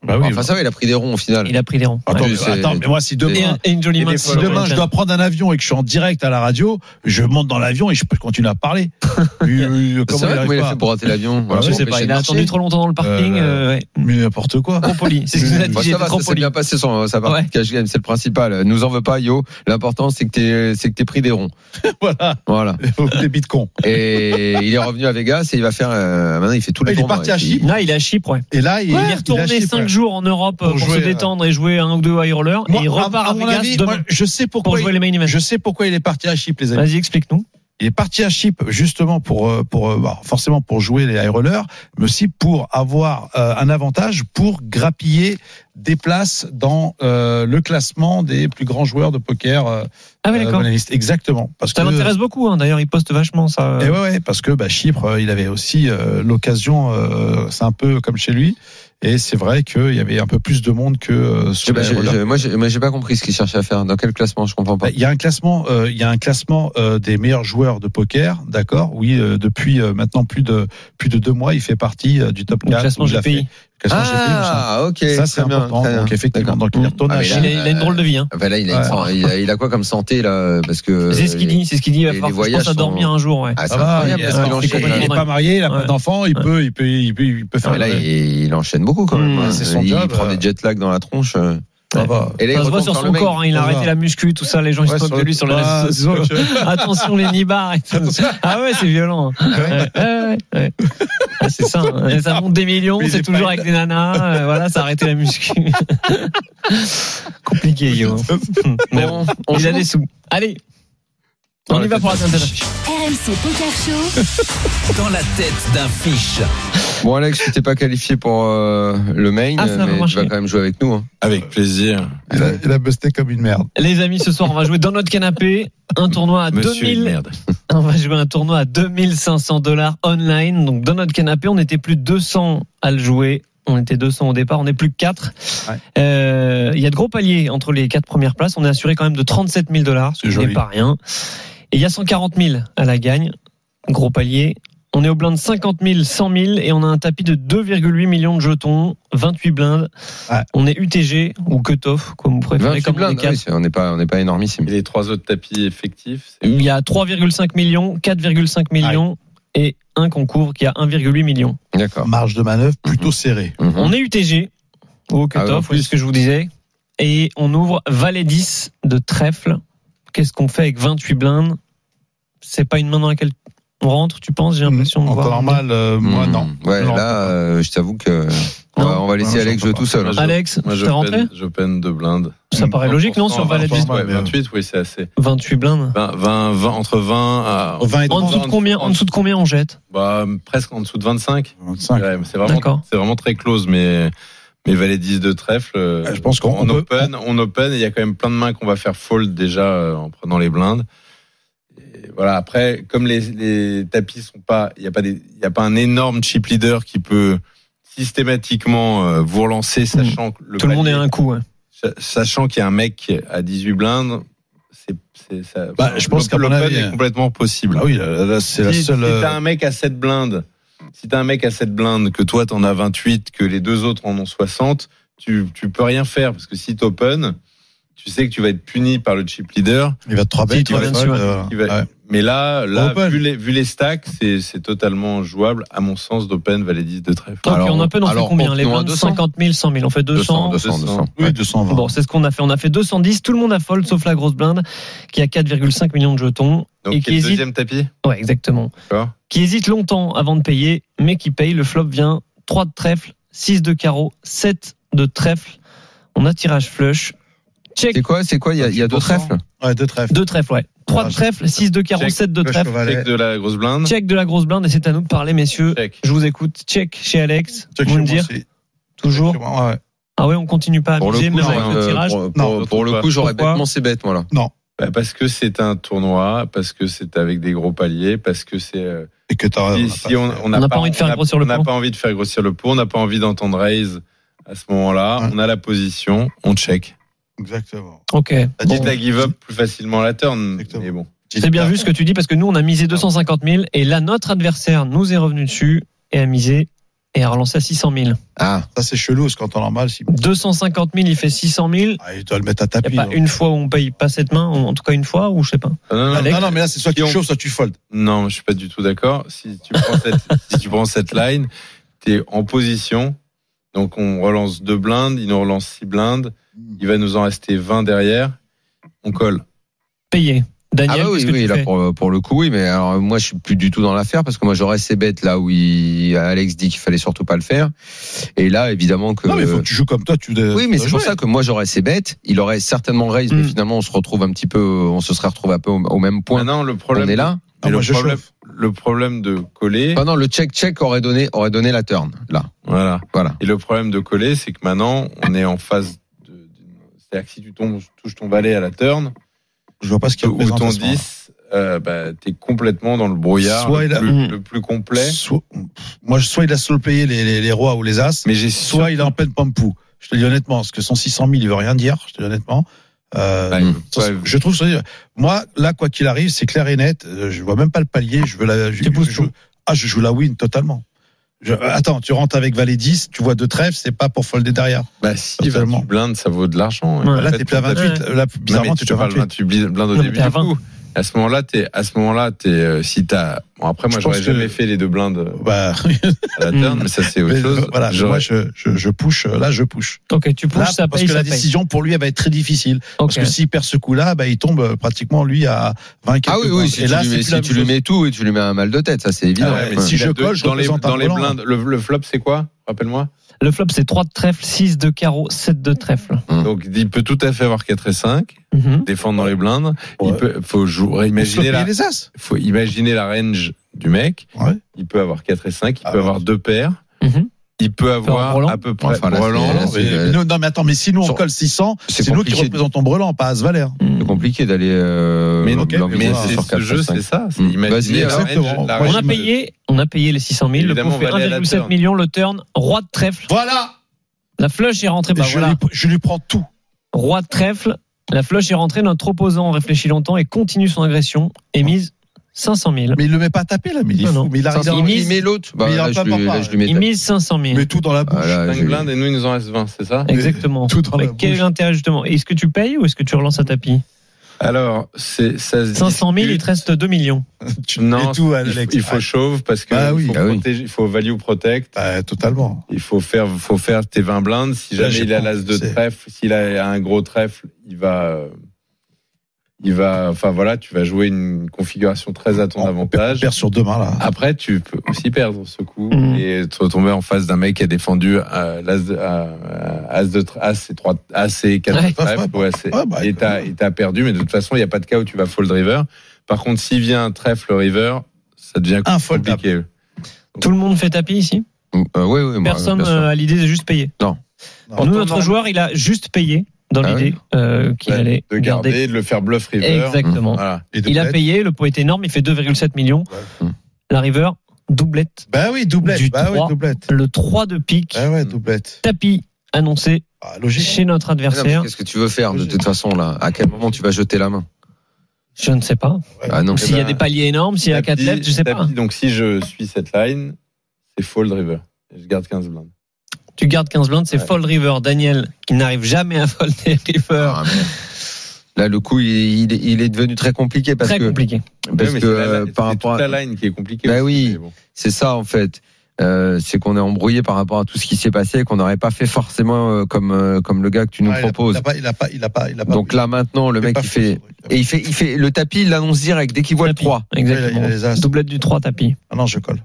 Speaker 2: Bah oui,
Speaker 1: enfin, ça va, il a pris des ronds au final.
Speaker 8: Il a pris des rangs.
Speaker 2: Attends,
Speaker 1: Ouais,
Speaker 2: mais-
Speaker 1: c'est-
Speaker 2: attends, mais moi, si
Speaker 8: Et,
Speaker 2: demain,
Speaker 8: un- et une jolie
Speaker 2: Et
Speaker 8: main.
Speaker 2: des fois, si demain je dois prendre un avion et que je suis en direct à la radio, je monte dans l'avion et je peux continuer à parler. Oui, oui, oui,
Speaker 1: C'est
Speaker 2: comment il
Speaker 1: vrai
Speaker 2: arrive
Speaker 1: comment il a
Speaker 2: pas
Speaker 1: fait pour rater l'avion Voilà,
Speaker 2: je
Speaker 1: pour
Speaker 2: sais pas,
Speaker 1: empêcher
Speaker 8: Il
Speaker 1: de
Speaker 8: a attendu
Speaker 1: marcher.
Speaker 8: trop longtemps dans le parking.
Speaker 2: Euh,
Speaker 8: euh, ouais.
Speaker 2: Mais n'importe quoi.
Speaker 8: Trop poli. C'est ce qu'il nous a dit.
Speaker 1: Bah,
Speaker 8: il
Speaker 1: ça
Speaker 8: était
Speaker 1: va,
Speaker 8: trop
Speaker 1: ça s'est
Speaker 8: poli.
Speaker 1: bien passé son, sa partie
Speaker 8: Ouais.
Speaker 1: de cash game, c'est le principal. Nous en veut pas, yo. L'important, c'est que t'aies, c'est que t'aies pris des ronds.
Speaker 2: Voilà,
Speaker 1: Voilà.
Speaker 2: des bits de cons.
Speaker 1: Et il est revenu à Vegas et il va faire, euh, maintenant, il fait tous les
Speaker 2: Ah, Il est
Speaker 1: tournois.
Speaker 2: parti à
Speaker 1: Et puis-
Speaker 2: Chypre.
Speaker 8: Non, il est à Chypre. ouais.
Speaker 2: Et là, il,
Speaker 8: il est
Speaker 2: il a
Speaker 8: retourné
Speaker 2: chiffré.
Speaker 8: cinq jours en Europe euh, pour,
Speaker 2: jouer, euh,
Speaker 8: se détendre et jouer un ou deux high rollers.
Speaker 2: Moi,
Speaker 8: et il repart à,
Speaker 2: mon
Speaker 8: Vegas
Speaker 2: avis,
Speaker 8: demain
Speaker 2: moi, je sais
Speaker 8: pour
Speaker 2: pourquoi.
Speaker 8: jouer les
Speaker 2: il-
Speaker 8: main events.
Speaker 2: Je sais pourquoi il est parti à Chypre, les amis.
Speaker 8: Vas-y, explique-nous.
Speaker 2: Il est parti à Chypre justement pour euh, pour euh, bah, forcément pour jouer les high rollers, mais aussi pour avoir euh, un avantage pour grappiller des places dans euh, le classement des plus grands joueurs de poker. euh,
Speaker 8: Ah ouais,
Speaker 2: euh,
Speaker 8: d'accord.
Speaker 2: dans la liste. Exactement. Parce
Speaker 8: Ça
Speaker 2: que
Speaker 8: m'intéresse beaucoup, hein. d'ailleurs, il poste vachement
Speaker 1: euh.
Speaker 8: ça.
Speaker 2: Et ouais, ouais, parce que bah, Chypre, euh, il avait aussi euh, l'occasion, euh, c'est un peu comme chez lui, et c'est vrai qu'il y avait un peu plus de monde que euh, sur
Speaker 1: Bah,
Speaker 2: les
Speaker 1: j'ai-
Speaker 2: rollers.
Speaker 1: j'ai- moi, j'ai moi, j'ai pas compris ce qu'il cherchait à faire. Dans quel classement Je comprends pas.
Speaker 2: Bah, Il y a un classement, euh, il y a un classement euh, des meilleurs joueurs de poker, d'accord Oui, euh, depuis euh, maintenant plus de plus de deux mois, il fait partie euh, du top
Speaker 8: Le
Speaker 2: 4
Speaker 8: classement
Speaker 2: ou de la
Speaker 8: GPI.
Speaker 2: fait- classement GPI, machin.
Speaker 1: ah, ok.
Speaker 2: ça c'est
Speaker 1: très bien,
Speaker 2: important.
Speaker 1: très bien.
Speaker 2: Donc effectivement,
Speaker 1: D'accord.
Speaker 2: donc il retourne
Speaker 1: Ah,
Speaker 2: à
Speaker 1: mais
Speaker 8: Il,
Speaker 1: là,
Speaker 8: a,
Speaker 2: Chypre.
Speaker 8: il a une drôle de vie. hein.
Speaker 1: Ah, bah là, il a, une
Speaker 2: Ouais.
Speaker 1: san- il, a, il a quoi comme santé là Parce que
Speaker 8: C'est ce qu'il dit, c'est ce qu'il dit. Il va
Speaker 1: les
Speaker 8: falloir, je pense,
Speaker 1: voyages
Speaker 8: à dormir
Speaker 1: sont-
Speaker 8: un jour. Ouais.
Speaker 1: Ah, c'est
Speaker 2: Ça va,
Speaker 1: incroyable
Speaker 2: bah, il-
Speaker 8: euh,
Speaker 1: parce qu'il
Speaker 8: c'est
Speaker 1: enchaîne.
Speaker 8: complètement
Speaker 2: il n'est
Speaker 8: dingue.
Speaker 2: pas marié, il n'a
Speaker 8: Ouais.
Speaker 2: pas d'enfant, il,
Speaker 8: Ouais.
Speaker 2: peut, il peut, il peut, il peut
Speaker 1: Non,
Speaker 2: faire.
Speaker 1: Ah,
Speaker 2: euh,
Speaker 1: mais là, il, il enchaîne beaucoup quand même.
Speaker 2: Mmh,
Speaker 1: hein.
Speaker 2: c'est son
Speaker 1: il
Speaker 2: job,
Speaker 1: prend
Speaker 2: euh.
Speaker 1: des jet lag dans la tronche. euh.
Speaker 2: Ça va.
Speaker 1: Et là, il
Speaker 8: Ça se voit
Speaker 1: retourne
Speaker 8: sur
Speaker 1: faire
Speaker 8: son
Speaker 1: le mec.
Speaker 8: corps, hein, il a
Speaker 2: Ça
Speaker 8: arrêté
Speaker 2: va.
Speaker 8: la muscu, tout ça, les gens ils
Speaker 2: Ouais,
Speaker 8: se moquent
Speaker 2: sur
Speaker 8: de
Speaker 2: le-
Speaker 8: lui sur les
Speaker 2: Bah,
Speaker 8: réseaux sociaux.
Speaker 2: disons que-
Speaker 8: Attention les nibards et tout. Ah ouais, c'est violent. Ouais, ouais, ouais. Ah, c'est ça, hein. Et ça monte des millions,
Speaker 2: Mais il
Speaker 8: c'est
Speaker 2: est
Speaker 8: toujours
Speaker 2: pas-
Speaker 8: avec des nanas, euh, voilà, ça a arrêté la muscu. Compliqué, Guillaume. Mais bon,
Speaker 1: Bon, on
Speaker 8: il a
Speaker 1: joue
Speaker 8: des sous. Allez, on y va pour la tête d'affiche.
Speaker 4: RMC Poker Show,
Speaker 6: Dans la tête d'un fiche.
Speaker 1: Bon, Alex, tu t'es pas qualifié pour euh, le main,
Speaker 8: Ah, ça va
Speaker 1: mais tu
Speaker 8: marcher.
Speaker 1: vas quand même jouer avec nous. hein.
Speaker 3: Avec plaisir.
Speaker 2: il, a, il a busté comme une merde.
Speaker 8: Les amis, ce soir, on va jouer dans notre canapé un tournoi à
Speaker 3: Monsieur,
Speaker 8: 2000
Speaker 3: merde.
Speaker 8: On va jouer un tournoi à 2500 dollars online. Donc, dans notre canapé, on était plus de 200 à le jouer. On était 200 au départ, on est plus que 4.
Speaker 2: Ouais.
Speaker 8: Euh, Il y a de gros paliers entre les 4 premières places. On est assuré quand même de 37 000 dollars, ce
Speaker 3: C'est
Speaker 8: qui n'est
Speaker 3: joli.
Speaker 8: pas rien. Et il y a 140 000 à la gagne. Gros palier. On est au blind 50 000, 100 000 et on a un tapis de 2,8 millions de jetons, 28 blindes.
Speaker 2: Ouais.
Speaker 8: On est UTG ou cutoff, comme vous préférez,
Speaker 1: 28
Speaker 8: comme on est
Speaker 1: blindes,
Speaker 8: quatre.
Speaker 1: oui, c'est- on n'est pas, on n'est pas énormissime.
Speaker 3: Et les trois autres tapis effectifs, c'est
Speaker 8: Il y a 3,5 millions, 4,5 millions et un concours qui a 1,8 million.
Speaker 1: D'accord.
Speaker 2: Marge de manœuvre plutôt serrée.
Speaker 1: Mhm.
Speaker 8: On est UTG au
Speaker 1: Ah ouais, en
Speaker 8: cut-off,
Speaker 1: plus.
Speaker 8: c'est ce que je vous disais. Et on ouvre valet 10 de trèfle. Qu'est-ce qu'on fait avec 28 blindes C'est pas une main dans laquelle on rentre, tu penses
Speaker 1: Mmh,
Speaker 8: J'ai l'impression de
Speaker 2: en temps
Speaker 8: voir.
Speaker 2: normal, euh, moi
Speaker 1: Mhm.
Speaker 2: non.
Speaker 1: Ouais,
Speaker 2: Non,
Speaker 1: là, euh, je t'avoue que on
Speaker 8: Non.
Speaker 1: va, on va laisser
Speaker 2: Non,
Speaker 1: Alex
Speaker 2: j'entends
Speaker 1: jouer
Speaker 2: pas.
Speaker 1: tout seul. hein.
Speaker 8: Alex,
Speaker 3: Moi,
Speaker 8: t'es rentré
Speaker 3: j'open, j'open de blindes.
Speaker 8: Ça paraît logique, non, sur valet 10
Speaker 2: 20,
Speaker 3: Ouais,
Speaker 2: mais-
Speaker 3: 28, oui, c'est assez.
Speaker 8: 28 blindes.
Speaker 3: 20, 20, 20, entre 20 à.
Speaker 2: Au 20 et
Speaker 8: En
Speaker 2: 30,
Speaker 8: dessous de combien, en dessous de combien on jette
Speaker 3: bah, presque en dessous de 25.
Speaker 2: 25.
Speaker 3: Ouais, mais c'est
Speaker 8: D'accord.
Speaker 3: vraiment, c'est vraiment très close, mais, mais valet 10 de trèfle. euh,
Speaker 2: Ah, je pense qu'on- on
Speaker 3: on
Speaker 2: peut-
Speaker 3: open, on open, et il y a quand même plein de mains qu'on va faire fold déjà euh, en prenant les blindes. Et voilà. Après, comme les, les tapis sont pas, il n'y a pas des, il y a pas un énorme chip leader qui peut systématiquement euh, vous relancer, sachant que le
Speaker 8: Hmm. Tout le monde est
Speaker 3: palier-
Speaker 8: à un coup. ouais.
Speaker 3: Sa- Sachant qu'il y a un mec à 18 blindes, c'est, c'est ça.
Speaker 2: Bah, je pense qu'à mon
Speaker 3: l'open
Speaker 2: avis,
Speaker 3: est
Speaker 2: euh,
Speaker 3: complètement possible.
Speaker 2: Ah oui, là, là, c'est la
Speaker 3: si,
Speaker 2: seule.
Speaker 3: si
Speaker 2: euh,
Speaker 3: t'as un mec à 7 blindes, si t'as un mec à 7 blindes, que toi t'en as 28, que les deux autres en ont 60, tu, tu peux rien faire parce que si t'open, tu sais que tu vas être puni par le chip leader.
Speaker 2: Il va te 3
Speaker 8: Si,
Speaker 2: bêtes, il
Speaker 8: trois
Speaker 2: va
Speaker 8: bêtes,
Speaker 2: te
Speaker 8: ouais.
Speaker 2: euh,
Speaker 3: qui va-
Speaker 2: ouais.
Speaker 3: Mais là, là
Speaker 2: Open.
Speaker 3: vu, les, vu les stacks, c'est, c'est totalement jouable, à mon sens, d'open valet 10 de trèfle.
Speaker 8: Donc
Speaker 1: Alors,
Speaker 8: en open, on fait
Speaker 1: alors,
Speaker 8: combien Les
Speaker 1: continuons à
Speaker 8: blindes
Speaker 1: 200.
Speaker 8: 50 000, 100 000. On fait 200,
Speaker 1: 200, 200.
Speaker 2: Oui, 220.
Speaker 8: Bon, c'est ce qu'on a fait. On a fait 210. Tout le monde a fold, sauf la grosse blinde, qui a 4,5 millions de jetons.
Speaker 3: Donc,
Speaker 8: et
Speaker 3: qui est
Speaker 8: qui
Speaker 3: le
Speaker 8: hésite.
Speaker 3: deuxième tapis?
Speaker 8: Ouais, exactement.
Speaker 3: D'accord.
Speaker 8: Qui hésite longtemps avant de payer, mais qui paye. Le flop vient 3 de trèfle, 6 de carreau, 7 de trèfle. On a tirage flush. Check.
Speaker 1: C'est quoi C'est quoi Il y a, il y a deux
Speaker 2: 28%.
Speaker 1: trèfles.
Speaker 2: Ouais, deux trèfles.
Speaker 8: 2 trèfles, ouais. 3 de trèfle, 6 de carreau,
Speaker 3: Check.
Speaker 8: 7 de
Speaker 2: Cloche
Speaker 8: trèfle.
Speaker 2: au valet.
Speaker 3: Check de la grosse blinde.
Speaker 8: Check de la grosse blinde. Et c'est à nous de parler, messieurs.
Speaker 3: Check.
Speaker 8: Je vous écoute. Check chez Alex.
Speaker 2: Check
Speaker 8: vous
Speaker 2: chez
Speaker 8: me
Speaker 2: moi
Speaker 8: dire
Speaker 2: aussi.
Speaker 8: toujours.
Speaker 2: Chez moi, ouais.
Speaker 8: Ah ouais, on continue pas à
Speaker 1: Pour le
Speaker 8: miser,
Speaker 1: coup,
Speaker 8: même
Speaker 2: non,
Speaker 8: avec
Speaker 1: j'aurais,
Speaker 8: le
Speaker 1: euh,
Speaker 8: tirage.
Speaker 1: pour-
Speaker 2: Non,
Speaker 1: pour- pour le coup, j'aurais
Speaker 8: Pourquoi
Speaker 1: bêtement c'est bête, moi là.
Speaker 3: Bah, parce que c'est un tournoi, parce que c'est avec des gros paliers, parce que c'est. euh,
Speaker 2: Et que t'as.
Speaker 3: si- si on
Speaker 8: On
Speaker 3: n'a
Speaker 8: n'a pas envie de faire
Speaker 3: on n'a-
Speaker 8: grossir le
Speaker 3: On n'a
Speaker 8: pot.
Speaker 3: pas envie de faire grossir le pot, on n'a pas envie d'entendre raise à ce moment-là.
Speaker 2: Ouais.
Speaker 3: On a la position, on check.
Speaker 2: Exactement.
Speaker 8: Ok.
Speaker 2: T'as dit
Speaker 8: Bon.
Speaker 3: Dites la give up plus facilement à la turn.
Speaker 2: Exactement.
Speaker 3: Mais bon.
Speaker 8: C'est bien vu ce que tu dis parce que nous on a misé 250 000 et là notre adversaire nous est revenu dessus et a misé et a relancé à 600 000.
Speaker 1: Ah,
Speaker 2: Ça, c'est chelou, ce qu'en temps normal, si.
Speaker 8: 250 000 il fait 600 000.
Speaker 2: Ah, il doit le mettre à
Speaker 8: Il
Speaker 2: tapis.
Speaker 8: n'y a
Speaker 2: donc.
Speaker 8: pas une fois où on paye pas cette main, ou en tout cas une fois ou je sais pas.
Speaker 3: Ah, Non, non,
Speaker 2: Non,
Speaker 3: non,
Speaker 8: Alex.
Speaker 2: non, non, mais là, c'est soit tu
Speaker 3: Si on-
Speaker 2: chauffes, soit tu foldes.
Speaker 3: non, je suis pas du tout d'accord. Si tu prends cette, si tu prends cette line, t'es en position. Donc on relance deux blindes, il nous relance six blindes. Il va nous en rester 20 derrière. On colle.
Speaker 8: Payé. Daniel,
Speaker 1: ah bah oui,
Speaker 8: qu'est-ce que
Speaker 1: oui,
Speaker 8: tu
Speaker 1: là
Speaker 8: fais
Speaker 1: pour, pour le coup, oui, mais alors moi je suis plus du tout dans l'affaire parce que moi j'aurais ces bêtes là où il- Alex dit qu'il fallait surtout pas le faire. Et là, évidemment que.
Speaker 2: Non, mais faut que tu joues comme toi. Tu
Speaker 1: Oui, mais c'est pour ça que moi j'aurais ces bêtes. Il aurait certainement raise, mais
Speaker 8: Mm.
Speaker 1: finalement on se retrouve un petit peu, on se serait retrouvé un peu au, au même point.
Speaker 3: Maintenant, le problème.
Speaker 1: on est là.
Speaker 2: Ah,
Speaker 3: mais le,
Speaker 2: moi, je
Speaker 3: problème le problème de coller.
Speaker 1: Ah non, le check check aurait donné aurait donné la turn là.
Speaker 3: Voilà.
Speaker 1: Voilà.
Speaker 3: Et le problème de coller, c'est que maintenant, on est en phase de. d'une- C'est-à-dire que si tu tombes, touches ton valet à la turn,
Speaker 2: Je vois pas ce qu'il y a de
Speaker 3: ou
Speaker 2: plaisant
Speaker 3: ton
Speaker 2: à ce moment-là.
Speaker 3: 10, euh, bah, t'es complètement dans le brouillard
Speaker 2: Soit il
Speaker 3: le,
Speaker 2: a-
Speaker 3: plus,
Speaker 8: Mhm.
Speaker 3: le plus complet.
Speaker 2: Soit- moi, je- soit il a solo payé les, les, les rois ou les as,
Speaker 3: Mais j'ai
Speaker 2: soit il est en pleine pampou. Je te dis honnêtement, parce que son 600 000, il veut rien dire. Je te dis honnêtement. Euh,
Speaker 3: Ouais,
Speaker 2: ça,
Speaker 3: ouais.
Speaker 2: je trouve ça. Moi, là, quoi qu'il arrive, c'est clair et net. euh, Je vois même pas le palier. Je veux la. Je,
Speaker 8: Tu pousses
Speaker 2: je-
Speaker 8: tout.
Speaker 2: ah, je joue la win totalement. Je- attends, tu rentres avec valet 10, tu vois deux trèfles, c'est pas pour folder derrière.
Speaker 3: Bah, si,
Speaker 2: Totalement.
Speaker 3: 28 blindes, ça vaut de l'argent.
Speaker 8: Ouais.
Speaker 3: En
Speaker 2: Là,
Speaker 3: fait,
Speaker 2: t'es plus à
Speaker 3: t'as-
Speaker 2: 28. Là, bizarrement,
Speaker 3: non, mais
Speaker 2: tu
Speaker 3: tu
Speaker 2: es
Speaker 3: te
Speaker 2: à
Speaker 3: parles
Speaker 2: 28.
Speaker 3: 28 bli- blindes au
Speaker 8: Non, mais
Speaker 3: début
Speaker 8: t'es à
Speaker 3: du
Speaker 8: 20.
Speaker 3: coup. À ce moment-là, t'es, à ce moment-là, t'es, euh, si t'as, bon après, moi,
Speaker 2: Je
Speaker 3: j'aurais
Speaker 2: pense
Speaker 3: jamais
Speaker 2: que-
Speaker 3: fait les deux blindes euh,
Speaker 2: Bah,
Speaker 3: à la
Speaker 8: Mm.
Speaker 3: turn, mais ça, c'est autre
Speaker 2: mais, euh,
Speaker 3: chose.
Speaker 2: voilà,
Speaker 3: J'aurais-
Speaker 2: moi, je, je, je push. euh, Là, je push.
Speaker 8: Ok, tu
Speaker 2: Là,
Speaker 8: pousses, ça
Speaker 2: parce
Speaker 8: paye,
Speaker 2: que
Speaker 8: ça
Speaker 2: la
Speaker 8: paye.
Speaker 2: décision pour lui, elle va être très difficile.
Speaker 8: Ok.
Speaker 2: Parce que s'il perd ce coup-là, bah, il tombe euh, pratiquement lui à 20
Speaker 1: Ah oui, oui,
Speaker 2: points.
Speaker 1: si
Speaker 2: Et
Speaker 1: tu,
Speaker 2: là,
Speaker 1: lui
Speaker 2: c'est
Speaker 1: mets,
Speaker 2: plus la
Speaker 1: si
Speaker 2: même
Speaker 1: tu lui
Speaker 2: chose.
Speaker 1: mets tout, et tu lui mets un mal de tête, ça c'est évident.
Speaker 3: Ah ouais, mais
Speaker 1: Ouais.
Speaker 2: si je
Speaker 3: t'as deux-
Speaker 2: colle, je
Speaker 3: dans les,
Speaker 2: représente un
Speaker 3: dans les
Speaker 2: volant.
Speaker 3: blindes, le, le flop, c'est quoi? Rappelle-moi.
Speaker 8: Le flop, c'est 3 de trèfle, 6 de carreau, 7 de trèfle.
Speaker 3: Donc, il peut tout à fait avoir 4 et 5,
Speaker 8: Mhm.
Speaker 3: défendre dans les blindes. Il
Speaker 2: Ouais.
Speaker 3: peut, faut jouer,
Speaker 2: Pour se
Speaker 3: imaginer
Speaker 2: payer
Speaker 3: la,
Speaker 2: les as.
Speaker 3: faut imaginer la range du mec.
Speaker 2: Ouais.
Speaker 3: Il peut avoir 4 et 5, il
Speaker 2: Ah
Speaker 3: peut
Speaker 2: ouais.
Speaker 3: avoir deux paires,
Speaker 8: Mhm.
Speaker 3: il peut
Speaker 8: avoir
Speaker 3: avoir
Speaker 8: Roland
Speaker 3: à peu près
Speaker 1: Enfin, là, c'est-
Speaker 3: Roland.
Speaker 1: là, c'est-
Speaker 2: Mais- mais non, non, mais attends, mais si nous on
Speaker 1: Sur-
Speaker 2: colle 600,
Speaker 1: c'est
Speaker 2: c'est nous qui
Speaker 1: compliqué.
Speaker 2: représentons Brelan, pas As-Valère.
Speaker 1: C'est compliqué d'aller. Euh,
Speaker 3: Mais,
Speaker 2: ok,
Speaker 1: l'ambiance
Speaker 3: mais
Speaker 2: voilà.
Speaker 3: c'est
Speaker 1: sur
Speaker 3: ce jeu,
Speaker 1: 4-5.
Speaker 3: c'est ça. c'est
Speaker 1: Mm.
Speaker 3: imaginer
Speaker 1: Vas-y,
Speaker 3: la
Speaker 2: exactement.
Speaker 3: range-
Speaker 2: Moi,
Speaker 3: la
Speaker 8: On
Speaker 3: range
Speaker 8: a
Speaker 2: je-
Speaker 8: payé, on a payé les 600 000, le
Speaker 3: Évidemment,
Speaker 8: pauvre fait
Speaker 3: on va aller à la
Speaker 8: 1,7
Speaker 3: turn.
Speaker 8: million, le turn, roi de trèfle.
Speaker 2: Voilà
Speaker 8: La flush est rentrée, bah
Speaker 2: je,
Speaker 8: voilà.
Speaker 2: lui, je lui prends tout.
Speaker 8: Roi de trèfle, la flush est rentrée, notre opposant réfléchit longtemps et continue son agression et mise 500 000.
Speaker 2: Mais il le met pas à taper là, mais il est
Speaker 8: Non,
Speaker 2: fou.
Speaker 8: non.
Speaker 2: Mais il arrive
Speaker 1: Cinq cents,
Speaker 8: il
Speaker 1: il
Speaker 8: mise-
Speaker 1: met l'autre. Bah,
Speaker 2: mais il en
Speaker 1: là, je
Speaker 2: tape
Speaker 1: lui-
Speaker 2: pas,
Speaker 1: là,
Speaker 2: ouais.
Speaker 1: je lui mets.
Speaker 8: Il mise 500 000.
Speaker 2: met tout dans la bouche.
Speaker 1: Ah, là,
Speaker 3: 5
Speaker 1: j'ai-
Speaker 3: blindes et nous, il nous en reste 20, c'est ça
Speaker 8: Exactement.
Speaker 2: Tout dans la
Speaker 8: Mais quel est
Speaker 2: bouche.
Speaker 8: l'intérêt justement Est-ce que tu payes ou est-ce que tu relances à tapis
Speaker 3: Alors, c'est, ça se
Speaker 8: 500 000, il
Speaker 3: discute.
Speaker 8: te reste 2 millions.
Speaker 2: Tu
Speaker 3: Non,
Speaker 2: mets tout,
Speaker 3: il faut,
Speaker 2: Alex.
Speaker 3: il faut chauve parce que
Speaker 2: Ah
Speaker 3: il
Speaker 2: oui,
Speaker 3: faut
Speaker 1: ah oui.
Speaker 3: protéger- il faut value protect.
Speaker 2: Ah, totalement.
Speaker 3: Il faut faire, faut faire tes 20 blindes. Si
Speaker 2: Là,
Speaker 3: jamais
Speaker 2: j'ai
Speaker 3: il a
Speaker 2: pas-
Speaker 3: l'as de
Speaker 2: c'est-
Speaker 3: trèfle, s'il a un gros trèfle, il va, euh, il va, enfin voilà, tu vas jouer une configuration très à ton
Speaker 2: On- on perd- On
Speaker 3: avantage.
Speaker 2: perd sur deux mains là.
Speaker 8: Ah,
Speaker 3: Après, tu peux aussi perdre ce coup
Speaker 8: Mhm.
Speaker 3: et te retrouver en face d'un mec qui a défendu euh, l'as de, euh, as de tra- as et trois, as et quatre
Speaker 8: Ouais.
Speaker 3: de trèfle, ou as et-
Speaker 2: Ouais, bah,
Speaker 3: et t'as, et t'as perdu. Mais de toute façon, il n'y a pas de cas où tu vas fold river. Par contre, s'il vient un trèfle river, ça devient
Speaker 2: Infoldable.
Speaker 3: compliqué.
Speaker 8: Tout le monde fait tapis ici
Speaker 1: Euh, oui, oui, moi,
Speaker 8: Personne
Speaker 1: bien sûr.
Speaker 8: euh, a l'idée de juste payer.
Speaker 2: Quand
Speaker 8: Nous,
Speaker 2: on
Speaker 8: notre
Speaker 2: en-
Speaker 8: joueur, il a juste payé dans
Speaker 1: Ah
Speaker 8: l'idée euh, qu'il
Speaker 3: Ouais,
Speaker 8: allait
Speaker 3: Ben, de garder, Mmh. de le faire bluff river.
Speaker 8: Exactement.
Speaker 3: Voilà.
Speaker 2: et de
Speaker 8: Il a
Speaker 2: mettre-
Speaker 8: payé, le pot est énorme, il fait 2,7 millions.
Speaker 1: Ouais.
Speaker 8: La river, doublette.
Speaker 2: Bah oui,
Speaker 8: Du
Speaker 2: doublette. Bah oui,
Speaker 8: trois.
Speaker 2: doublette.
Speaker 8: Le 3 de pique,
Speaker 2: Ah ouais, doublette.
Speaker 8: tapis annoncé
Speaker 2: Ah, logique.
Speaker 8: chez notre
Speaker 1: Ah non, mais
Speaker 8: adversaire.
Speaker 1: Qu'est-ce que tu veux faire de toute façon là À quel moment tu vas jeter la main
Speaker 8: Je ne sais pas.
Speaker 1: Ah non.
Speaker 8: S'il y a
Speaker 3: ben,
Speaker 8: des paliers énormes, s'il y a 4
Speaker 3: Tapis,
Speaker 8: left, je ne sais pas. hein.
Speaker 3: tapis. Donc si je suis cette line, c'est fold river. Et Je garde 15 blindes.
Speaker 8: Tu gardes 15 blindes, c'est
Speaker 3: Ouais.
Speaker 8: Fold River. Daniel, qui n'arrive jamais à folder River.
Speaker 1: Ah, mais Là, le coup, il, il est- il est devenu très compliqué parce
Speaker 8: Très
Speaker 1: que,
Speaker 8: compliqué.
Speaker 1: parce
Speaker 3: Ouais, mais
Speaker 1: que
Speaker 3: c'est la-
Speaker 1: euh,
Speaker 3: c'est
Speaker 1: par rapport
Speaker 3: toute
Speaker 1: à,
Speaker 3: la line qui est compliquée.
Speaker 1: Bah
Speaker 3: aussi,
Speaker 1: oui.
Speaker 3: mais bon.
Speaker 1: c'est ça en fait. Euh, c'est qu'on est embrouillé par rapport à tout ce qui s'est passé et qu'on n'aurait pas fait forcément euh, comme euh, comme le gars que tu nous
Speaker 2: Ah, il a-
Speaker 1: proposes.
Speaker 2: Il a pas, il a pas, il a pas, il a pas.
Speaker 1: Donc là maintenant, le
Speaker 2: il a
Speaker 1: mec
Speaker 2: Ah, pas
Speaker 1: il fait
Speaker 2: son truc.
Speaker 1: et il fait il fait le tapis, il l'annonce direct dès qu'il voit le
Speaker 8: Tapis.
Speaker 1: 3.
Speaker 8: Exactement.
Speaker 2: Il a- il a les as.
Speaker 8: Doublette du 3 tapis.
Speaker 2: Ah non, je colle.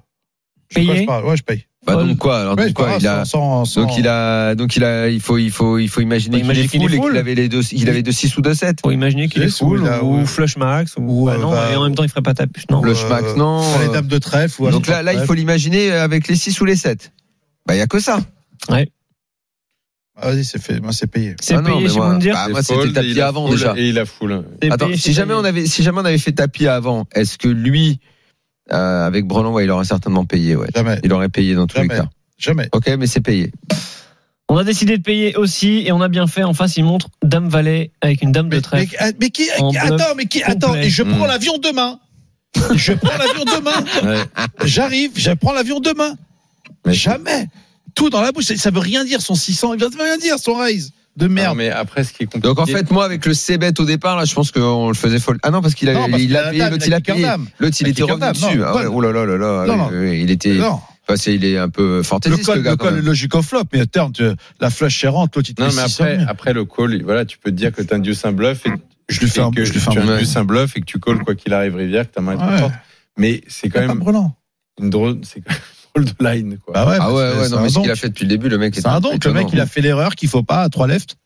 Speaker 2: Je
Speaker 8: Payé
Speaker 2: colle, je parle. Ouais, je paye.
Speaker 1: Bah
Speaker 8: Fold.
Speaker 1: donc quoi Alors
Speaker 2: Ouais,
Speaker 1: donc quoi
Speaker 2: je
Speaker 1: Il a
Speaker 2: parle, sans- sans-
Speaker 1: donc il a donc il a il faut il faut il faut
Speaker 8: Faut
Speaker 1: imaginer qu'il est
Speaker 8: imaginer qu'il
Speaker 1: full
Speaker 8: est
Speaker 1: et
Speaker 8: full.
Speaker 1: qu'il avait les deux il avait deux 6 ou deux 7.
Speaker 8: Faut imaginer qu'il
Speaker 2: C'est
Speaker 8: est full
Speaker 2: ou il a-
Speaker 8: ou
Speaker 2: ou-
Speaker 8: flush max ou,
Speaker 2: ou,
Speaker 8: ah non,
Speaker 2: bah,
Speaker 8: et en même temps il ferait pas tapis. Non.
Speaker 1: Le
Speaker 2: Euh,
Speaker 1: schmack non.
Speaker 2: sans les
Speaker 1: euh,
Speaker 2: dames de trèfle. ou
Speaker 1: Donc là, là, il faut l'imaginer avec les 6 ou les 7. Bah, il n'y a que ça.
Speaker 2: Ah, Vas-y, c'est fait. Moi, c'est payé.
Speaker 8: C'est
Speaker 1: Ah non,
Speaker 8: payé
Speaker 1: mais
Speaker 8: chez
Speaker 1: moi-
Speaker 8: Moundir.
Speaker 1: bah,
Speaker 3: Il
Speaker 1: moi, c'était
Speaker 3: fold,
Speaker 1: tapis
Speaker 3: il a
Speaker 1: avant,
Speaker 3: full
Speaker 1: déjà.
Speaker 3: Et il a full.
Speaker 8: C'est
Speaker 1: Attends,
Speaker 8: payé
Speaker 1: si
Speaker 8: chez
Speaker 1: jamais on
Speaker 8: Moundir.
Speaker 1: avait, si jamais on avait fait tapis avant, est-ce que lui, euh, avec Brelan, ouais, il aurait certainement payé, ouais.
Speaker 2: Jamais.
Speaker 1: Il aurait payé dans tous les
Speaker 2: Jamais.
Speaker 1: cas.
Speaker 2: Jamais.
Speaker 1: Ok, mais c'est payé.
Speaker 8: On a décidé de payer aussi et on a bien fait. En face, il montre Dame Valet avec une Dame de
Speaker 2: Mais,
Speaker 8: trèfle.
Speaker 2: mais- mais qui,
Speaker 8: En bluff
Speaker 2: attends, mais qui, attends,
Speaker 8: complet.
Speaker 2: et je
Speaker 1: Hmm.
Speaker 2: prends
Speaker 3: Mm.
Speaker 2: l'avion demain. je prends l'avion demain.
Speaker 1: Ah,
Speaker 3: Ouais.
Speaker 2: J'arrive, je prends l'avion demain.
Speaker 3: Mais-
Speaker 2: Jamais. Tout dans la bouche. Ça veut rien dire, son 600. Ça veut rien dire, son raise. De
Speaker 3: Non,
Speaker 2: merde.
Speaker 3: mais après, ce qui est compliqué.
Speaker 1: Donc, en fait, moi, avec le C-bet au départ, là, je pense qu'on le faisait folle. Ah non, parce qu'il
Speaker 2: Non,
Speaker 1: avait,
Speaker 2: parce
Speaker 1: il
Speaker 2: qu'il a
Speaker 1: a
Speaker 2: la
Speaker 1: payé,
Speaker 2: dame,
Speaker 1: l'autre,
Speaker 2: il
Speaker 1: il
Speaker 2: a
Speaker 1: a
Speaker 2: kicker
Speaker 1: payé.
Speaker 2: dame.
Speaker 1: L'autre, il
Speaker 2: La
Speaker 1: était
Speaker 2: kicker
Speaker 1: revenu
Speaker 2: dame,
Speaker 1: dessus.
Speaker 2: non,
Speaker 1: Ah ouais,
Speaker 2: bonne.
Speaker 1: Oh là là là là.
Speaker 2: Non,
Speaker 1: oui,
Speaker 2: non.
Speaker 1: oui, oui, Il était,
Speaker 2: Non.
Speaker 1: enfin, c'est, il est un peu
Speaker 2: Le
Speaker 1: fantaisiste,
Speaker 2: col,
Speaker 1: le gars,
Speaker 2: le
Speaker 1: quand
Speaker 2: col est
Speaker 1: même.
Speaker 2: logique au flop, mais attends, tu- la flush est rentre, l'autre il te
Speaker 3: Non,
Speaker 2: fait
Speaker 3: mais
Speaker 2: 600
Speaker 3: après,
Speaker 2: 000.
Speaker 3: après le call, voilà, tu peux te dire que t'induces un bluff et,
Speaker 2: Je lui fais
Speaker 3: et
Speaker 2: un-
Speaker 3: que
Speaker 2: je lui fais
Speaker 3: tu
Speaker 2: un
Speaker 3: as
Speaker 2: mail.
Speaker 3: plus un bluff et que tu colles quoi qu'il arrive Rivière, que ta main est
Speaker 2: Ouais.
Speaker 3: contente. Mais c'est quand
Speaker 2: Pas
Speaker 3: même
Speaker 2: brûlant.
Speaker 3: une drôle, c'est quand même une drôle de line quoi.
Speaker 2: Bah ouais,
Speaker 1: Ah
Speaker 2: bah,
Speaker 1: ouais,
Speaker 2: c'est-
Speaker 1: ouais,
Speaker 2: c'est
Speaker 1: non,
Speaker 2: un
Speaker 1: mais ce
Speaker 2: don.
Speaker 1: qu'il a fait depuis le début, le mec.
Speaker 2: C'est un don. Le mec, il a fait l'erreur qu'il faut pas à trois left,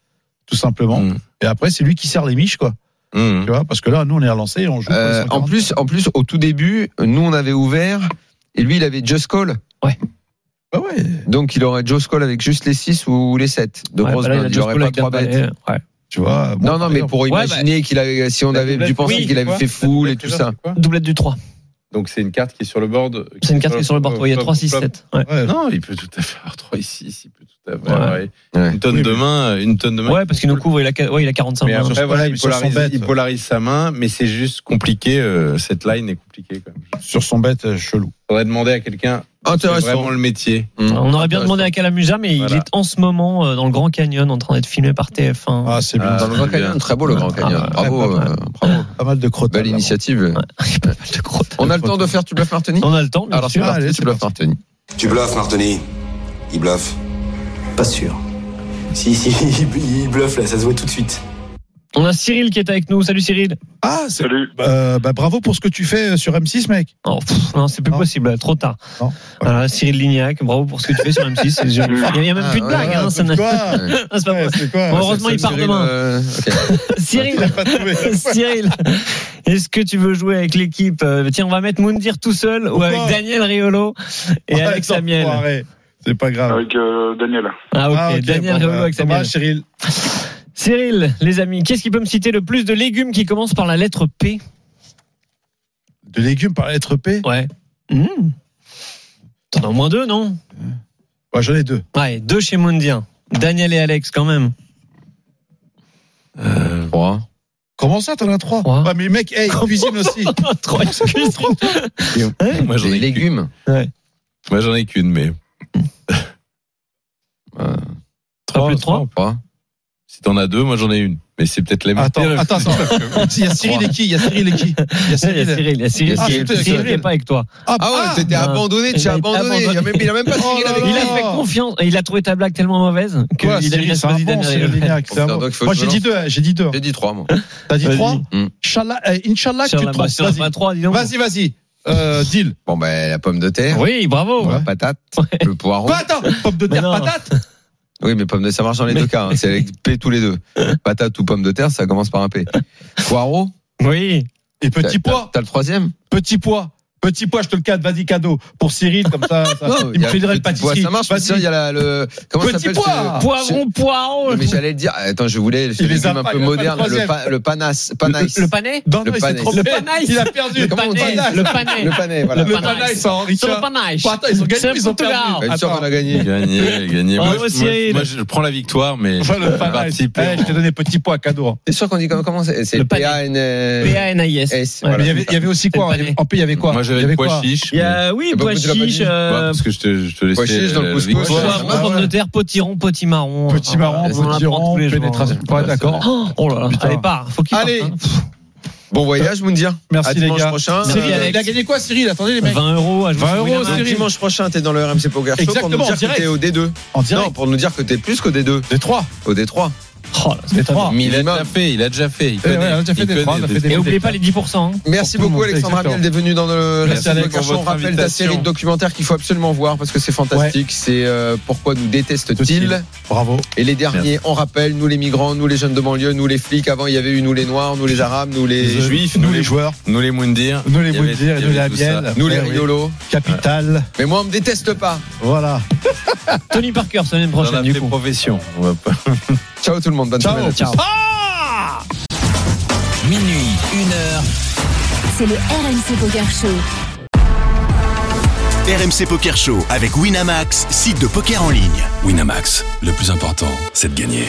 Speaker 2: tout simplement.
Speaker 1: Mm.
Speaker 3: Mmh.
Speaker 2: Et après, c'est lui qui sert les miches, quoi.
Speaker 3: Mmh.
Speaker 2: Tu vois, parce que là, nous, on est relancé, on joue. pour les
Speaker 1: Euh, en
Speaker 2: 140.
Speaker 1: plus, en plus, au tout début, nous on avait ouvert et lui il avait just call.
Speaker 2: Bah ouais.
Speaker 1: Donc il aurait just call avec juste les 6 ou les 7 de
Speaker 8: Ouais,
Speaker 1: grosse
Speaker 8: bah là, il a
Speaker 1: main. Il
Speaker 8: Josh
Speaker 1: aurait
Speaker 8: Cole
Speaker 1: pas
Speaker 8: avec
Speaker 1: 3
Speaker 8: Dembélé,
Speaker 1: bêtes.
Speaker 8: ouais.
Speaker 2: Tu vois. moi,
Speaker 1: Non, non,
Speaker 2: par
Speaker 1: mais
Speaker 2: exemple,
Speaker 1: pour
Speaker 8: Ouais, bah,
Speaker 1: imaginer qu'il avait, si on
Speaker 3: La
Speaker 1: avait dû
Speaker 3: doublette,
Speaker 1: penser
Speaker 3: oui,
Speaker 1: qu'il avait
Speaker 3: quoi
Speaker 1: fait full
Speaker 3: La
Speaker 1: et
Speaker 3: doublette,
Speaker 1: tout
Speaker 3: déjà,
Speaker 1: ça.
Speaker 3: c'est quoi
Speaker 8: Doublette du 3.
Speaker 3: Donc c'est une carte qui euh, est sur le board.
Speaker 8: C'est une carte qui est sur le board. Ouais, Il y a 3, 6, 7. Ouais.
Speaker 2: ouais,
Speaker 3: Non, il peut tout à fait avoir 3 ici, il peut tout à fait avoir
Speaker 8: Ouais.
Speaker 1: Ouais.
Speaker 3: une tonne
Speaker 2: Oui,
Speaker 3: de
Speaker 2: mais-
Speaker 3: main, euh, une tonne de main.
Speaker 8: Ouais, parce qu'il nous couvre, il a, qua- ouais, il a 45
Speaker 3: Mais
Speaker 8: mains.
Speaker 3: après,
Speaker 2: sur ce
Speaker 3: voilà,
Speaker 2: point-là,
Speaker 3: il
Speaker 2: mais sur son
Speaker 3: polarise,
Speaker 2: bet,
Speaker 3: il
Speaker 2: ouais.
Speaker 3: polarise sa main, mais c'est juste compliqué. euh, cette line est compliquée. quand même.
Speaker 2: Sur son bête, euh, chelou.
Speaker 3: Il faudrait demander à quelqu'un qui fait
Speaker 1: Intéressant.
Speaker 3: vraiment le métier.
Speaker 1: Mmh.
Speaker 8: On aurait bien demandé à Calamusa, mais
Speaker 3: Voilà.
Speaker 8: il est en ce moment euh, dans le Grand Canyon en train d'être filmé par TF1.
Speaker 2: Ah, c'est bien.
Speaker 3: Ah,
Speaker 1: Dans le Grand
Speaker 3: c'est bien.
Speaker 1: Canyon, très beau le Grand Canyon.
Speaker 8: Ah,
Speaker 1: bravo,
Speaker 2: ouais, ouais,
Speaker 1: euh, bravo.
Speaker 2: Pas mal de crottes.
Speaker 1: Belle
Speaker 2: là,
Speaker 1: initiative.
Speaker 8: Pas mal de crottes.
Speaker 1: On a le temps de faire tu bluffes Martini
Speaker 8: On a le temps, bien
Speaker 1: Mm. Alors c'est
Speaker 8: sûr.
Speaker 2: Ah,
Speaker 1: parti,
Speaker 2: allez,
Speaker 1: tu
Speaker 2: c'est
Speaker 1: bluffes Martini.
Speaker 9: Tu bluffes, Martoni. Il bluffe.
Speaker 6: Pas sûr.
Speaker 9: Si, si, il bluffe là, ça se voit tout de suite.
Speaker 8: On a Cyril qui est avec nous. Salut Cyril.
Speaker 2: Ah, c'est.
Speaker 7: Salut.
Speaker 2: Euh, bah, bravo pour ce que tu fais euh, sur M6, mec.
Speaker 8: Oh, pff, non, c'est plus
Speaker 2: Non.
Speaker 8: possible, là, trop tard.
Speaker 2: Non. Ouais.
Speaker 8: Voilà, Cyril Lignac, bravo pour ce que tu fais sur M6. c'est- je- Il n'y a, même
Speaker 1: Ah,
Speaker 8: plus de
Speaker 1: ouais,
Speaker 8: blague.
Speaker 1: ouais,
Speaker 8: hein, ça n'a-
Speaker 2: Quoi
Speaker 1: Ouais.
Speaker 8: c'est pas
Speaker 2: Ouais,
Speaker 8: vrai.
Speaker 2: c'est quoi
Speaker 8: Bon, heureusement, il part
Speaker 1: Cyril,
Speaker 8: demain.
Speaker 1: euh, ok.
Speaker 8: Cyril,
Speaker 2: Pas trouvé.
Speaker 8: Cyril, est-ce que tu veux jouer avec l'équipe Euh, Tiens, on va mettre Moundir tout seul ou
Speaker 2: Pourquoi
Speaker 8: avec Daniel Riolo et
Speaker 2: Ouais,
Speaker 8: Alex
Speaker 2: attends,
Speaker 8: Amiel
Speaker 2: enfoiré. C'est pas grave.
Speaker 7: Avec euh, Daniel.
Speaker 8: Ah, ok,
Speaker 2: Ah, ok,
Speaker 8: Daniel
Speaker 2: bon,
Speaker 8: Riolo
Speaker 2: bah,
Speaker 8: avec Samuel.
Speaker 2: dommage, Cyril.
Speaker 8: Cyril, les amis, qu'est-ce qui peut me citer le plus de légumes qui commencent par la lettre P
Speaker 2: De légumes par la lettre P.
Speaker 8: Ouais. Mmh. T'en as au moins deux, non
Speaker 2: Ouais, j'en ai deux.
Speaker 8: Ouais, deux chez Moundir. Daniel et Alex, quand même.
Speaker 1: Trois.
Speaker 2: Comment ça, t'en as trois
Speaker 8: Trois.
Speaker 2: Ouais, mais mec, hey, cuisine aussi.
Speaker 8: Trois excuses.
Speaker 3: Moi, j'en
Speaker 1: Des
Speaker 3: ai qu'une.
Speaker 1: légumes.
Speaker 3: Moi, j'en ai qu'une, mais.
Speaker 1: Euh,
Speaker 8: Pas plus de trois
Speaker 1: trois.
Speaker 3: Si t'en as deux, moi, j'en ai une. Mais c'est peut-être les mêmes.
Speaker 2: Attends, attends, attends. Il y a Cyril et qui Il y a Cyril et qui Il y a
Speaker 8: Il y a
Speaker 2: Cyril.
Speaker 8: Cyril, il y a Cyril.
Speaker 1: Ah,
Speaker 8: Cyril,
Speaker 2: putain,
Speaker 8: Cyril
Speaker 2: Cyril.
Speaker 8: n'est pas avec toi.
Speaker 2: Ah,
Speaker 1: Ah ouais,
Speaker 2: ah,
Speaker 1: t'étais
Speaker 8: non.
Speaker 1: abandonné,
Speaker 8: Il
Speaker 1: tu
Speaker 8: a
Speaker 1: as
Speaker 8: été
Speaker 1: abandonné. Il a même, il a même pas
Speaker 2: Oh
Speaker 1: Cyril
Speaker 2: là
Speaker 1: avec
Speaker 2: là.
Speaker 8: Il a fait confiance et il a trouvé ta blague tellement mauvaise que
Speaker 2: Quoi,
Speaker 8: il a
Speaker 2: Cyril,
Speaker 8: déjà
Speaker 2: c'est un
Speaker 8: choisi
Speaker 2: bon,
Speaker 8: Daniel.
Speaker 2: Cyril Lignac, c'est un
Speaker 1: Donc,
Speaker 2: bon.
Speaker 1: il faut
Speaker 2: Moi,
Speaker 1: que je
Speaker 2: j'ai dit deux, hein, j'ai dit deux.
Speaker 1: J'ai dit trois, moi.
Speaker 2: T'as dit
Speaker 8: Vas-y.
Speaker 2: trois
Speaker 1: Hmm.
Speaker 2: Inch'Allah, euh, Inch'Allah que
Speaker 8: Sur
Speaker 2: tu
Speaker 8: la
Speaker 2: trouves.
Speaker 8: sur la
Speaker 2: Vas-y.
Speaker 8: bras trois, dis donc.
Speaker 2: Vas-y, vas-y. Euh, deal.
Speaker 1: Bon, ben, la pomme de terre,
Speaker 8: Oui, bravo.
Speaker 1: la patate, le poireau.
Speaker 2: Patate Pomme de
Speaker 8: Mais
Speaker 2: terre,
Speaker 8: non.
Speaker 2: patate
Speaker 1: Oui, mais pomme de ça marche dans les deux cas. hein. C'est avec P tous les deux. Patate ou pomme de terre, ça commence par un P. Poireau.
Speaker 8: Oui.
Speaker 2: Et
Speaker 1: t'as-
Speaker 2: petit
Speaker 1: t'as-
Speaker 2: pois
Speaker 1: T'as le troisième
Speaker 2: Petit pois Petit pois, je te le cadre, vas-y, cadeau. Pour Cyril, comme ça, ça-
Speaker 1: Non,
Speaker 2: Ah, il
Speaker 1: y
Speaker 2: me
Speaker 1: a
Speaker 2: fait une
Speaker 1: petit
Speaker 2: le
Speaker 1: pois,
Speaker 2: pâtisserie.
Speaker 1: Ça marche,
Speaker 2: Vas-y.
Speaker 1: mais tiens, il y a la- le. Comment ça
Speaker 2: Petit
Speaker 1: s'appelle
Speaker 2: poids.
Speaker 1: ce-
Speaker 8: Poivron, poireau.
Speaker 1: Ah, Non, Mais j'allais le dire. Attends, je voulais le
Speaker 2: Il les a
Speaker 1: légume un
Speaker 2: pas,
Speaker 1: peu
Speaker 2: il a pas le
Speaker 1: moderne, le,
Speaker 2: troisième.
Speaker 1: pa- le panas, panaïs.
Speaker 8: Le panais
Speaker 2: Non, non,
Speaker 1: Le
Speaker 2: il s'est
Speaker 1: panais.
Speaker 8: Oh,
Speaker 2: trompé.
Speaker 8: Le panais.
Speaker 2: Il a perdu.
Speaker 1: Comment on
Speaker 8: Le
Speaker 1: dit
Speaker 8: panais. Le panais.
Speaker 1: Le panais, voilà.
Speaker 8: Le
Speaker 2: Le
Speaker 8: panais.
Speaker 2: panais, ça Henri
Speaker 8: Sur le
Speaker 2: Richard.
Speaker 8: panache.
Speaker 2: Bon, attends, ils ont
Speaker 8: C'est
Speaker 2: gagné, ils ont perdu.
Speaker 8: Portugal.
Speaker 1: Une
Speaker 2: Attends.
Speaker 1: sûre qu'on a gagné.
Speaker 3: Gagné, gagné. Moi,
Speaker 8: Bravo,
Speaker 3: je- moi,
Speaker 8: Cyril.
Speaker 3: moi, je prends la victoire, mais.
Speaker 2: Enfin,
Speaker 3: je
Speaker 2: le
Speaker 3: vais
Speaker 2: panais.
Speaker 3: participer
Speaker 2: Eh, je
Speaker 3: en-
Speaker 2: t'ai donné petit pois, cadeau.
Speaker 1: C'est sûr qu'on dit comment comment c'est
Speaker 8: Le
Speaker 1: C'est
Speaker 8: panais.
Speaker 1: P-A-N.
Speaker 8: P-A-N-I-S.
Speaker 1: S, Eh, voilà.
Speaker 2: Mais il y avait- il y avait aussi quoi
Speaker 8: le panais.
Speaker 2: En P, il y avait quoi
Speaker 3: Moi,
Speaker 2: Il y
Speaker 3: j'avais
Speaker 2: avait
Speaker 3: le pois
Speaker 2: quoi
Speaker 3: chiche.
Speaker 8: Il y a, oui,
Speaker 1: Et
Speaker 8: pois
Speaker 1: pourquoi tu l'as pas
Speaker 8: chiche,
Speaker 1: dit
Speaker 3: mais- Ouais,
Speaker 8: euh,
Speaker 3: parce que je te, je te laissais.
Speaker 1: Pois chiche dans le
Speaker 3: euh,
Speaker 1: couscous,
Speaker 3: victoire.
Speaker 1: ouais.
Speaker 8: poivron,
Speaker 1: Ah,
Speaker 8: pomme
Speaker 1: ouais.
Speaker 8: de terre, potiron, potimarron.
Speaker 2: Petit
Speaker 8: Ah,
Speaker 2: marron,
Speaker 8: on en apprend
Speaker 2: petit
Speaker 8: tous
Speaker 2: rond,
Speaker 8: les jours.
Speaker 2: pénétration. Ouais, d'accord.
Speaker 8: Oh, oh là là,
Speaker 2: Putain.
Speaker 8: allez part, faut qu'il parte.
Speaker 2: Allez.
Speaker 8: hein.
Speaker 1: Bon voyage, Moundir.
Speaker 2: Merci,
Speaker 1: À
Speaker 2: les
Speaker 1: dimanche
Speaker 2: gars.
Speaker 1: prochain.
Speaker 8: Merci,
Speaker 1: Euh,
Speaker 8: Alex.
Speaker 2: Il a gagné quoi, Cyril Attendez, les mecs.
Speaker 8: 20 euros, à jouer
Speaker 2: 20
Speaker 8: sur
Speaker 2: euros,
Speaker 8: Winamax.
Speaker 1: donc,
Speaker 2: Cyril.
Speaker 1: Dimanche prochain, t'es dans le RMC Poker Show pour nous
Speaker 2: Exactement,
Speaker 1: dire que
Speaker 2: en direct.
Speaker 1: t'es au D2.
Speaker 2: En
Speaker 1: Non,
Speaker 2: direct.
Speaker 1: pour nous dire que t'es plus qu'au D2.
Speaker 2: Des trois.
Speaker 1: Au D3.
Speaker 8: Oh là, c'est
Speaker 2: Des
Speaker 8: pas
Speaker 2: trois.
Speaker 8: bon.
Speaker 3: Il a
Speaker 1: Minimum.
Speaker 3: déjà fait, il a déjà fait. Il
Speaker 2: Eh ouais,
Speaker 3: connaît.
Speaker 2: on a déjà fait
Speaker 3: il
Speaker 2: des
Speaker 3: connaît
Speaker 2: phrases, on a
Speaker 3: des-
Speaker 2: fait des-
Speaker 8: Et n'oubliez pas les 10%. hein.
Speaker 1: Merci
Speaker 2: Pour tout le
Speaker 1: beaucoup
Speaker 2: monde,
Speaker 1: Alexandre
Speaker 2: exactement.
Speaker 1: Amiel d'être venu dans le RMC
Speaker 3: Merci, Alex,
Speaker 1: Poker
Speaker 3: pour
Speaker 1: Show. On
Speaker 3: votre
Speaker 1: rappelle ta
Speaker 3: invitation.
Speaker 1: série de documentaires qu'il faut absolument voir parce que c'est fantastique. C'est euh, pourquoi nous détestent-ils
Speaker 2: Bravo.
Speaker 1: Et les derniers, on rappelle, nous les migrants, nous les jeunes de banlieue, nous les flics. Avant, il y avait eu nous les noirs, nous les arabes, nous les
Speaker 2: Les
Speaker 1: juifs,
Speaker 3: Juifs,
Speaker 2: Nous, les joueurs.
Speaker 3: Nous les Moundir.
Speaker 2: Nous, les
Speaker 3: Il y avait-
Speaker 2: Moundir et
Speaker 3: il y
Speaker 2: nous, les
Speaker 3: avait tout ça.
Speaker 2: Amiel.
Speaker 1: nous les
Speaker 2: Eh oui.
Speaker 1: riolos.
Speaker 2: Capital.
Speaker 1: Mais moi, on me déteste pas.
Speaker 2: Voilà.
Speaker 8: Tony Parker, semaine
Speaker 3: Dans la
Speaker 8: prochaine, du coup.
Speaker 3: profession. On va pas.
Speaker 1: Ciao tout le monde. Bonne semaine. à tous.
Speaker 8: Ciao.
Speaker 6: Minuit, une heure.
Speaker 4: C'est le RMC Poker Show.
Speaker 10: RMC Poker Show avec Winamax, site de poker en ligne.
Speaker 11: Winamax, le plus important, c'est de gagner.